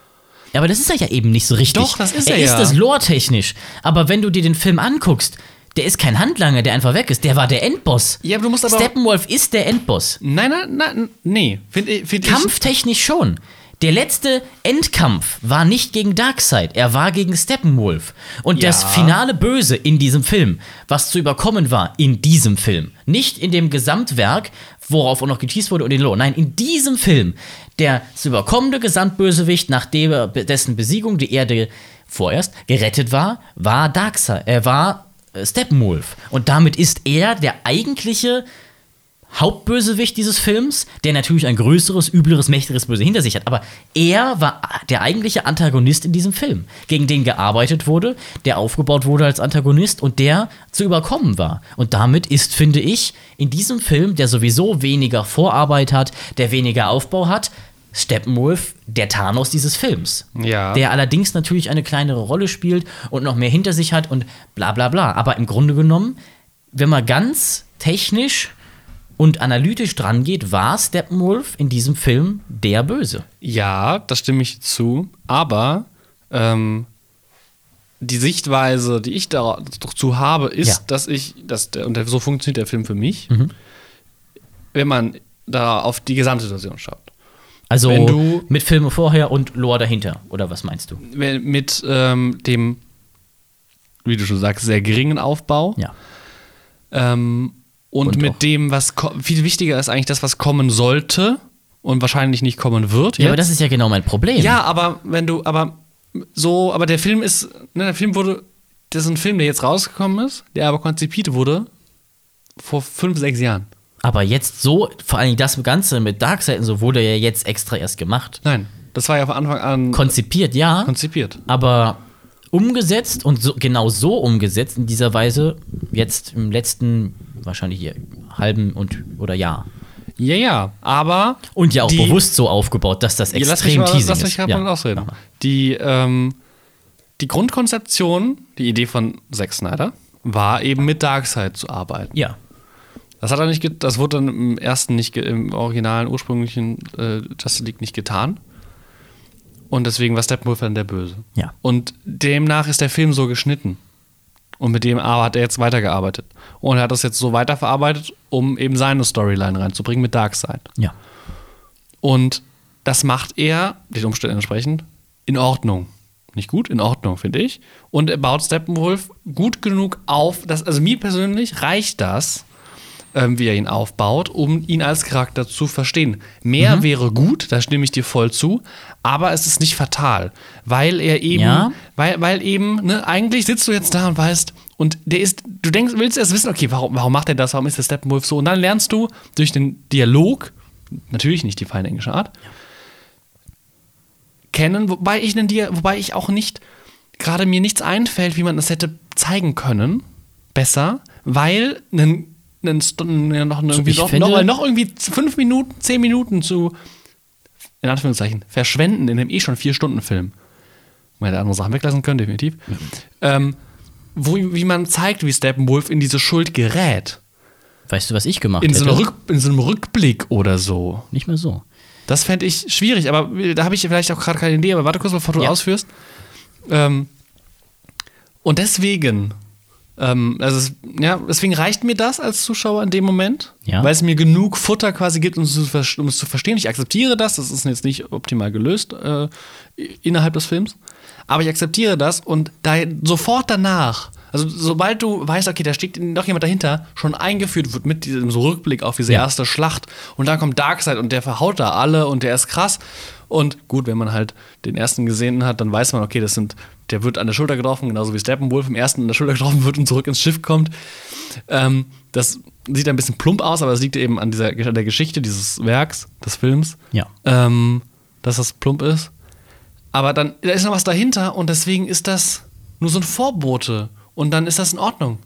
Speaker 1: Ja, Aber das ist er ja eben nicht so richtig.
Speaker 2: Doch, das ist
Speaker 1: er
Speaker 2: er
Speaker 1: ist
Speaker 2: ja.
Speaker 1: das lore-technisch. Aber wenn du dir den Film anguckst, der ist kein Handlanger, der einfach weg ist. Der war der Endboss.
Speaker 2: Ja, aber du musst aber-
Speaker 1: Steppenwolf ist der Endboss.
Speaker 2: Nein, nein, nein, nee. Find, ich- find ich,
Speaker 1: Kampftechnisch schon. Der letzte Endkampf war nicht gegen Darkseid, er war gegen Steppenwolf. Und das finale Böse in diesem Film, was zu überkommen war, in diesem Film, nicht in dem Gesamtwerk, worauf auch noch geteased wurde und in Lore, nein, in diesem Film, der zu überkommende Gesamtbösewicht, nachdem er- dessen Besiegung die Erde vorerst gerettet war, war Darkseid, er war äh, Steppenwolf. Und damit ist er der eigentliche Hauptbösewicht dieses Films, der natürlich ein größeres, übleres, mächtigeres Böse hinter sich hat. Aber er war der eigentliche Antagonist in diesem Film, gegen den gearbeitet wurde, der aufgebaut wurde als Antagonist und der zu überkommen war. Und damit ist, finde ich, in diesem Film, der sowieso weniger Vorarbeit hat, der weniger Aufbau hat, Steppenwolf der Thanos dieses Films.
Speaker 2: Ja.
Speaker 1: Der allerdings natürlich eine kleinere Rolle spielt und noch mehr hinter sich hat und bla bla bla. Aber im Grunde genommen, wenn man ganz technisch und analytisch dran geht, war Steppenwolf in diesem Film der Böse.
Speaker 2: Ja, da stimme ich zu. Aber ähm, die Sichtweise, die ich da- dazu habe, ist,
Speaker 1: Ja. Mhm.
Speaker 2: dass ich, dass der, und so funktioniert der Film für mich, wenn man da auf die Gesamtsituation schaut.
Speaker 1: Also
Speaker 2: Wenn du-
Speaker 1: mit Filmen vorher und Lore dahinter. Oder was meinst du?
Speaker 2: Wenn- Mit ähm, dem, wie du schon sagst, sehr geringen Aufbau.
Speaker 1: Ja.
Speaker 2: Ähm, und,
Speaker 1: Und
Speaker 2: mit
Speaker 1: auch-
Speaker 2: dem, was ko- viel wichtiger ist eigentlich das, was kommen sollte und wahrscheinlich nicht kommen wird.
Speaker 1: Ja, aber
Speaker 2: jetzt.
Speaker 1: das ist ja genau mein Problem.
Speaker 2: Ja, aber wenn du, aber so, aber der Film ist, ne, der Film wurde, das ist ein Film, der jetzt rausgekommen ist, der aber konzipiert wurde vor fünf, sechs Jahren.
Speaker 1: Aber jetzt so, vor allem das Ganze mit Darkseid und so, wurde ja jetzt extra erst gemacht.
Speaker 2: Nein, das war ja von Anfang an
Speaker 1: Konzipiert, ja.
Speaker 2: konzipiert.
Speaker 1: aber umgesetzt und so, genau so umgesetzt in dieser Weise jetzt im letzten wahrscheinlich hier, halben und oder Jahr
Speaker 2: Ja, ja, aber
Speaker 1: und ja auch
Speaker 2: Die-
Speaker 1: bewusst so aufgebaut, dass das
Speaker 2: Ja, lass mich
Speaker 1: extrem
Speaker 2: mal-
Speaker 1: teasing
Speaker 2: Lass mich
Speaker 1: ist.
Speaker 2: gerade mal ausreden. Die, ähm, die Grundkonzeption, die Idee von Zack Snyder, war eben mit Darkseid zu arbeiten.
Speaker 1: ja,
Speaker 2: Das hat er nicht, ge- das wurde dann im ersten nicht, ge- im originalen ursprünglichen äh, Justice League nicht getan. Und deswegen war Steppenwolf dann der Böse.
Speaker 1: Ja.
Speaker 2: Und demnach ist der Film so geschnitten. Und mit dem aber hat er jetzt weitergearbeitet. Und er hat das jetzt so weiterverarbeitet, um eben seine Storyline reinzubringen mit Darkseid.
Speaker 1: ja.
Speaker 2: Und das macht er, den Umständen entsprechend, in Ordnung. Nicht gut, in Ordnung, finde ich. Und er baut Steppenwolf gut genug auf, dass, also mir persönlich reicht das, ähm, wie er ihn aufbaut, um ihn als Charakter zu verstehen. Mehr wäre gut, da stimme ich dir voll zu, aber es ist nicht fatal, weil er eben,
Speaker 1: Ja.
Speaker 2: weil, weil eben, ne, eigentlich sitzt du jetzt da und weißt, und der ist, du denkst, willst erst wissen, okay, warum, warum macht er das, warum ist der Steppenwolf so? Und dann lernst du durch den Dialog, natürlich nicht die feine englische Art, kennen, wobei ich, einen Dia wobei ich auch nicht, gerade mir nichts einfällt, wie man das hätte zeigen können, besser, weil einen, einen St- ja, noch, irgendwie
Speaker 1: ich
Speaker 2: noch,
Speaker 1: finde-
Speaker 2: noch, mal noch irgendwie fünf Minuten, zehn Minuten zu, in Anführungszeichen, verschwenden in einem eh schon vier Stunden Film. Man hätte andere Sachen weglassen können, definitiv. Ähm, wo, wie man zeigt, wie Steppenwolf in diese Schuld gerät.
Speaker 1: Weißt du, was ich gemacht
Speaker 2: In so,
Speaker 1: hätte?
Speaker 2: einer Rück, in so einem Rückblick oder so.
Speaker 1: Nicht mehr so.
Speaker 2: Das fände ich schwierig, aber da habe ich vielleicht auch gerade keine Idee, aber warte kurz, bevor du
Speaker 1: Ja.
Speaker 2: ausführst. Ähm, und deswegen Ähm, also es, ja, deswegen reicht mir das als Zuschauer in dem Moment,
Speaker 1: Ja.
Speaker 2: weil es mir genug Futter quasi gibt, um es, zu, ver- um es zu verstehen. Ich akzeptiere das, das ist jetzt nicht optimal gelöst äh, innerhalb des Films, aber ich akzeptiere das und da sofort danach, also sobald du weißt, okay, da steht noch jemand dahinter, schon eingeführt wird mit diesem so Rückblick auf diese erste Schlacht und dann kommt Darkseid und der verhaut da alle und der ist krass. Und gut, wenn man halt den ersten gesehen hat, dann weiß man, okay, das sind, der wird an der Schulter getroffen, genauso wie Steppenwolf im ersten an der Schulter getroffen wird und zurück ins Schiff kommt. Ähm, das sieht ein bisschen plump aus, aber es liegt eben an, dieser, an der Geschichte dieses Werks, des Films,
Speaker 1: Ja.
Speaker 2: ähm, dass das plump ist. Aber dann da ist noch was dahinter und deswegen ist das nur so ein Vorbote und dann ist das in Ordnung.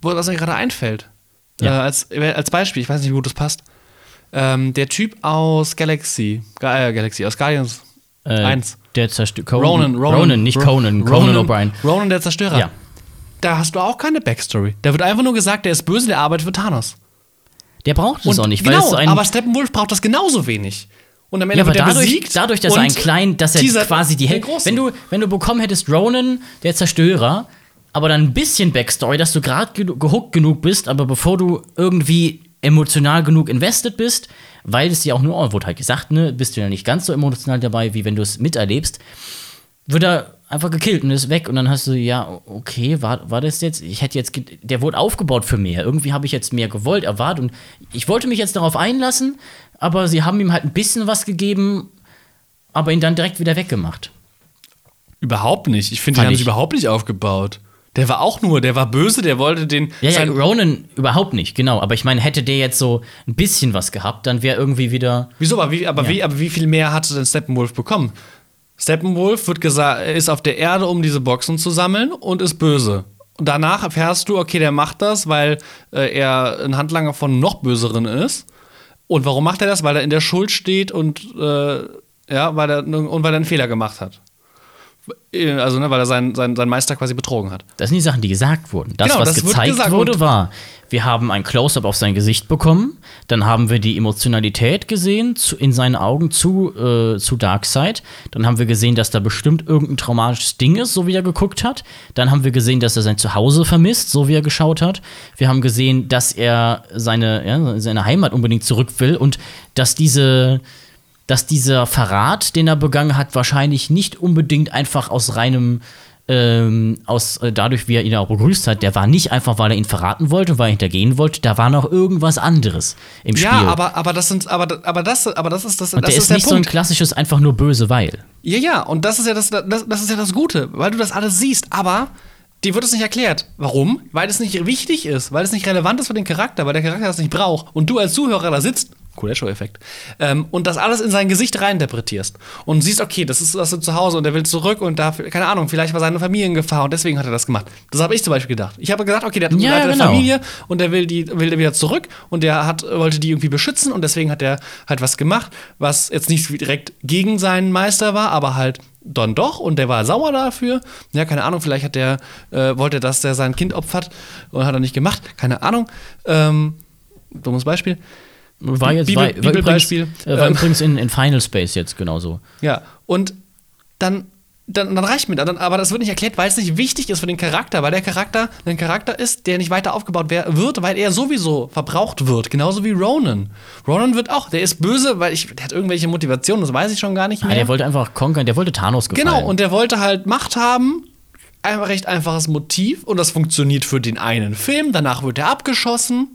Speaker 2: Wo was mir gerade einfällt.
Speaker 1: Ja.
Speaker 2: Äh, als, als Beispiel, ich weiß nicht, wie gut das passt. Ähm, der Typ aus Galaxy, Ga äh, Galaxy, aus Guardians
Speaker 1: Äh,
Speaker 2: 1.
Speaker 1: Der zerstört
Speaker 2: Ronan, Ronan,
Speaker 1: nicht
Speaker 2: Ro-
Speaker 1: Conan. Conan O'Brien.
Speaker 2: Ronan, Ah. der Zerstörer.
Speaker 1: Ja.
Speaker 2: Da hast du auch keine Backstory. Da wird einfach nur gesagt, der ist böse, der arbeitet für Thanos.
Speaker 1: Der braucht es auch nicht, weil
Speaker 2: genau,
Speaker 1: es so ein.
Speaker 2: aber Steppenwolf braucht das genauso wenig. Und am Ende
Speaker 1: ja, aber
Speaker 2: wird er
Speaker 1: dadurch,
Speaker 2: besiegt
Speaker 1: dadurch, dass er
Speaker 2: und
Speaker 1: ein kleinen, dass er
Speaker 2: teasert
Speaker 1: quasi die
Speaker 2: den
Speaker 1: Hel
Speaker 2: Großen.
Speaker 1: Wenn du, wenn du bekommen hättest, Ronan, der Zerstörer, aber dann ein bisschen Backstory, dass du gerade genu- gehuckt genug bist, aber bevor du irgendwie emotional genug invested bist, weil es dir auch nur, oh, wurde halt gesagt, ne, bist du ja nicht ganz so emotional dabei, wie wenn du es miterlebst, wird er einfach gekillt und ist weg und dann hast du, ja, okay, war, war das jetzt, ich hätte jetzt, ge- der wurde aufgebaut für mehr, irgendwie habe ich jetzt mehr gewollt, erwartet und ich wollte mich jetzt darauf einlassen, aber sie haben ihm halt ein bisschen was gegeben, aber ihn dann direkt wieder weggemacht.
Speaker 2: Überhaupt nicht. Ich finde,
Speaker 1: Fand
Speaker 2: die haben
Speaker 1: ich.
Speaker 2: sich überhaupt nicht aufgebaut. Der war auch nur, der war böse, der wollte den.
Speaker 1: Ja, ja,
Speaker 2: sein-
Speaker 1: Ronan überhaupt nicht, genau, aber ich meine, hätte der jetzt so ein bisschen was gehabt, dann wäre irgendwie wieder,
Speaker 2: Wieso? Aber wie, aber, wie, aber wie viel mehr hatte denn Steppenwolf bekommen? Steppenwolf wird gesagt, ist auf der Erde, um diese Boxen zu sammeln und ist böse. Und danach erfährst du, okay, der macht das, weil äh, er ein Handlanger von noch böseren ist. Und warum macht er das? Weil er in der Schuld steht und, äh, ja, weil er, und weil er einen Fehler gemacht hat. Äh, Also, ne, weil er seinen, seinen, seinen Meister quasi betrogen hat.
Speaker 1: das sind die Sachen, die gesagt wurden. Das,
Speaker 2: Genau,
Speaker 1: was
Speaker 2: das wird
Speaker 1: gezeigt
Speaker 2: gesagt
Speaker 1: wurde,
Speaker 2: und-
Speaker 1: war, wir haben ein Close-up auf sein Gesicht bekommen, dann haben wir die Emotionalität gesehen, zu, in seinen Augen zu, äh, zu Darkseid, dann haben wir gesehen, dass da bestimmt irgendein traumatisches Ding ist, so wie er geguckt hat, dann haben wir gesehen, dass er sein Zuhause vermisst, so wie er geschaut hat, wir haben gesehen, dass er seine, ja, seine Heimat unbedingt zurück will und dass diese dass dieser Verrat, den er begangen hat, wahrscheinlich nicht unbedingt einfach aus reinem ähm, aus äh, dadurch, wie er ihn auch begrüßt hat, der war nicht einfach, weil er ihn verraten wollte, weil er hintergehen wollte, da war noch irgendwas anderes im Spiel.
Speaker 2: Ja, aber, aber, das sind, aber, aber, das, aber das ist, das,
Speaker 1: und
Speaker 2: das
Speaker 1: der ist, nicht so ein klassisches einfach nur böse, weil.
Speaker 2: Ja, ja, und das ist ja das, das, das ist ja das Gute, weil du das alles siehst, aber dir wird es nicht erklärt. Warum? Weil es nicht wichtig ist, weil es nicht relevant ist für den Charakter, weil der Charakter das nicht braucht und du als Zuhörer da sitzt, cooler Show-Effekt, ähm, und das alles in sein Gesicht reininterpretierst und siehst, okay, das ist das ist zu Hause und er will zurück und da, keine Ahnung, vielleicht war seine Familie in Gefahr und deswegen hat er das gemacht. Das habe ich zum Beispiel gedacht. Ich habe gedacht, okay, der hat
Speaker 1: Ja,
Speaker 2: der hat eine
Speaker 1: genau.
Speaker 2: Familie und der will die will der wieder zurück und der hat wollte die irgendwie beschützen und deswegen hat er halt was gemacht, was jetzt nicht direkt gegen seinen Meister war, aber halt dann doch und der war sauer dafür. Ja, keine Ahnung, vielleicht hat der äh, wollte, dass der sein Kind opfert und hat er nicht gemacht. Keine Ahnung. Ähm, dummes Beispiel.
Speaker 1: War jetzt
Speaker 2: Bibel-
Speaker 1: war, war, übrigens,
Speaker 2: Bibelbeispiel.
Speaker 1: äh, war
Speaker 2: Ähm.
Speaker 1: übrigens in, in Final Space jetzt genauso.
Speaker 2: Ja, und dann, dann, dann reicht mir das. Dann- Aber das wird nicht erklärt, weil es nicht wichtig ist für den Charakter, weil der Charakter ein Charakter ist, der nicht weiter aufgebaut wer- wird, weil er sowieso verbraucht wird. Genauso wie Ronan. Ronan wird auch, der ist böse, weil ich, der hat irgendwelche Motivationen, das weiß ich schon gar nicht
Speaker 1: Ah,
Speaker 2: mehr.
Speaker 1: der wollte einfach konkern, der wollte Thanos gefallen.
Speaker 2: Genau, und der wollte halt Macht haben. Ein recht einfaches Motiv und das funktioniert für den einen Film. Danach wird er abgeschossen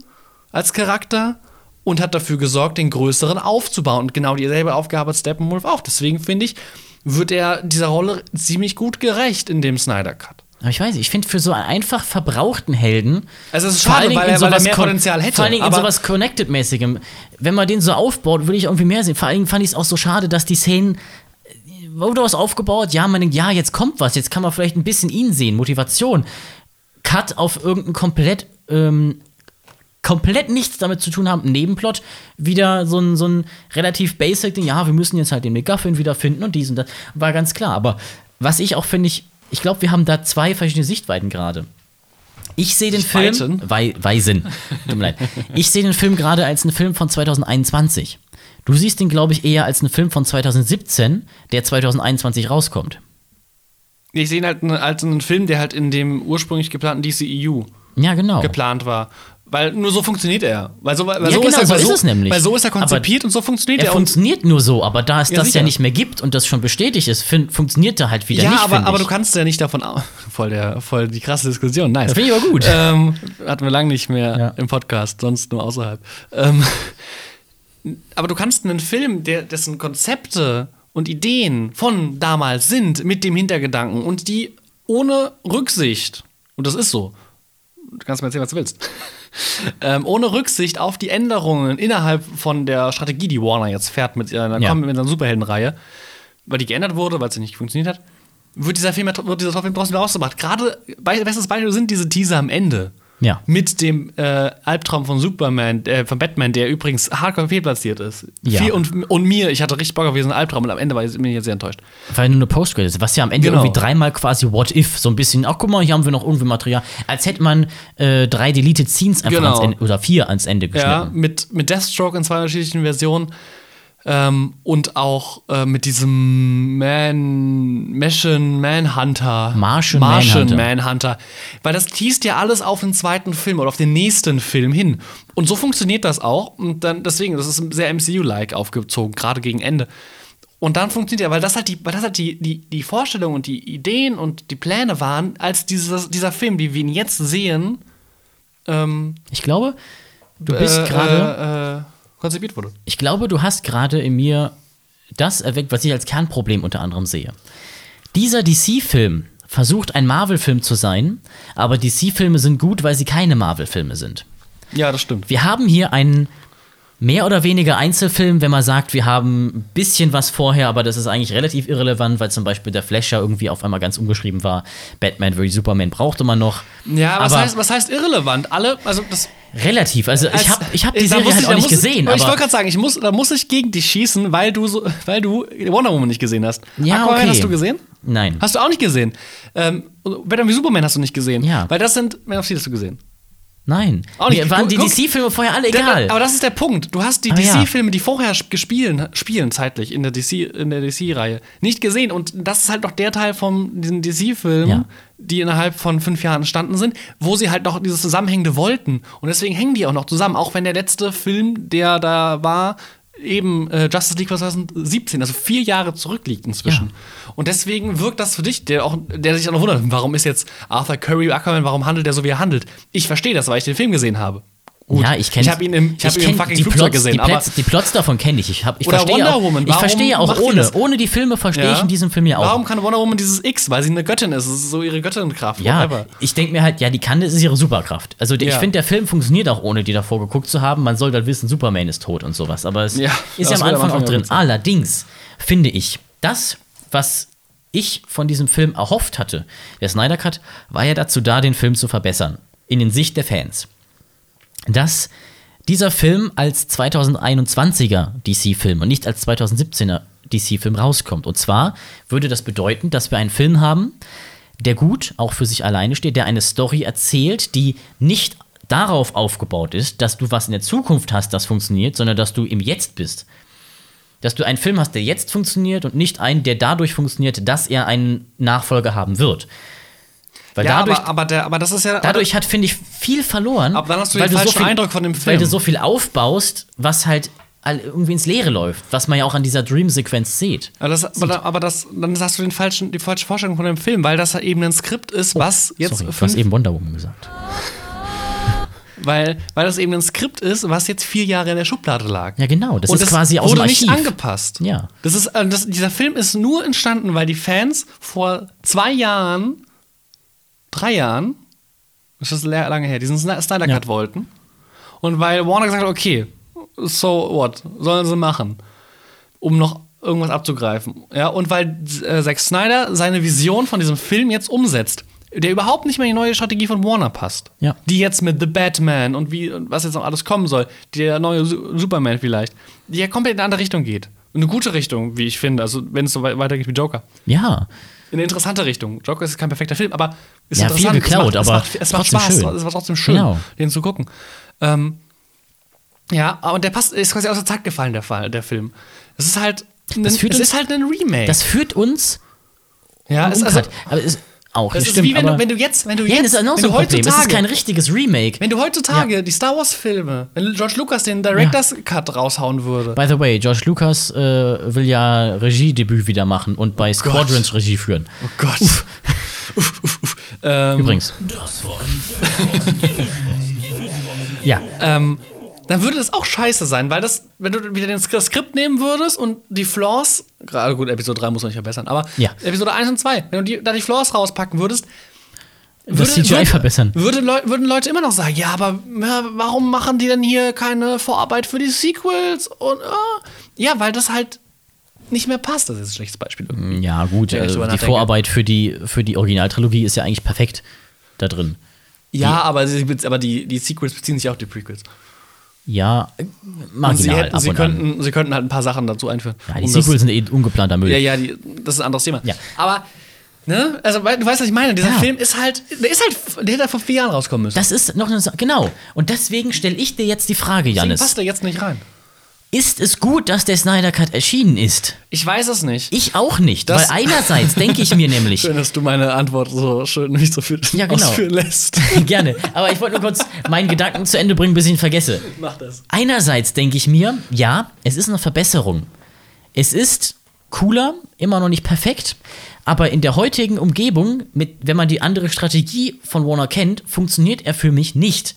Speaker 2: als Charakter und hat dafür gesorgt, den größeren aufzubauen. Und genau dieselbe Aufgabe hat Steppenwolf auch. Deswegen finde ich, wird er dieser Rolle ziemlich gut gerecht in dem Snyder Cut.
Speaker 1: aber ich weiß, nicht, ich finde für so einen einfach verbrauchten Helden
Speaker 2: Also es ist
Speaker 1: Vor allen
Speaker 2: schade,
Speaker 1: Dingen
Speaker 2: weil
Speaker 1: in
Speaker 2: er, weil er
Speaker 1: sowas
Speaker 2: mehr
Speaker 1: Kon-
Speaker 2: Potenzial hätte.
Speaker 1: Vor allen Dingen in
Speaker 2: aber-
Speaker 1: sowas Connected-mäßigem. Wenn man den so aufbaut, will ich irgendwie mehr sehen. Vor allen Dingen fand ich es auch so schade, dass die Szenen. äh, Wurde was aufgebaut? Ja, man denkt, ja, jetzt kommt was. Jetzt kann man vielleicht ein bisschen ihn sehen. Motivation. Cut auf irgendeinen komplett. Ähm, komplett nichts damit zu tun haben, einen Nebenplot, wieder so ein, so ein relativ basic Ding, ja, wir müssen jetzt halt den McGuffin wieder finden und dies und das, war ganz klar. Aber was ich auch finde, ich, ich glaube, wir haben da zwei verschiedene Sichtweiten gerade. Ich sehe den Film.
Speaker 2: Sichtweiten?
Speaker 1: Wei Weisen.
Speaker 2: [LAUGHS]
Speaker 1: Tut mir leid. Ich sehe den Film gerade als einen Film von 2021. Du siehst ihn, glaube ich, eher als einen Film von 2017, der 2021 rauskommt.
Speaker 2: Ich sehe ihn halt ne- als einen Film, der halt in dem ursprünglich geplanten DCEU
Speaker 1: Ja, genau.
Speaker 2: geplant war. Weil nur so funktioniert er. Weil so, weil
Speaker 1: Ja,
Speaker 2: so,
Speaker 1: genau,
Speaker 2: ist, er,
Speaker 1: so
Speaker 2: weil
Speaker 1: ist es nämlich.
Speaker 2: Weil so ist er konzipiert und so funktioniert er.
Speaker 1: Er
Speaker 2: und,
Speaker 1: funktioniert nur so, aber da es
Speaker 2: Ja,
Speaker 1: das
Speaker 2: sicher.
Speaker 1: ja nicht mehr gibt und das schon bestätigt ist, fin- funktioniert er halt wieder
Speaker 2: ja,
Speaker 1: nicht.
Speaker 2: aber,
Speaker 1: find
Speaker 2: aber
Speaker 1: ich.
Speaker 2: du kannst ja nicht davon aus. [LAUGHS] Voll, der, voll die krasse Diskussion. Nice.
Speaker 1: Das finde ich aber gut.
Speaker 2: Ähm, hatten wir lange nicht mehr
Speaker 1: Ja.
Speaker 2: im Podcast, sonst nur außerhalb. Ähm, [LAUGHS] aber du kannst einen Film, der, dessen Konzepte und Ideen von damals sind, mit dem Hintergedanken und die ohne Rücksicht, und das ist so, du kannst mir erzählen, was du willst, [LAUGHS] ähm, ohne Rücksicht auf die Änderungen innerhalb von der Strategie, die Warner jetzt fährt mit äh, seiner
Speaker 1: Ja.
Speaker 2: Com- mit seiner Superheldenreihe, weil die geändert wurde, weil sie nicht funktioniert hat, wird dieser Film, wird dieser Film trotzdem wieder rausgemacht. Gerade, be- bestes Beispiel sind diese Teaser am Ende.
Speaker 1: Ja.
Speaker 2: Mit dem äh, Albtraum von Superman, äh, von Batman, der übrigens hardcore fehlplatziert ist.
Speaker 1: Ja.
Speaker 2: Viel und, und mir, ich hatte richtig Bock auf diesen Albtraum und am Ende war ich, bin ich jetzt sehr enttäuscht.
Speaker 1: Weil nur eine Postgrid ist, was ja am Ende
Speaker 2: Genau.
Speaker 1: irgendwie dreimal quasi What If, so ein bisschen, ach guck mal, hier haben wir noch irgendwie Material. Als hätte man äh, drei Deleted Scenes einfach
Speaker 2: Genau.
Speaker 1: ans Ende, oder vier ans Ende
Speaker 2: Ja,
Speaker 1: geschnitten.
Speaker 2: mit, mit Deathstroke in zwei unterschiedlichen Versionen ähm, und auch äh, mit diesem Man, Mission Manhunter.
Speaker 1: Martian
Speaker 2: Martian
Speaker 1: Manhunter.
Speaker 2: Manhunter. Weil das teast ja alles auf den zweiten Film oder auf den nächsten Film hin. Und so funktioniert das auch. Und dann, deswegen, das ist sehr MCU-like aufgezogen, gerade gegen Ende. Und dann funktioniert er, weil das halt die, weil das halt die, die, die Vorstellung und die Ideen und die Pläne waren, als dieses, dieser Film, wie wir ihn jetzt sehen, ähm,
Speaker 1: Ich glaube, du bist gerade.
Speaker 2: äh, äh, konzipiert wurde.
Speaker 1: Ich glaube, du hast gerade in mir das erweckt, was ich als Kernproblem unter anderem sehe. Dieser DC-Film versucht ein Marvel-Film zu sein, aber DC-Filme sind gut, weil sie keine Marvel-Filme sind.
Speaker 2: Ja, das stimmt.
Speaker 1: Wir haben hier einen mehr oder weniger Einzelfilm, wenn man sagt, wir haben ein bisschen was vorher, aber das ist eigentlich relativ irrelevant, weil zum Beispiel der Flasher irgendwie auf einmal ganz umgeschrieben war. Batman vs. Superman brauchte man noch.
Speaker 2: Ja, was,
Speaker 1: aber
Speaker 2: heißt, was heißt irrelevant? Alle, also das.
Speaker 1: relativ. Also ich habe ich hab die
Speaker 2: da
Speaker 1: Serie
Speaker 2: muss
Speaker 1: halt
Speaker 2: ich-
Speaker 1: auch
Speaker 2: da
Speaker 1: nicht
Speaker 2: muss ich-
Speaker 1: gesehen.
Speaker 2: aber ich
Speaker 1: Aber
Speaker 2: wollte gerade sagen, ich muss, da muss ich gegen dich schießen, weil du so, [LAUGHS] weil du Wonder Woman nicht gesehen hast.
Speaker 1: Ja,
Speaker 2: Aquaman
Speaker 1: okay.
Speaker 2: hast du gesehen?
Speaker 1: nein.
Speaker 2: Hast du auch nicht gesehen. Ähm, und Batman wie Superman hast du nicht gesehen.
Speaker 1: Ja.
Speaker 2: Weil das sind, Man of Steel hast du gesehen.
Speaker 1: Nein.
Speaker 2: Auch nicht.
Speaker 1: Mir waren
Speaker 2: Guck-
Speaker 1: die
Speaker 2: guck.
Speaker 1: DC-Filme vorher alle
Speaker 2: Da-
Speaker 1: egal.
Speaker 2: da- Aber das ist der Punkt. Du hast die
Speaker 1: Ah, ja.
Speaker 2: DC-Filme, die vorher sp- gespielen, spielen zeitlich in der DC, in der DC-Reihe, nicht gesehen. Und das ist halt noch der Teil von diesen DC-Filmen,
Speaker 1: Ja.
Speaker 2: die innerhalb von fünf Jahren entstanden sind, wo sie halt noch dieses Zusammenhängende wollten. Und deswegen hängen die auch noch zusammen, auch wenn der letzte Film, der da war, eben äh, Justice League 2017, also vier Jahre zurückliegt inzwischen. Und deswegen wirkt das für dich, der, auch, der sich auch noch wundert, warum ist jetzt Arthur Curry Ackerman, warum handelt er so, wie er handelt? Ich verstehe das, weil ich den Film gesehen habe. Gut.
Speaker 1: Ja, ich kenne
Speaker 2: Ich habe ihn im, ich hab ihn im fucking
Speaker 1: die
Speaker 2: Flugzeug
Speaker 1: Plots,
Speaker 2: gesehen,
Speaker 1: die
Speaker 2: aber
Speaker 1: Plots, die Plots davon kenne ich. Ich, hab, ich
Speaker 2: Oder
Speaker 1: verstehe
Speaker 2: Wonder
Speaker 1: auch,
Speaker 2: Woman,
Speaker 1: ich
Speaker 2: warum
Speaker 1: verstehe auch
Speaker 2: macht die
Speaker 1: ohne,
Speaker 2: das?
Speaker 1: ohne die Filme verstehe ich
Speaker 2: Ja.
Speaker 1: in diesem Film ja auch.
Speaker 2: Warum kann Wonder Woman dieses X? Weil sie eine Göttin ist. Es ist so ihre Göttinnenkraft.
Speaker 1: ja,
Speaker 2: whatever.
Speaker 1: ich denke mir halt, ja, die kann, das ist ihre Superkraft. Also ich
Speaker 2: Ja.
Speaker 1: finde, der Film funktioniert auch ohne die davor geguckt zu haben. Man soll dann wissen, Superman ist tot und sowas. Aber es
Speaker 2: Ja,
Speaker 1: ist ja
Speaker 2: das
Speaker 1: am
Speaker 2: wird am
Speaker 1: Anfang
Speaker 2: Anfang
Speaker 1: auch drin.
Speaker 2: erwähnt sein.
Speaker 1: Allerdings finde ich, das, was ich von diesem Film erhofft hatte, der Snyder Cut, war ja dazu da, den Film zu verbessern. In den Sicht der Fans. dass dieser Film als 2021er DC-Film und nicht als 2017er DC-Film rauskommt. Und zwar würde das bedeuten, dass wir einen Film haben, der gut auch für sich alleine steht, der eine Story erzählt, die nicht darauf aufgebaut ist, dass du was in der Zukunft hast, das funktioniert, sondern dass du im Jetzt bist. Dass du einen Film hast, der jetzt funktioniert und nicht einen, der dadurch funktioniert, dass er einen Nachfolger haben wird. Weil
Speaker 2: ja
Speaker 1: dadurch,
Speaker 2: aber, aber, der, aber das ist ja.
Speaker 1: dadurch hat, finde ich, viel verloren.
Speaker 2: Aber dann hast du den falschen Eindruck von dem Film.
Speaker 1: Weil du so viel aufbaust, was halt all- irgendwie ins Leere läuft, was man ja auch an dieser Dream-Sequenz sieht.
Speaker 2: Aber, das, aber, da- aber das, dann hast du den falschen, die falsche Vorstellung von dem Film, weil das halt eben ein Skript ist, was jetzt
Speaker 1: Oh, Sorry, du
Speaker 2: fünf,
Speaker 1: hast eben Wonder Woman gesagt.
Speaker 2: weil, weil das eben ein Skript ist, was jetzt vier Jahre in der Schublade lag.
Speaker 1: Ja, genau, das
Speaker 2: Und
Speaker 1: ist quasi aus
Speaker 2: wurde
Speaker 1: dem
Speaker 2: nicht
Speaker 1: Archiv.
Speaker 2: angepasst.
Speaker 1: Ja.
Speaker 2: Das ist, äh, das, dieser Film ist nur entstanden, weil die Fans vor zwei Jahren, drei Jahren, das ist le- lange her, diesen Sny- Snyder Cut wollten. Und weil Warner gesagt hat, okay, so what, sollen sie machen, um noch irgendwas abzugreifen. Ja, und weil äh, Zack Snyder seine Vision von diesem Film jetzt umsetzt, der überhaupt nicht mehr in die neue Strategie von Warner passt.
Speaker 1: Ja.
Speaker 2: Die jetzt mit The Batman und wie und was jetzt noch alles kommen soll, der neue Su Superman vielleicht, die ja komplett in eine andere Richtung geht. Eine gute Richtung, wie ich finde, also wenn es so wei- weitergeht wie Joker.
Speaker 1: Ja,
Speaker 2: In eine interessante Richtung. Joker ist kein perfekter Film, aber ist
Speaker 1: Ja,
Speaker 2: interessant.
Speaker 1: viel geklaut,
Speaker 2: es
Speaker 1: aber
Speaker 2: macht, es macht, es
Speaker 1: trotzdem
Speaker 2: macht Spaß,
Speaker 1: schön.
Speaker 2: es war trotzdem schön,
Speaker 1: Genau.
Speaker 2: den zu gucken. Ähm, ja, aber der passt, ist quasi aus der Zeit gefallen, der, Fall, der Film. Es ist halt, ein,
Speaker 1: Das führt
Speaker 2: es
Speaker 1: uns-
Speaker 2: ist halt ein Remake.
Speaker 1: das führt uns
Speaker 2: Ja,
Speaker 1: es
Speaker 2: ist also,
Speaker 1: aber es ist auch.
Speaker 2: das
Speaker 1: ja,
Speaker 2: ist
Speaker 1: stimmt,
Speaker 2: wie wenn du,
Speaker 1: aber-
Speaker 2: wenn du jetzt, wenn du
Speaker 1: ja,
Speaker 2: jetzt,
Speaker 1: das ist auch noch
Speaker 2: wenn
Speaker 1: so
Speaker 2: du
Speaker 1: ein Problem. Es ist
Speaker 2: heutzutage
Speaker 1: kein richtiges Remake.
Speaker 2: Wenn du heutzutage die Star Wars-Filme, wenn George Lucas den Directors Cut raushauen würde.
Speaker 1: By the way, George Lucas äh, will ja Regiedebüt wieder machen und bei Squadrons Regie führen.
Speaker 2: Oh Gott. Uff, uff, uff. Ähm,
Speaker 1: Übrigens. ja,
Speaker 2: ähm, dann würde das auch scheiße sein, weil das, wenn du wieder den Sk- Skript nehmen würdest und die Flaws, gerade gut, Episode 3 muss man nicht verbessern, aber
Speaker 1: Ja.
Speaker 2: Episode 1 und 2, wenn du die, da die Flaws rauspacken würdest,
Speaker 1: das CGI verbessern.
Speaker 2: Würde Leu würden Leute immer noch sagen, ja, aber ja, warum machen die denn hier keine Vorarbeit für die Sequels? Und äh, ja, weil das halt nicht mehr passt. Das ist ein schlechtes Beispiel. irgendwie.
Speaker 1: Ja, gut,
Speaker 2: Wenn ich
Speaker 1: also
Speaker 2: drüber
Speaker 1: die
Speaker 2: nachdenke.
Speaker 1: Vorarbeit für die, für die Originaltrilogie ist ja eigentlich perfekt da drin.
Speaker 2: Ja, aber, sie, aber die, die Sequels beziehen sich auch auf die Prequels.
Speaker 1: Ja, äh,
Speaker 2: Und sie,
Speaker 1: marginal
Speaker 2: hätten,
Speaker 1: ab
Speaker 2: sie,
Speaker 1: und an.
Speaker 2: könnten, sie könnten halt ein paar Sachen dazu einführen.
Speaker 1: Ja, die
Speaker 2: um
Speaker 1: Sequels
Speaker 2: das,
Speaker 1: sind eh ungeplanter Müll.
Speaker 2: ja, ja, die, das ist ein anderes Thema.
Speaker 1: Ja.
Speaker 2: Aber, ne, also weil- du weißt, was ich meine. Dieser
Speaker 1: Ja.
Speaker 2: Film ist halt, der ist halt, der hätte vor vier Jahren rauskommen müssen.
Speaker 1: Das ist noch eine Sa genau. Und deswegen stelle ich dir jetzt die Frage,
Speaker 2: Deswegen
Speaker 1: Janis.
Speaker 2: passt er jetzt nicht rein.
Speaker 1: Ist es gut, dass der Snyder Cut erschienen ist?
Speaker 2: Ich weiß es nicht.
Speaker 1: Ich auch nicht,
Speaker 2: Das-
Speaker 1: weil einerseits denke ich mir nämlich, [LAUGHS]
Speaker 2: [LAUGHS] Schön, dass du meine Antwort so schön nicht so viel
Speaker 1: Ja, genau. [LAUGHS]
Speaker 2: ausführen lässt.
Speaker 1: gerne, aber ich wollte nur kurz meinen Gedanken zu Ende bringen, bis ich ihn vergesse.
Speaker 2: Mach das.
Speaker 1: Einerseits denke ich mir, ja, es ist eine Verbesserung. Es ist cooler, immer noch nicht perfekt, aber in der heutigen Umgebung, mit, wenn man die andere Strategie von Warner kennt, funktioniert er für mich nicht.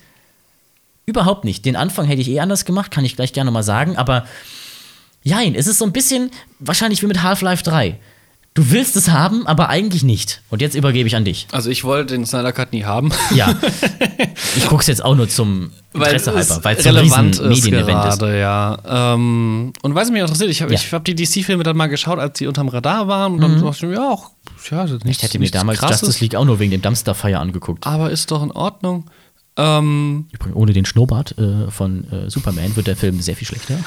Speaker 1: Überhaupt nicht. Den Anfang hätte ich eh anders gemacht, kann ich gleich gerne mal sagen, aber jein, es ist so ein bisschen wahrscheinlich wie mit Half-Life 3. Du willst es haben, aber eigentlich nicht. Und jetzt übergebe ich an dich.
Speaker 2: Also ich wollte den Snyder Cut
Speaker 1: [LAUGHS]
Speaker 2: nie haben.
Speaker 1: Ja. ich guck's jetzt auch nur zum Interesse halber, weil es so ein
Speaker 2: relevant
Speaker 1: riesen
Speaker 2: ist
Speaker 1: Medienevent ist.
Speaker 2: gerade, ja. Ähm, und weiß mich interessiert, ich habe ich hab die DC-Filme dann mal geschaut, als die unterm Radar waren und dann dachte ich mir, ja, auch, ja, das ist
Speaker 1: Ich
Speaker 2: nichts,
Speaker 1: Mhm. hätte mir
Speaker 2: nichts
Speaker 1: damals
Speaker 2: Krasses,
Speaker 1: Justice League auch nur wegen dem Dumpster Fire angeguckt.
Speaker 2: aber ist doch in Ordnung. Ähm,
Speaker 1: Übrigens, ohne den Schnurrbart äh, von äh, Superman wird der Film sehr viel schlechter.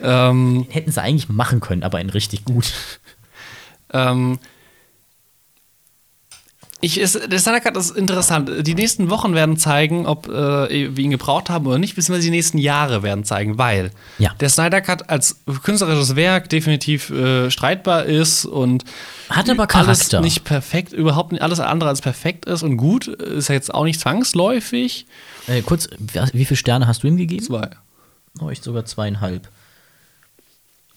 Speaker 2: ähm,
Speaker 1: Hätten sie eigentlich machen können, aber in richtig gut.
Speaker 2: Ähm, ich, ist, der Snyder Cut ist interessant. Die nächsten Wochen werden zeigen, ob äh, wir ihn gebraucht haben oder nicht, beziehungsweise die nächsten Jahre werden zeigen, weil
Speaker 1: Ja.
Speaker 2: der Snyder Cut als künstlerisches Werk definitiv äh, streitbar ist und
Speaker 1: Hat aber
Speaker 2: alles
Speaker 1: Charakter.
Speaker 2: nicht perfekt, überhaupt nicht, alles andere als perfekt ist und gut, ist ja jetzt auch nicht zwangsläufig.
Speaker 1: Äh, kurz, wer- wie viele Sterne hast du ihm gegeben?
Speaker 2: Zwei.
Speaker 1: Oh, ich sogar zweieinhalb.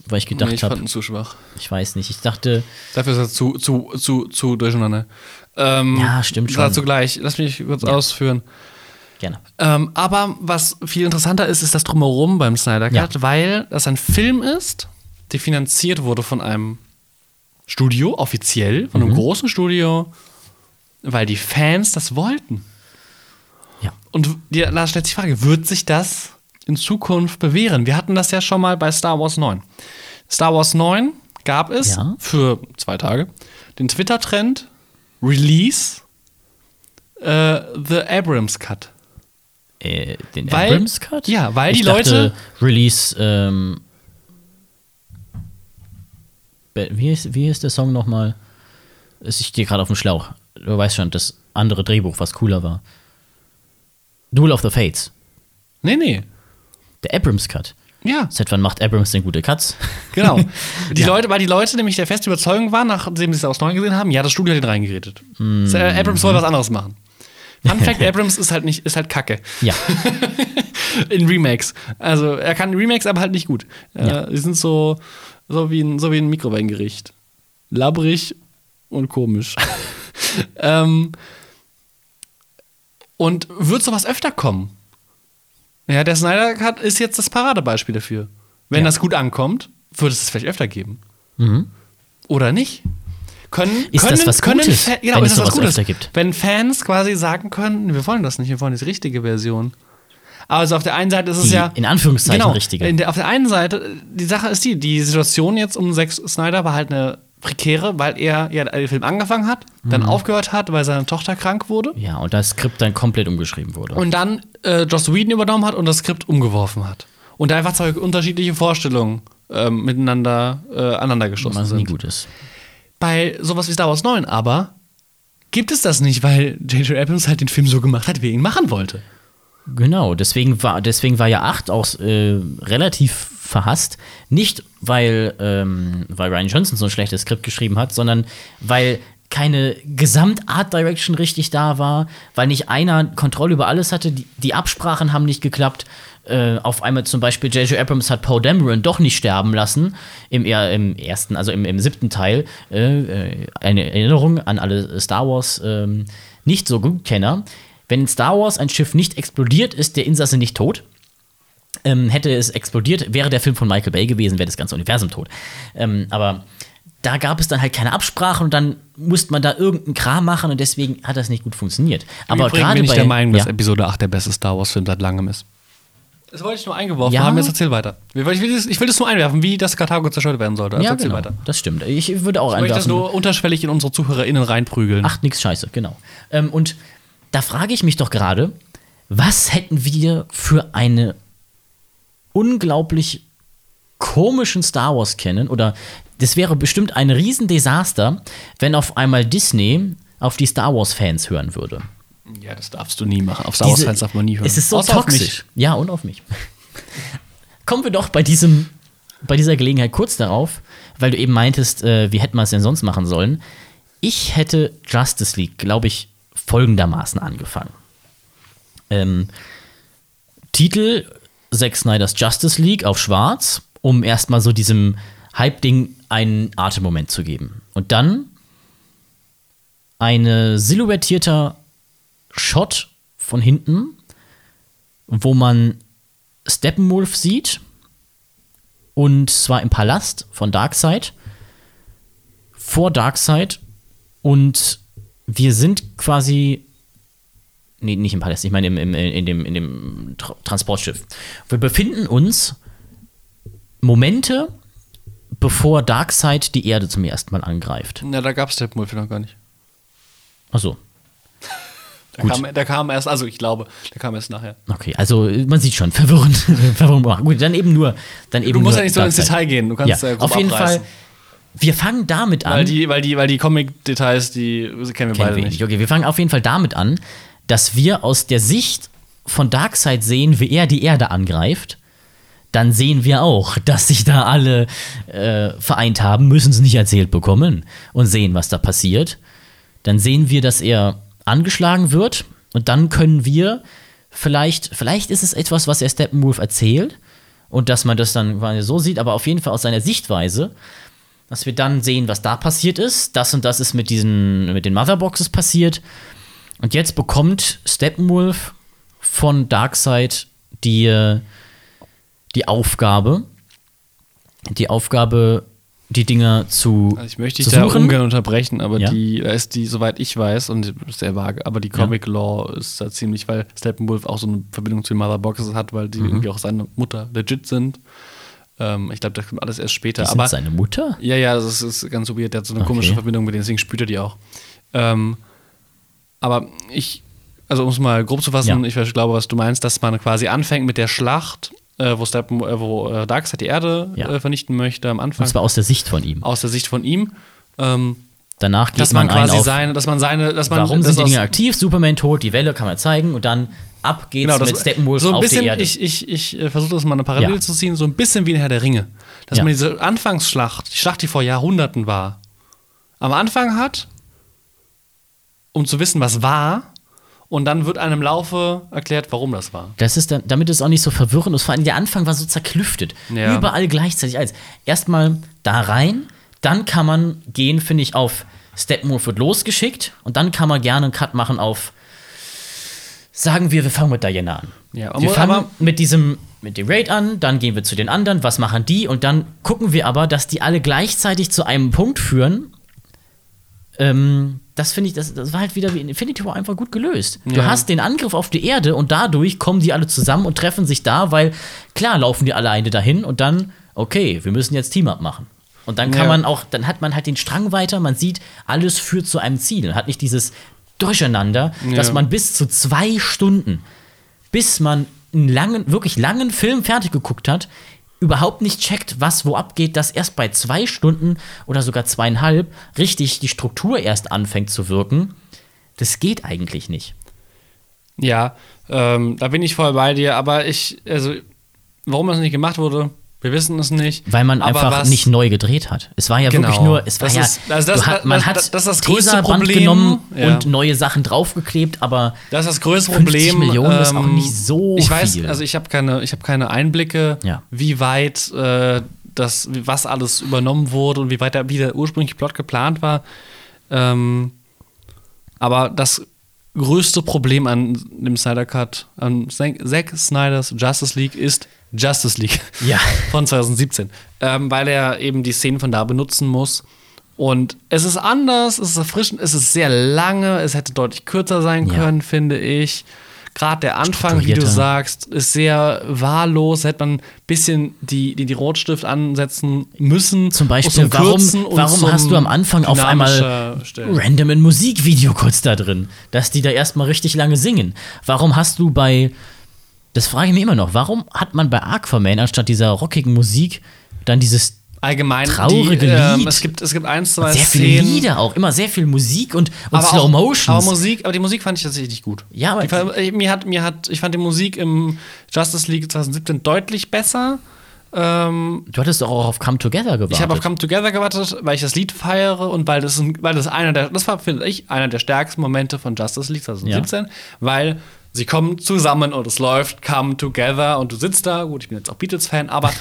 Speaker 1: Weil ich
Speaker 2: Nee,
Speaker 1: gedacht
Speaker 2: ich
Speaker 1: habe,
Speaker 2: fand ihn zu schwach.
Speaker 1: ich weiß nicht, ich dachte,
Speaker 2: Dafür ist er zu, zu, zu, zu durcheinander. Ähm,
Speaker 1: Ja, stimmt schon.
Speaker 2: Dazu gleich. Lass mich kurz ausführen.
Speaker 1: gerne.
Speaker 2: Ähm, aber was viel interessanter ist, ist das Drumherum beim Snyder Cut, weil das ein Film ist, der finanziert wurde von einem Studio, offiziell, von einem großen Studio, weil die Fans das wollten.
Speaker 1: Ja.
Speaker 2: Und die, da stellt sich die Frage, wird sich das in Zukunft bewähren? Wir hatten das ja schon mal bei Star Wars 9. Star Wars 9 gab es
Speaker 1: Ja.
Speaker 2: für zwei Tage den Twitter-Trend Release äh, The Abrams Cut.
Speaker 1: Äh, den
Speaker 2: Weil-
Speaker 1: Abrams Cut?
Speaker 2: ja, weil
Speaker 1: ich
Speaker 2: die
Speaker 1: dachte,
Speaker 2: Leute-
Speaker 1: Release, ähm. Be- Wie ist, wie ist der Song nochmal? Es- Ich stehe gerade auf dem Schlauch. Du weißt schon, das andere Drehbuch, was cooler war. Duel of the Fates.
Speaker 2: Nee, nee.
Speaker 1: Der Abrams Cut.
Speaker 2: Ja,
Speaker 1: Seit wann macht Abrams denn gute
Speaker 2: [LAUGHS]
Speaker 1: Cuts?
Speaker 2: genau. Die Leute, weil die Leute nämlich der festen Überzeugung waren, nachdem sie es aus Neuen gesehen haben, ja, das Studio hat ihn reingeredet. Äh, Abrams soll was anderes machen. Fun Fact, Abrams ist halt nicht, ist halt Kacke.
Speaker 1: Ja.
Speaker 2: [LAUGHS] In Remakes. Also er kann Remakes, aber halt nicht gut. Äh,
Speaker 1: Ja.
Speaker 2: Die sind so, so, wie ein, so wie ein Mikrowellengericht. Labbrig
Speaker 1: [LAUGHS]
Speaker 2: und komisch. ähm, und wird sowas öfter kommen? Ja, der Snyder Cut ist jetzt das Paradebeispiel dafür. Wenn das gut ankommt, wird es es vielleicht öfter geben. Oder nicht? Können,
Speaker 1: Mhm. Ist
Speaker 2: können,
Speaker 1: das was
Speaker 2: können
Speaker 1: Gutes,
Speaker 2: Fa- genau,
Speaker 1: wenn
Speaker 2: ist
Speaker 1: es
Speaker 2: das was
Speaker 1: sowas
Speaker 2: Gutes?
Speaker 1: öfter gibt?
Speaker 2: Wenn Fans quasi sagen können, wir wollen das nicht, wir wollen die richtige Version. Also auf der einen Seite ist es
Speaker 1: Die,
Speaker 2: ja.
Speaker 1: in Anführungszeichen,
Speaker 2: genau,
Speaker 1: richtige.
Speaker 2: In der, auf der einen Seite, die Sache ist die, die Situation jetzt um Zack Snyder war halt eine prekäre, weil er ja den Film angefangen hat,
Speaker 1: Mhm.
Speaker 2: dann aufgehört hat, weil seine Tochter krank wurde
Speaker 1: ja, und das Skript dann komplett umgeschrieben wurde.
Speaker 2: und dann äh, Joss Whedon übernommen hat und das Skript umgeworfen hat. Und da einfach zwei unterschiedliche Vorstellungen ähm, miteinander äh, aneinandergestoßen
Speaker 1: was nie
Speaker 2: sind
Speaker 1: gut ist.
Speaker 2: bei sowas wie Star Wars 9, aber gibt es das nicht, weil J.J. Abrams halt den Film so gemacht hat, wie er ihn machen wollte.
Speaker 1: Genau, deswegen war, deswegen war ja 8 auch äh, relativ verhasst. Nicht, weil, ähm, weil Ryan Johnson so ein schlechtes Skript geschrieben hat, sondern weil keine Gesamt-Art-Direction richtig da war, weil nicht einer Kontrolle über alles hatte. Die, die Absprachen haben nicht geklappt. Äh, auf einmal zum Beispiel J.J. Abrams hat Poe Dameron doch nicht sterben lassen. Im, eher im ersten, also im, im siebten Teil. Äh, äh, eine Erinnerung an alle Star Wars ähm, nicht so gut Kenner. Wenn in Star Wars ein Schiff nicht explodiert, ist der Insasse nicht tot. Ähm, hätte es explodiert, wäre der Film von Michael Bay gewesen, wäre das ganze Universum tot. Ähm, aber da gab es dann halt keine Absprache und dann musste man da irgendeinen Kram machen und deswegen hat das nicht gut funktioniert. Aber
Speaker 2: Übrigens
Speaker 1: gerade
Speaker 2: bin ich
Speaker 1: bei
Speaker 2: der Meinung, dass
Speaker 1: ja.
Speaker 2: Episode 8 der beste Star Wars-Film seit langem ist. Das wollte ich nur eingeworfen
Speaker 1: Ja.
Speaker 2: haben, jetzt erzähl weiter. Ich will, ich, will das, ich will das nur einwerfen, wie das Karthago zerstört werden sollte. Also
Speaker 1: ja,
Speaker 2: erzähl
Speaker 1: genau.
Speaker 2: weiter.
Speaker 1: Das stimmt. Ich würde auch
Speaker 2: Ich möchte das
Speaker 1: einwerfen.
Speaker 2: nur unterschwellig in unsere ZuhörerInnen reinprügeln.
Speaker 1: Ach, nix Scheiße, genau. Ähm, und da frage ich mich doch gerade, was hätten wir für eine unglaublich komischen Star Wars kennen oder das wäre bestimmt ein Riesendesaster, wenn auf einmal Disney auf die Star Wars Fans hören würde.
Speaker 2: ja, das darfst du nie machen. Auf Star Wars-Fans darf man nie hören.
Speaker 1: Es ist so
Speaker 2: Außer auf mich.
Speaker 1: toxisch. Ja, und auf mich. Kommen wir doch bei diesem, bei dieser Gelegenheit kurz darauf, weil du eben meintest, äh, wie hätten wir es denn sonst machen sollen. Ich hätte Justice League, glaube ich, folgendermaßen angefangen. Ähm, Titel Zack Snyder's Justice League auf schwarz, um erstmal so diesem Hype-Ding einen Atemmoment zu geben. Und dann eine silhouettierter Shot von hinten, wo man Steppenwolf sieht. Und zwar im Palast von Darkseid. Vor Darkseid. Und wir sind quasi. Nee, nicht im Palast, ich meine im, im, in dem, in dem Tra Transportschiff. Wir befinden uns Momente, bevor Darkseid die Erde zum ersten Mal angreift. Also,
Speaker 2: Na, da gab es Steppenwolf noch gar nicht.
Speaker 1: Achso.
Speaker 2: Da kam, da kam erst, also ich glaube, da kam erst nachher.
Speaker 1: Okay, also man sieht schon, [LAUGHS] verwirrend. verwirrend. gemacht. Gut, dann eben nur. Dann eben
Speaker 2: Du musst
Speaker 1: nur
Speaker 2: ja nicht so ins
Speaker 1: Darkseid.
Speaker 2: Detail gehen, du kannst ja,
Speaker 1: ja,
Speaker 2: grob
Speaker 1: auf jeden
Speaker 2: abreißen.
Speaker 1: Fall. Wir fangen damit an.
Speaker 2: Weil die, weil die, weil die Comic-Details, die kennen wir
Speaker 1: Kennen
Speaker 2: beide
Speaker 1: wir
Speaker 2: nicht.
Speaker 1: nicht. Okay, wir fangen auf jeden Fall damit an, dass wir aus der Sicht von Darkseid sehen, wie er die Erde angreift. Dann sehen wir auch, [LAUGHS] dass sich da alle äh, vereint haben, müssen es nicht erzählt bekommen und sehen, was da passiert. Dann sehen wir, dass er angeschlagen wird und dann können wir vielleicht, vielleicht ist es etwas, was er Steppenwolf erzählt und dass man das dann quasi so sieht, aber auf jeden Fall aus seiner Sichtweise dass wir dann sehen, was da passiert ist. Das und das ist mit diesen, mit den Motherboxes passiert. Und jetzt bekommt Steppenwolf von Darkseid die, äh, die Aufgabe, die Aufgabe, die Dinger zu
Speaker 2: Also ich möchte
Speaker 1: zu
Speaker 2: dich da
Speaker 1: suchen.
Speaker 2: ungern unterbrechen, aber
Speaker 1: Ja.
Speaker 2: die da ist die, soweit ich weiß, und sehr vage, aber die Comic Law ist da ziemlich, weil Steppenwolf auch so eine Verbindung zu den Mother Boxes hat, weil die
Speaker 1: Mhm.
Speaker 2: irgendwie auch seine Mutter legit sind. Ähm, ich glaube, das kommt alles erst später.
Speaker 1: Das
Speaker 2: aber
Speaker 1: ist seine Mutter?
Speaker 2: ja, ja, das ist ganz weird. Der hat so eine komische Verbindung mit denen, deswegen spürt er die auch. Ähm, aber ich, also um es mal grob zu fassen,
Speaker 1: Ja.
Speaker 2: ich weiß- glaube, was du meinst, dass man quasi anfängt mit der Schlacht, äh, wo, Steppen, äh, wo äh, Darkseid die Erde
Speaker 1: Ja.
Speaker 2: äh, vernichten möchte am Anfang,
Speaker 1: Und zwar aus der Sicht von ihm.
Speaker 2: aus der Sicht von ihm. Ähm,
Speaker 1: Danach geht
Speaker 2: dass man,
Speaker 1: ein
Speaker 2: quasi
Speaker 1: auf,
Speaker 2: seine, dass man seine, dass man
Speaker 1: warum
Speaker 2: das
Speaker 1: sind die Dinger
Speaker 2: aus-
Speaker 1: aktiv, Superman tot, die Welle kann man zeigen und dann ab geht's
Speaker 2: genau,
Speaker 1: mit
Speaker 2: das,
Speaker 1: Steppenwolf
Speaker 2: so ein
Speaker 1: auf die
Speaker 2: bisschen,
Speaker 1: Erde.
Speaker 2: ich, ich, ich äh, versuche das mal eine Parallele
Speaker 1: Ja.
Speaker 2: zu ziehen, so ein bisschen wie in Herr der Ringe. Dass
Speaker 1: Ja.
Speaker 2: man diese Anfangsschlacht, die Schlacht, die vor Jahrhunderten war, am Anfang hat, um zu wissen, was war, und dann wird einem im Laufe erklärt, warum das war.
Speaker 1: Das ist dann, damit es auch nicht so verwirrend ist. Vor allem der Anfang war so zerklüftet.
Speaker 2: Ja.
Speaker 1: Überall gleichzeitig alles. Erstmal da rein, dann kann man gehen, finde ich, auf Steppenwolf wird losgeschickt und dann kann man gerne einen Cut machen auf, sagen wir, wir fangen mit Diana an.
Speaker 2: Ja,
Speaker 1: wir
Speaker 2: aber-
Speaker 1: fangen
Speaker 2: aber-
Speaker 1: mit diesem, mit dem Raid an, dann gehen wir zu den anderen, was machen die und dann gucken wir aber, dass die alle gleichzeitig zu einem Punkt führen ähm, das finde ich, das, das war halt wieder wie in Infinity War einfach gut gelöst. Du hast den Angriff auf die Erde und dadurch kommen die alle zusammen und treffen sich da, weil klar laufen die alle eine dahin und dann, okay, wir müssen jetzt Team-Up machen. Und dann kann
Speaker 2: Ja.
Speaker 1: man auch, dann hat man halt den Strang weiter, man sieht, alles führt zu einem Ziel und hat nicht dieses Durcheinander, dass man bis zu zwei Stunden, bis man einen langen, wirklich langen Film fertig geguckt hat, überhaupt nicht checkt, was wo abgeht, dass erst bei zwei Stunden oder sogar zweieinhalb richtig die Struktur erst anfängt zu wirken. Das geht eigentlich nicht.
Speaker 2: Ja, ähm, da bin ich voll bei dir, aber ich, also, warum das nicht gemacht wurde, Wir wissen es nicht.
Speaker 1: Weil man
Speaker 2: Aber
Speaker 1: einfach
Speaker 2: was-
Speaker 1: nicht neu gedreht hat. Es war ja
Speaker 2: Genau.
Speaker 1: wirklich nur, es war
Speaker 2: Das
Speaker 1: ja,
Speaker 2: ist- also das-
Speaker 1: du hat, man
Speaker 2: das-
Speaker 1: hat
Speaker 2: das- das ist das größte
Speaker 1: Tesaband
Speaker 2: Problem.
Speaker 1: genommen
Speaker 2: Ja.
Speaker 1: und neue Sachen draufgeklebt, aber
Speaker 2: Das ist das größte
Speaker 1: 50
Speaker 2: Problem. ähm,
Speaker 1: Millionen ist auch nicht so
Speaker 2: Ich weiß,
Speaker 1: viel.
Speaker 2: also ich habe keine, ich habe keine Einblicke,
Speaker 1: Ja.
Speaker 2: wie weit äh, das, was alles übernommen wurde und wie weit der, wie der ursprüngliche Plot geplant war. Ähm, aber das größte Problem an dem Snyder Cut, an Zack Zack Snyders Justice League ist Justice League
Speaker 1: [LAUGHS] Ja.
Speaker 2: von 2017, ähm, weil er eben die Szenen von da benutzen muss. Und es ist anders, es ist erfrischend, es ist sehr lange, es hätte deutlich kürzer sein
Speaker 1: Ja.
Speaker 2: können, finde ich. Gerade der Anfang, wie du
Speaker 1: Strukturierter.
Speaker 2: sagst, ist sehr wahllos. Hätte man ein bisschen die, die, die Rotstift ansetzen müssen.
Speaker 1: Zum Beispiel,
Speaker 2: Und zum
Speaker 1: warum,
Speaker 2: Kürzen und
Speaker 1: warum
Speaker 2: zum
Speaker 1: hast du am Anfang auf einmal
Speaker 2: dynamischer Stellen.
Speaker 1: random ein Musikvideo kurz da drin, dass die da erstmal richtig lange singen? Warum hast du bei, das frage ich mich immer noch, warum hat man bei Aquaman anstatt dieser rockigen Musik dann dieses
Speaker 2: allgemein
Speaker 1: traurige
Speaker 2: die, ähm,
Speaker 1: Lied?
Speaker 2: es gibt es gibt ein, zwei
Speaker 1: sehr viele
Speaker 2: Szenen,
Speaker 1: Lieder auch, immer sehr viel Musik und, und
Speaker 2: aber
Speaker 1: Slow
Speaker 2: auch, Aber
Speaker 1: Motions?
Speaker 2: Musik, aber die Musik fand ich tatsächlich nicht gut.
Speaker 1: Ja, aber-
Speaker 2: die, fand- äh, mir hat mir hat ich fand die Musik im Justice League 2017 deutlich besser. Ähm,
Speaker 1: du hattest doch auch auf Come Together gewartet.
Speaker 2: ich habe auf Come Together gewartet, weil ich das Lied feiere und weil das, ein, weil das einer der, das war, finde ich, einer der stärksten Momente von Justice League 2017, weil sie kommen zusammen und es läuft Come Together und du sitzt da. Gut, ich bin jetzt auch
Speaker 1: [LAUGHS]
Speaker 2: Beatles-Fan, aber.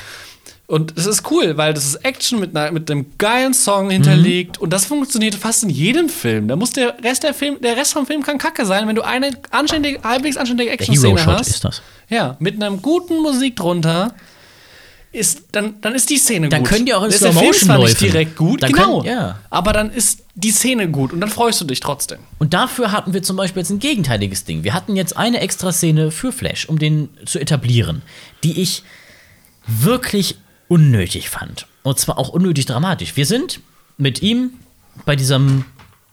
Speaker 2: Und es ist cool, weil das ist Action mit, einer, mit einem geilen Song hinterlegt.
Speaker 1: Mhm.
Speaker 2: Und das funktioniert fast in jedem Film. Da muss der Rest der Film, der Rest vom Film kann kacke sein, wenn du eine anständige, halbwegs anständige Action-Szene
Speaker 1: Hero-Shot
Speaker 2: hast.
Speaker 1: ist das.
Speaker 2: Ja, mit einer guten Musik drunter ist, dann, dann ist die Szene
Speaker 1: Dann
Speaker 2: gut.
Speaker 1: können die auch in
Speaker 2: Dann ist der
Speaker 1: Slow
Speaker 2: Film
Speaker 1: Motion
Speaker 2: zwar nicht
Speaker 1: laufen.
Speaker 2: direkt gut,
Speaker 1: Dann
Speaker 2: genau.
Speaker 1: können- ja.
Speaker 2: Aber dann ist die Szene gut und dann freust du dich trotzdem.
Speaker 1: Und dafür hatten wir zum Beispiel jetzt ein gegenteiliges Ding. Wir hatten jetzt eine extra Szene für Flash, um den zu etablieren, die ich wirklich unnötig fand. Und zwar auch unnötig dramatisch. Wir sind mit ihm bei diesem,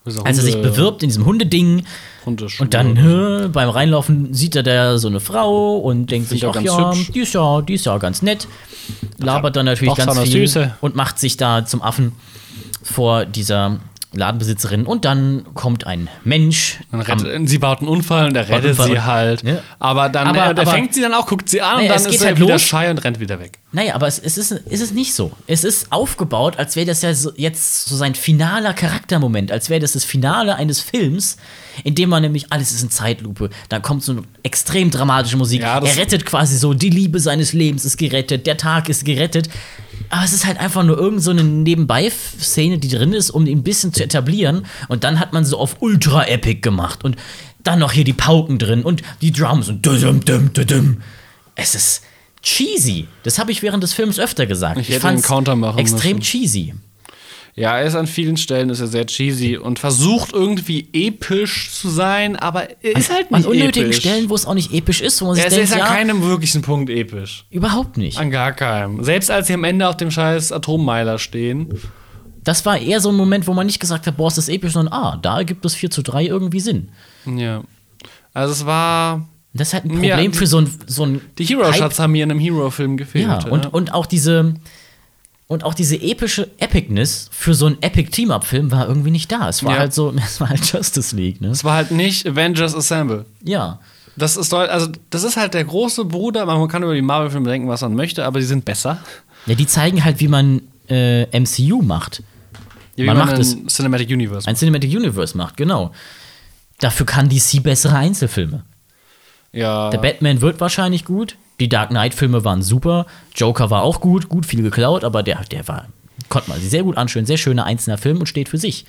Speaker 1: als er Also sich bewirbt in diesem Hundeding. Und dann hä, beim Reinlaufen sieht er da so eine Frau und denkt sich,
Speaker 2: ja
Speaker 1: ach
Speaker 2: ganz
Speaker 1: ja,
Speaker 2: hübsch."
Speaker 1: die ist ja, die ist ja ganz nett. Labert dann natürlich
Speaker 2: Doch,
Speaker 1: ganz
Speaker 2: so eine
Speaker 1: viel
Speaker 2: Süße.
Speaker 1: und macht sich da zum Affen vor dieser Ladenbesitzerin. Und dann kommt ein Mensch.
Speaker 2: Dann
Speaker 1: am-
Speaker 2: rettet, sie baut einen Unfall und er rettet
Speaker 1: Unfall
Speaker 2: sie
Speaker 1: und-
Speaker 2: halt.
Speaker 1: Ja.
Speaker 2: Aber dann
Speaker 1: Aber-
Speaker 2: äh, der
Speaker 1: aber-
Speaker 2: fängt sie dann auch, guckt sie an
Speaker 1: Nee,
Speaker 2: und dann
Speaker 1: es geht
Speaker 2: ist er
Speaker 1: halt
Speaker 2: wieder
Speaker 1: los.
Speaker 2: schei und rennt wieder weg.
Speaker 1: Naja, aber es, es, ist, es ist nicht so. Es ist aufgebaut, als wäre das ja so, jetzt so sein finaler Charaktermoment, als wäre das das Finale eines Films, in dem man nämlich alles ist in Zeitlupe. Dann kommt so eine extrem dramatische Musik.
Speaker 2: Ja, das-
Speaker 1: er rettet quasi so, die Liebe seines Lebens ist gerettet, der Tag ist gerettet. Aber es ist halt einfach nur irgend so eine Nebenbei-Szene, die drin ist, um ihn ein bisschen zu etablieren. Und dann hat man so auf Ultra-Epic gemacht. Und dann noch hier die Pauken drin und die Drums und düm, düm, düm, düm. Es ist cheesy. Das habe ich während des Films öfter gesagt.
Speaker 2: Ich hätte einen Counter machen
Speaker 1: extrem
Speaker 2: müssen.
Speaker 1: cheesy.
Speaker 2: Ja, er ist an vielen Stellen ist er sehr cheesy und versucht irgendwie episch zu sein, aber er ist halt
Speaker 1: An
Speaker 2: nicht
Speaker 1: unnötigen
Speaker 2: episch.
Speaker 1: Stellen, wo es auch nicht episch ist, wo man sich
Speaker 2: Er ist, er
Speaker 1: denkt,
Speaker 2: ist an
Speaker 1: ja,
Speaker 2: keinem wirklichen Punkt episch.
Speaker 1: überhaupt nicht.
Speaker 2: An gar keinem. Selbst als sie am Ende auf dem scheiß Atommeiler stehen.
Speaker 1: Das war eher so ein Moment, wo man nicht gesagt hat, boah, ist das episch, sondern ah, da ergibt das 4 zu 3 irgendwie Sinn.
Speaker 2: Ja. Also es war.
Speaker 1: Und das ist halt ein
Speaker 2: Ja,
Speaker 1: Problem
Speaker 2: die-
Speaker 1: für so ein, so ein
Speaker 2: Die Hero-Shots haben mir in einem Hero-Film gefehlt.
Speaker 1: Ja, und, und auch diese und auch diese epische Epicness für so einen Epic Team-Up-Film war irgendwie nicht da. Es war
Speaker 2: Ja.
Speaker 1: halt so, [LAUGHS] es war halt Justice League, ne?
Speaker 2: es war halt nicht Avengers Assemble.
Speaker 1: Ja.
Speaker 2: Das ist deut- also das ist halt der große Bruder. Man kann über die Marvel-Filme denken, was man möchte, aber die sind besser.
Speaker 1: Ja, die zeigen halt, wie man äh, MCU macht.
Speaker 2: Ja, wie
Speaker 1: Man macht
Speaker 2: ein
Speaker 1: es.
Speaker 2: Cinematic Universe.
Speaker 1: Ein Cinematic Universe macht, genau. Dafür kann DC bessere Einzelfilme.
Speaker 2: ja.
Speaker 1: Der Batman wird wahrscheinlich gut. Die Dark Knight-Filme waren super. Joker war auch gut, gut viel geklaut, aber der, der war, konnte man sich sehr gut anschauen. Sehr schöner einzelner Film und steht für sich.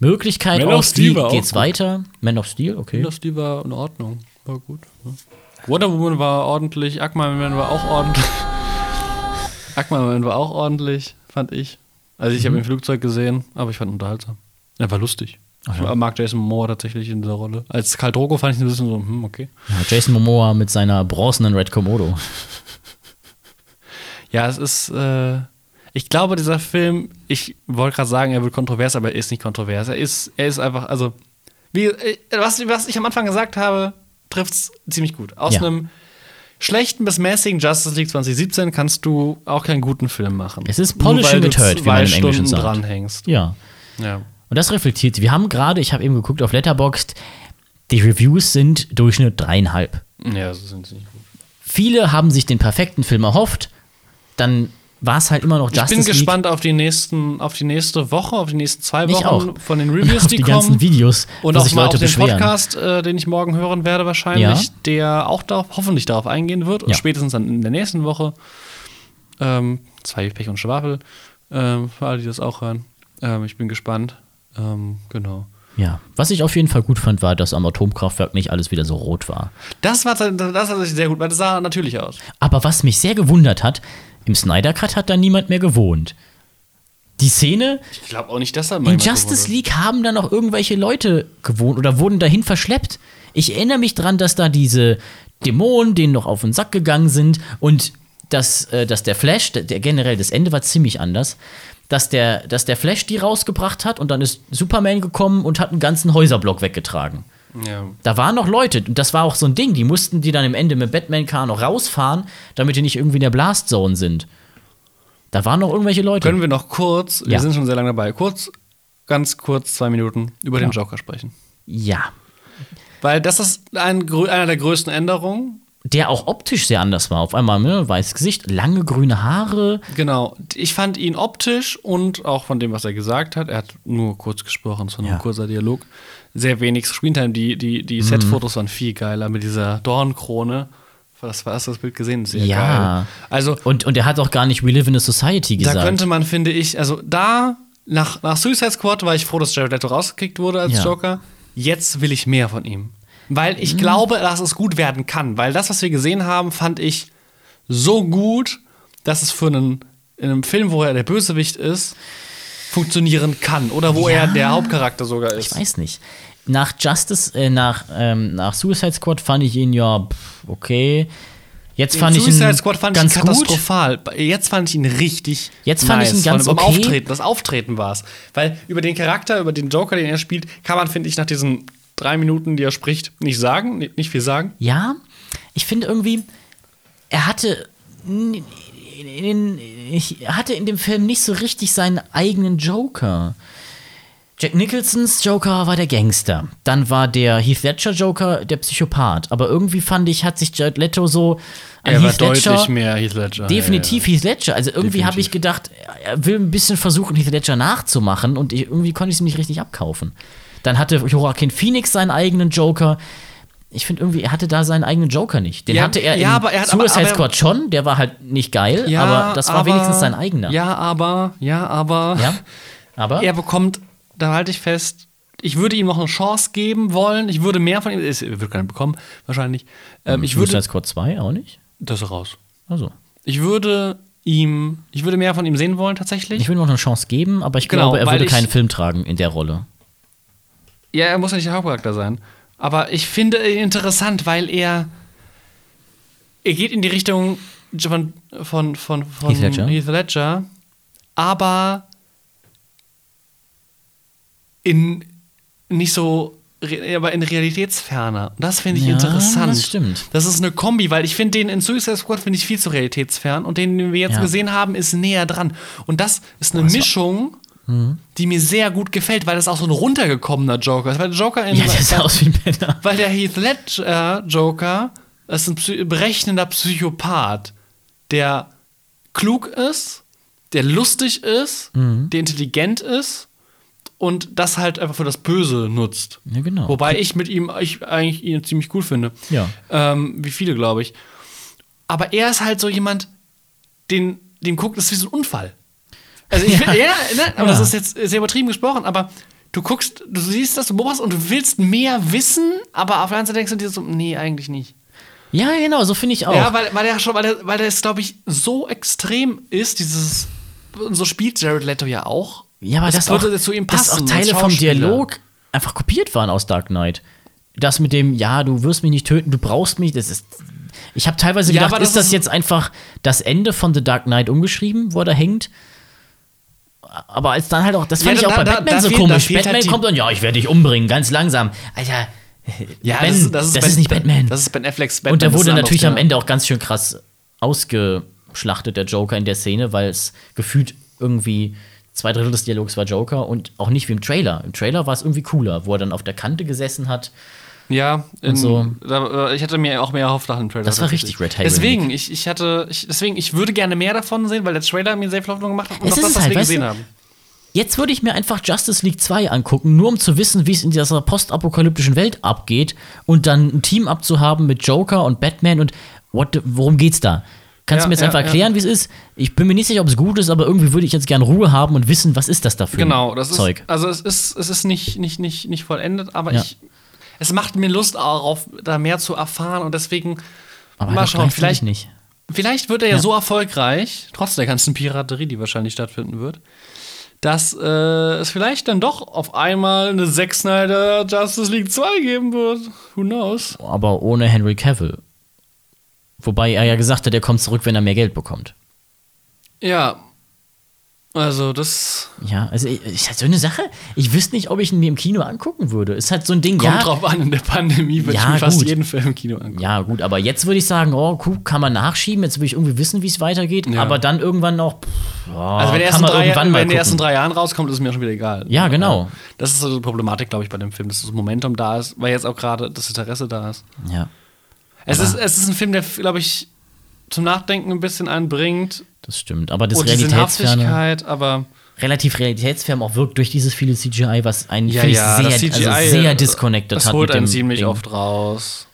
Speaker 1: Möglichkeit
Speaker 2: Man
Speaker 1: auf
Speaker 2: of Steel
Speaker 1: die
Speaker 2: war auch
Speaker 1: geht's
Speaker 2: gut.
Speaker 1: weiter. Man of Steel, okay.
Speaker 2: das die war in Ordnung. War gut. Ja. Wonder Woman war ordentlich. Aquaman war auch ordentlich. [LAUGHS] Aquaman war auch ordentlich, fand ich. Also ich habe ihn im Flugzeug gesehen, aber ich fand ihn unterhaltsam. Er war lustig. Ich mag Jason Moore tatsächlich in dieser Rolle. Als Karl Drogo fand ich ihn ein bisschen so, hm, okay.
Speaker 1: Ja, Jason Momoa mit seiner bronzenen Red Komodo.
Speaker 2: Ja, es ist. Äh, ich glaube, dieser Film, ich wollte gerade sagen, er wird kontrovers, aber er ist nicht kontrovers. Er ist, er ist einfach, also, wie, äh, was, was ich am Anfang gesagt habe, trifft es ziemlich gut. Aus
Speaker 1: Ja.
Speaker 2: einem schlechten bis mäßigen Justice League 2017 kannst du auch keinen guten Film machen.
Speaker 1: Es ist
Speaker 2: Nur weil
Speaker 1: polishing
Speaker 2: du
Speaker 1: it hurt, wie
Speaker 2: zwei
Speaker 1: man im Englischen
Speaker 2: Stunden
Speaker 1: sagt.
Speaker 2: dranhängst.
Speaker 1: Ja.
Speaker 2: Ja.
Speaker 1: Und das reflektiert. Wir haben gerade, ich habe eben geguckt auf Letterboxd, die Reviews sind Durchschnitt dreieinhalb.
Speaker 2: ja, so sind sie nicht gut.
Speaker 1: Viele haben sich den perfekten Film erhofft dann war es halt immer noch
Speaker 2: Ich
Speaker 1: Justice
Speaker 2: bin
Speaker 1: League.
Speaker 2: gespannt auf die, nächsten, auf die nächste Woche, auf die nächsten zwei
Speaker 1: Ich
Speaker 2: Wochen
Speaker 1: auch.
Speaker 2: von den Reviews,
Speaker 1: auf
Speaker 2: die,
Speaker 1: die
Speaker 2: kommen.
Speaker 1: ganzen Videos,
Speaker 2: und
Speaker 1: wo
Speaker 2: auch
Speaker 1: sich
Speaker 2: mal
Speaker 1: Leute
Speaker 2: auf den
Speaker 1: beschweren.
Speaker 2: Podcast, äh, den ich morgen hören werde wahrscheinlich,
Speaker 1: Ja.
Speaker 2: der auch da, hoffentlich darauf eingehen wird. Und
Speaker 1: Ja.
Speaker 2: spätestens dann in der nächsten Woche. Ähm, zwei Pech und Schwafel, ähm, für alle, die das auch hören. Ähm, ich bin gespannt. Ähm, genau.
Speaker 1: Ja. Was ich auf jeden Fall gut fand, war, dass am Atomkraftwerk nicht alles wieder so rot war.
Speaker 2: Das war das hat sich sehr gut, weil das sah natürlich aus.
Speaker 1: Aber was mich sehr gewundert hat, im Snyder Cut hat da niemand mehr gewohnt. Die Szene,
Speaker 2: Ich glaube auch nicht, dass er
Speaker 1: in Justice League haben da noch irgendwelche Leute gewohnt oder wurden dahin verschleppt. Ich erinnere mich dran, dass da diese Dämonen denen noch auf den Sack gegangen sind und dass, äh, dass der Flash, der, der generell, das Ende war ziemlich anders, dass der, dass der Flash die rausgebracht hat und dann ist Superman gekommen und hat einen ganzen Häuserblock weggetragen.
Speaker 2: Ja.
Speaker 1: Da waren noch Leute, und das war auch so ein Ding, die mussten die dann im Ende mit Batman-Car noch rausfahren, damit die nicht irgendwie in der Blast Zone sind. Da waren noch irgendwelche Leute.
Speaker 2: Können wir noch kurz, wir
Speaker 1: Ja.
Speaker 2: sind schon sehr lange dabei, kurz, ganz kurz, zwei Minuten über den Joker sprechen.
Speaker 1: ja.
Speaker 2: Weil das ist ein, grö- einer der größten Änderungen.
Speaker 1: Der auch optisch sehr anders war. Auf einmal, ne, weißes Gesicht, lange grüne Haare.
Speaker 2: Genau. Ich fand ihn optisch und auch von dem, was er gesagt hat, er hat nur kurz gesprochen, so ein
Speaker 1: Ja. Mhm.
Speaker 2: kurzer Dialog. Sehr wenig Screentime. Die, die, die Set-Fotos waren viel geiler mit dieser Dornkrone. Das war hast du das Bild gesehen, sehr
Speaker 1: Ja.
Speaker 2: geil. Also
Speaker 1: Und, und er hat auch gar nicht We Live in a Society gesagt.
Speaker 2: Da könnte man, finde ich, also da, nach, nach Suicide Squad war ich froh, dass Jared Leto rausgekickt wurde als
Speaker 1: Ja. Mhm.
Speaker 2: Joker. Jetzt will ich mehr von ihm. Weil ich glaube, dass es gut werden kann. Weil das, was wir gesehen haben, fand ich so gut, dass es für einen, in einem Film, wo er der Bösewicht ist, funktionieren kann. Oder wo er der Hauptcharakter sogar ist.
Speaker 1: ich weiß nicht. Nach Justice, äh, nach, ähm, nach Suicide Squad fand ich ihn ja, pff, okay. Jetzt
Speaker 2: Den
Speaker 1: fand ich ihn
Speaker 2: Suicide Squad fand
Speaker 1: ganz
Speaker 2: ich
Speaker 1: gut.
Speaker 2: katastrophal. Jetzt fand ich ihn richtig.
Speaker 1: Jetzt fand ich ihn ganz
Speaker 2: vom
Speaker 1: okay.
Speaker 2: Auftreten, das Auftreten war es. Weil über den Charakter, über den Joker, den er spielt, kann man, finde ich, nach diesen drei Minuten, die er spricht, nicht sagen, ni- nicht viel sagen.
Speaker 1: Ja, ich finde irgendwie, er hatte. n- In, in, ich hatte in dem Film nicht so richtig seinen eigenen Joker. Jack Nicholsons Joker war der Gangster. Dann war der Heath Ledger Joker der Psychopath. Aber irgendwie fand ich, hat sich Jared Leto so an Heath Ledger.
Speaker 2: mehr Heath Ledger.
Speaker 1: Definitiv Heath Ledger. Also irgendwie habe ich gedacht, er will ein bisschen versuchen, Heath Ledger nachzumachen und ich, irgendwie konnte ich es ihm nicht richtig abkaufen. Dann hatte Joaquin Phoenix seinen eigenen Joker. Ich finde irgendwie, er hatte da seinen eigenen Joker nicht. Den
Speaker 2: Ja,
Speaker 1: hatte er
Speaker 2: ja,
Speaker 1: in
Speaker 2: aber er hat- aber-
Speaker 1: Suicide
Speaker 2: aber-
Speaker 1: Squad schon, der war halt nicht geil,
Speaker 2: Ja,
Speaker 1: aber das war
Speaker 2: aber-
Speaker 1: wenigstens sein eigener.
Speaker 2: Ja, aber, ja, aber.
Speaker 1: Ja? Aber
Speaker 2: Er bekommt, da halte ich fest, ich würde ihm noch eine Chance geben wollen. Ich würde mehr von ihm. Es- Er wird keine bekommen, wahrscheinlich. Ähm, ich würde.
Speaker 1: Mhm. Suicide Squad 2 auch nicht.
Speaker 2: Das ist raus.
Speaker 1: Also,
Speaker 2: Ich würde ihm, ich würde mehr von ihm sehen wollen tatsächlich.
Speaker 1: ich würde ihm noch eine Chance geben, aber ich
Speaker 2: Genau,
Speaker 1: glaube, er
Speaker 2: weil
Speaker 1: würde
Speaker 2: ich-
Speaker 1: keinen Film tragen in der Rolle.
Speaker 2: ja, er muss ja nicht der Hauptcharakter sein. Aber ich finde ihn interessant, weil er er geht in die Richtung von von von, von
Speaker 1: Heath Ledger.
Speaker 2: Ledger, aber in nicht so re- aber in realitätsferner. Und Das finde ich
Speaker 1: Ja,
Speaker 2: interessant.
Speaker 1: das stimmt.
Speaker 2: Das ist eine Kombi, weil ich finde den in Suicide Squad finde ich viel zu realitätsfern und den, den wir jetzt
Speaker 1: Ja.
Speaker 2: gesehen haben, ist näher dran. Und das ist eine Mischung, die mir sehr gut gefällt, weil das auch so ein runtergekommener Joker ist. Weil der Joker in,
Speaker 1: Ja, [LAUGHS] der sah aus wie ein Penner.
Speaker 2: weil der Heath Ledger Joker ist ein psy berechnender Psychopath, der klug ist, der lustig ist, der intelligent ist und das halt einfach für das Böse nutzt.
Speaker 1: Ja, genau.
Speaker 2: Wobei ich mit ihm ich eigentlich ihn ziemlich cool finde.
Speaker 1: Ja.
Speaker 2: Ähm, wie viele, glaube ich. Aber er ist halt so jemand, den, dem guckt, das ist wie so ein Unfall. Also ich, ja, ne, aber das ist jetzt sehr übertrieben gesprochen, aber du guckst, du siehst das, du beobachtest und du willst mehr wissen, aber auf der anderen Seite denkst du dir so, nee, eigentlich nicht.
Speaker 1: Ja, genau, so finde ich auch.
Speaker 2: Ja, weil, weil der schon, weil der, weil der es, glaube ich, so extrem ist, dieses, und so spielt Jared Leto ja auch.
Speaker 1: Ja, aber das,
Speaker 2: würde
Speaker 1: auch,
Speaker 2: zu ihm
Speaker 1: dass
Speaker 2: passen.
Speaker 1: auch
Speaker 2: als
Speaker 1: Teile vom
Speaker 2: Schauspieler.
Speaker 1: Dialog einfach kopiert waren aus Dark Knight. Das mit dem, ja, du wirst mich nicht töten, du brauchst mich, das ist. Ich habe teilweise
Speaker 2: Ja,
Speaker 1: gedacht,
Speaker 2: aber das
Speaker 1: ist das
Speaker 2: ist-
Speaker 1: jetzt einfach das Ende von The Dark Knight umgeschrieben, wo er da hängt? Aber als dann halt auch, das fand
Speaker 2: Ja,
Speaker 1: ich auch
Speaker 2: da-
Speaker 1: bei
Speaker 2: da-
Speaker 1: Batman
Speaker 2: da
Speaker 1: so
Speaker 2: fehlt- da
Speaker 1: komisch.
Speaker 2: fehlt halt
Speaker 1: Batman
Speaker 2: die-
Speaker 1: kommt und ja, ich werde dich umbringen, ganz langsam. Alter,
Speaker 2: Ja,
Speaker 1: Ben,
Speaker 2: das, ist, das, ist,
Speaker 1: das
Speaker 2: Ben-
Speaker 1: ist nicht Batman.
Speaker 2: Das ist Ben Afflecks Batman.
Speaker 1: und da
Speaker 2: das ist
Speaker 1: wurde
Speaker 2: ein
Speaker 1: natürlich
Speaker 2: anderes
Speaker 1: am Ende auch ganz schön krass ausgeschlachtet, der Joker in der Szene, weil es gefühlt irgendwie zwei Drittel des Dialogs war Joker und auch nicht wie im Trailer. Im Trailer war es irgendwie cooler, wo er dann auf der Kante gesessen hat
Speaker 2: Ja, in,
Speaker 1: so.
Speaker 2: da, äh, ich hatte mir auch mehr erhofft nach dem Trailer.
Speaker 1: Das war
Speaker 2: tatsächlich.
Speaker 1: richtig Red Halo
Speaker 2: Deswegen, ich, ich hatte, ich, deswegen, ich würde gerne mehr davon sehen, weil der Trailer mir sehr viel Hoffnung gemacht hat. Und
Speaker 1: Es
Speaker 2: auch
Speaker 1: ist
Speaker 2: das,
Speaker 1: es
Speaker 2: was
Speaker 1: halt,
Speaker 2: wir
Speaker 1: weißt
Speaker 2: gesehen
Speaker 1: du?
Speaker 2: haben.
Speaker 1: Jetzt würde ich mir einfach Justice League 2 angucken, nur um zu wissen, wie es in dieser postapokalyptischen Welt abgeht und dann ein Team abzuhaben mit Joker und Batman und what, the- worum geht's da? Kannst
Speaker 2: Ja,
Speaker 1: du mir jetzt
Speaker 2: ja,
Speaker 1: einfach
Speaker 2: ja.
Speaker 1: erklären, wie es ist? Ich bin mir nicht sicher, ob es gut ist, aber irgendwie würde ich jetzt gerne Ruhe haben und wissen, was ist das dafür?
Speaker 2: Genau, das ist,
Speaker 1: Zeug.
Speaker 2: also es ist, es ist nicht, nicht, nicht, nicht vollendet, aber
Speaker 1: Ja.
Speaker 2: ich, es macht mir Lust darauf, da mehr zu erfahren und deswegen,
Speaker 1: aber halt
Speaker 2: mal
Speaker 1: auch
Speaker 2: schauen,
Speaker 1: gleichzeitig
Speaker 2: vielleicht,
Speaker 1: nicht.
Speaker 2: vielleicht wird er ja, so erfolgreich, trotz der ganzen Piraterie, die wahrscheinlich stattfinden wird, dass äh, es vielleicht dann doch auf einmal eine Zack Snyder Justice League 2 geben wird. Who knows?
Speaker 1: Aber ohne Henry Cavill. Wobei er ja gesagt hat, er kommt zurück, wenn er mehr Geld bekommt.
Speaker 2: Ja. Also, das
Speaker 1: Ja, also ich, ist halt so eine Sache. Ich wüsste nicht, ob ich ihn mir im Kino angucken würde. Ist halt so ein Ding.
Speaker 2: kommt
Speaker 1: ja,
Speaker 2: drauf an. In der Pandemie würde ich
Speaker 1: Ja,
Speaker 2: mir fast
Speaker 1: gut.
Speaker 2: jeden Film im Kino angucken.
Speaker 1: Ja, gut, aber jetzt würde ich sagen, oh, cool, kann man nachschieben, jetzt will ich irgendwie wissen, wie es weitergeht, aber dann irgendwann noch, pff, ja,
Speaker 2: Also wenn der
Speaker 1: kann
Speaker 2: ersten
Speaker 1: man
Speaker 2: drei,
Speaker 1: irgendwann
Speaker 2: wenn
Speaker 1: mal
Speaker 2: in den ersten
Speaker 1: gucken.
Speaker 2: drei Jahren rauskommt, ist mir schon wieder egal.
Speaker 1: Ja, genau.
Speaker 2: Das ist so die Problematik, glaube ich, bei dem Film, dass das Momentum da ist, weil jetzt auch gerade das Interesse da ist.
Speaker 1: Ja,
Speaker 2: Es ist, es ist ein Film, der, glaube ich, zum Nachdenken ein bisschen anbringt.
Speaker 1: das stimmt, aber das
Speaker 2: Und Oh, die
Speaker 1: Realitätsferne,
Speaker 2: Sinnhaftigkeit, aber
Speaker 1: relativ realitätsfern auch wirkt durch dieses viele CGI, was einen, finde ich,
Speaker 2: das
Speaker 1: sehr,
Speaker 2: CGI,
Speaker 1: also sehr disconnected
Speaker 2: äh, das
Speaker 1: hat
Speaker 2: holt
Speaker 1: mit dem
Speaker 2: einen ziemlich
Speaker 1: Ding.
Speaker 2: oft raus.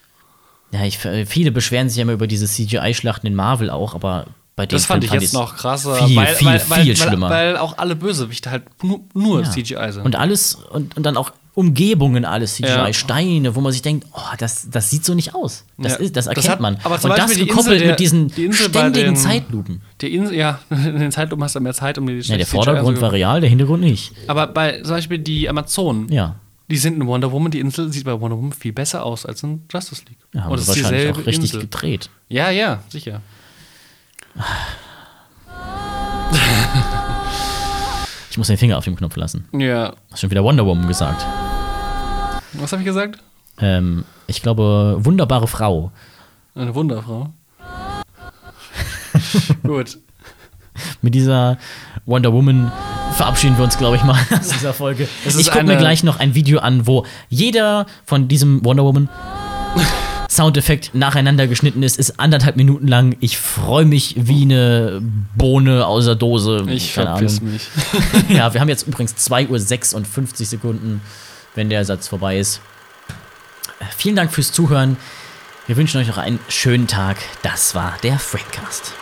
Speaker 1: Ja, ich, äh, viele beschweren sich ja immer über diese CGI-Schlachten in Marvel auch, aber bei dem
Speaker 2: Das fand
Speaker 1: Film
Speaker 2: ich jetzt
Speaker 1: ich's
Speaker 2: noch krasser,
Speaker 1: viel,
Speaker 2: weil,
Speaker 1: viel,
Speaker 2: weil, weil,
Speaker 1: viel
Speaker 2: weil,
Speaker 1: schlimmer.
Speaker 2: weil auch alle Bösewichte halt nur, nur
Speaker 1: Ja.
Speaker 2: CGI sind.
Speaker 1: Und alles, und, und dann auch Umgebungen, alles CGI,
Speaker 2: Ja.
Speaker 1: Steine, wo man sich denkt, oh, das, das sieht so nicht aus. Das,
Speaker 2: Ja.
Speaker 1: ist, das
Speaker 2: Das
Speaker 1: erkennt
Speaker 2: hat-
Speaker 1: man.
Speaker 2: aber zum
Speaker 1: und das
Speaker 2: Beispiel die
Speaker 1: gekoppelt
Speaker 2: Insel der-
Speaker 1: mit diesen
Speaker 2: die Insel bei
Speaker 1: ständigen
Speaker 2: den-
Speaker 1: Zeitlupen.
Speaker 2: Die Insel, ja, [LAUGHS] in den Zeitlupen hast du mehr Zeit, um dir die
Speaker 1: Ja, der
Speaker 2: schlechte CGI
Speaker 1: Vordergrund
Speaker 2: anzugucken.
Speaker 1: war real, der Hintergrund nicht.
Speaker 2: Aber bei zum Beispiel die Amazonen,
Speaker 1: Ja.
Speaker 2: die sind in Wonder Woman, die Insel sieht bei Wonder Woman viel besser aus als in Justice League.
Speaker 1: Da haben
Speaker 2: Und
Speaker 1: sie
Speaker 2: es ist
Speaker 1: wahrscheinlich auch
Speaker 2: dieselbe
Speaker 1: richtig
Speaker 2: Insel.
Speaker 1: gedreht.
Speaker 2: Ja, ja, sicher.
Speaker 1: Ich muss den Finger auf dem Knopf lassen.
Speaker 2: Ja.
Speaker 1: Hast schon wieder Wonder Woman gesagt.
Speaker 2: Was habe ich gesagt?
Speaker 1: Ähm, ich glaube, wunderbare Frau. [LAUGHS]
Speaker 2: Eine Wunderfrau. Gut.
Speaker 1: Mit dieser Wonder Woman verabschieden wir uns, glaube ich, mal [LAUGHS] aus dieser Folge.
Speaker 2: Es ist
Speaker 1: Ich gucke
Speaker 2: eine-
Speaker 1: mir gleich noch ein Video an, wo jeder von diesem Wonder
Speaker 2: [LAUGHS]
Speaker 1: Woman Soundeffekt nacheinander geschnitten ist, ist anderthalb Minuten lang. Ich freue mich wie eine Bohne aus der Dose.
Speaker 2: Ich
Speaker 1: Keine
Speaker 2: verpiss
Speaker 1: Ahnung.
Speaker 2: mich.
Speaker 1: Ja, wir haben jetzt übrigens 2 Uhr 56 Sekunden, wenn der Satz vorbei ist. Äh, Vielen Dank fürs Zuhören. Wir wünschen euch noch einen schönen Tag. Das war der Frankcast.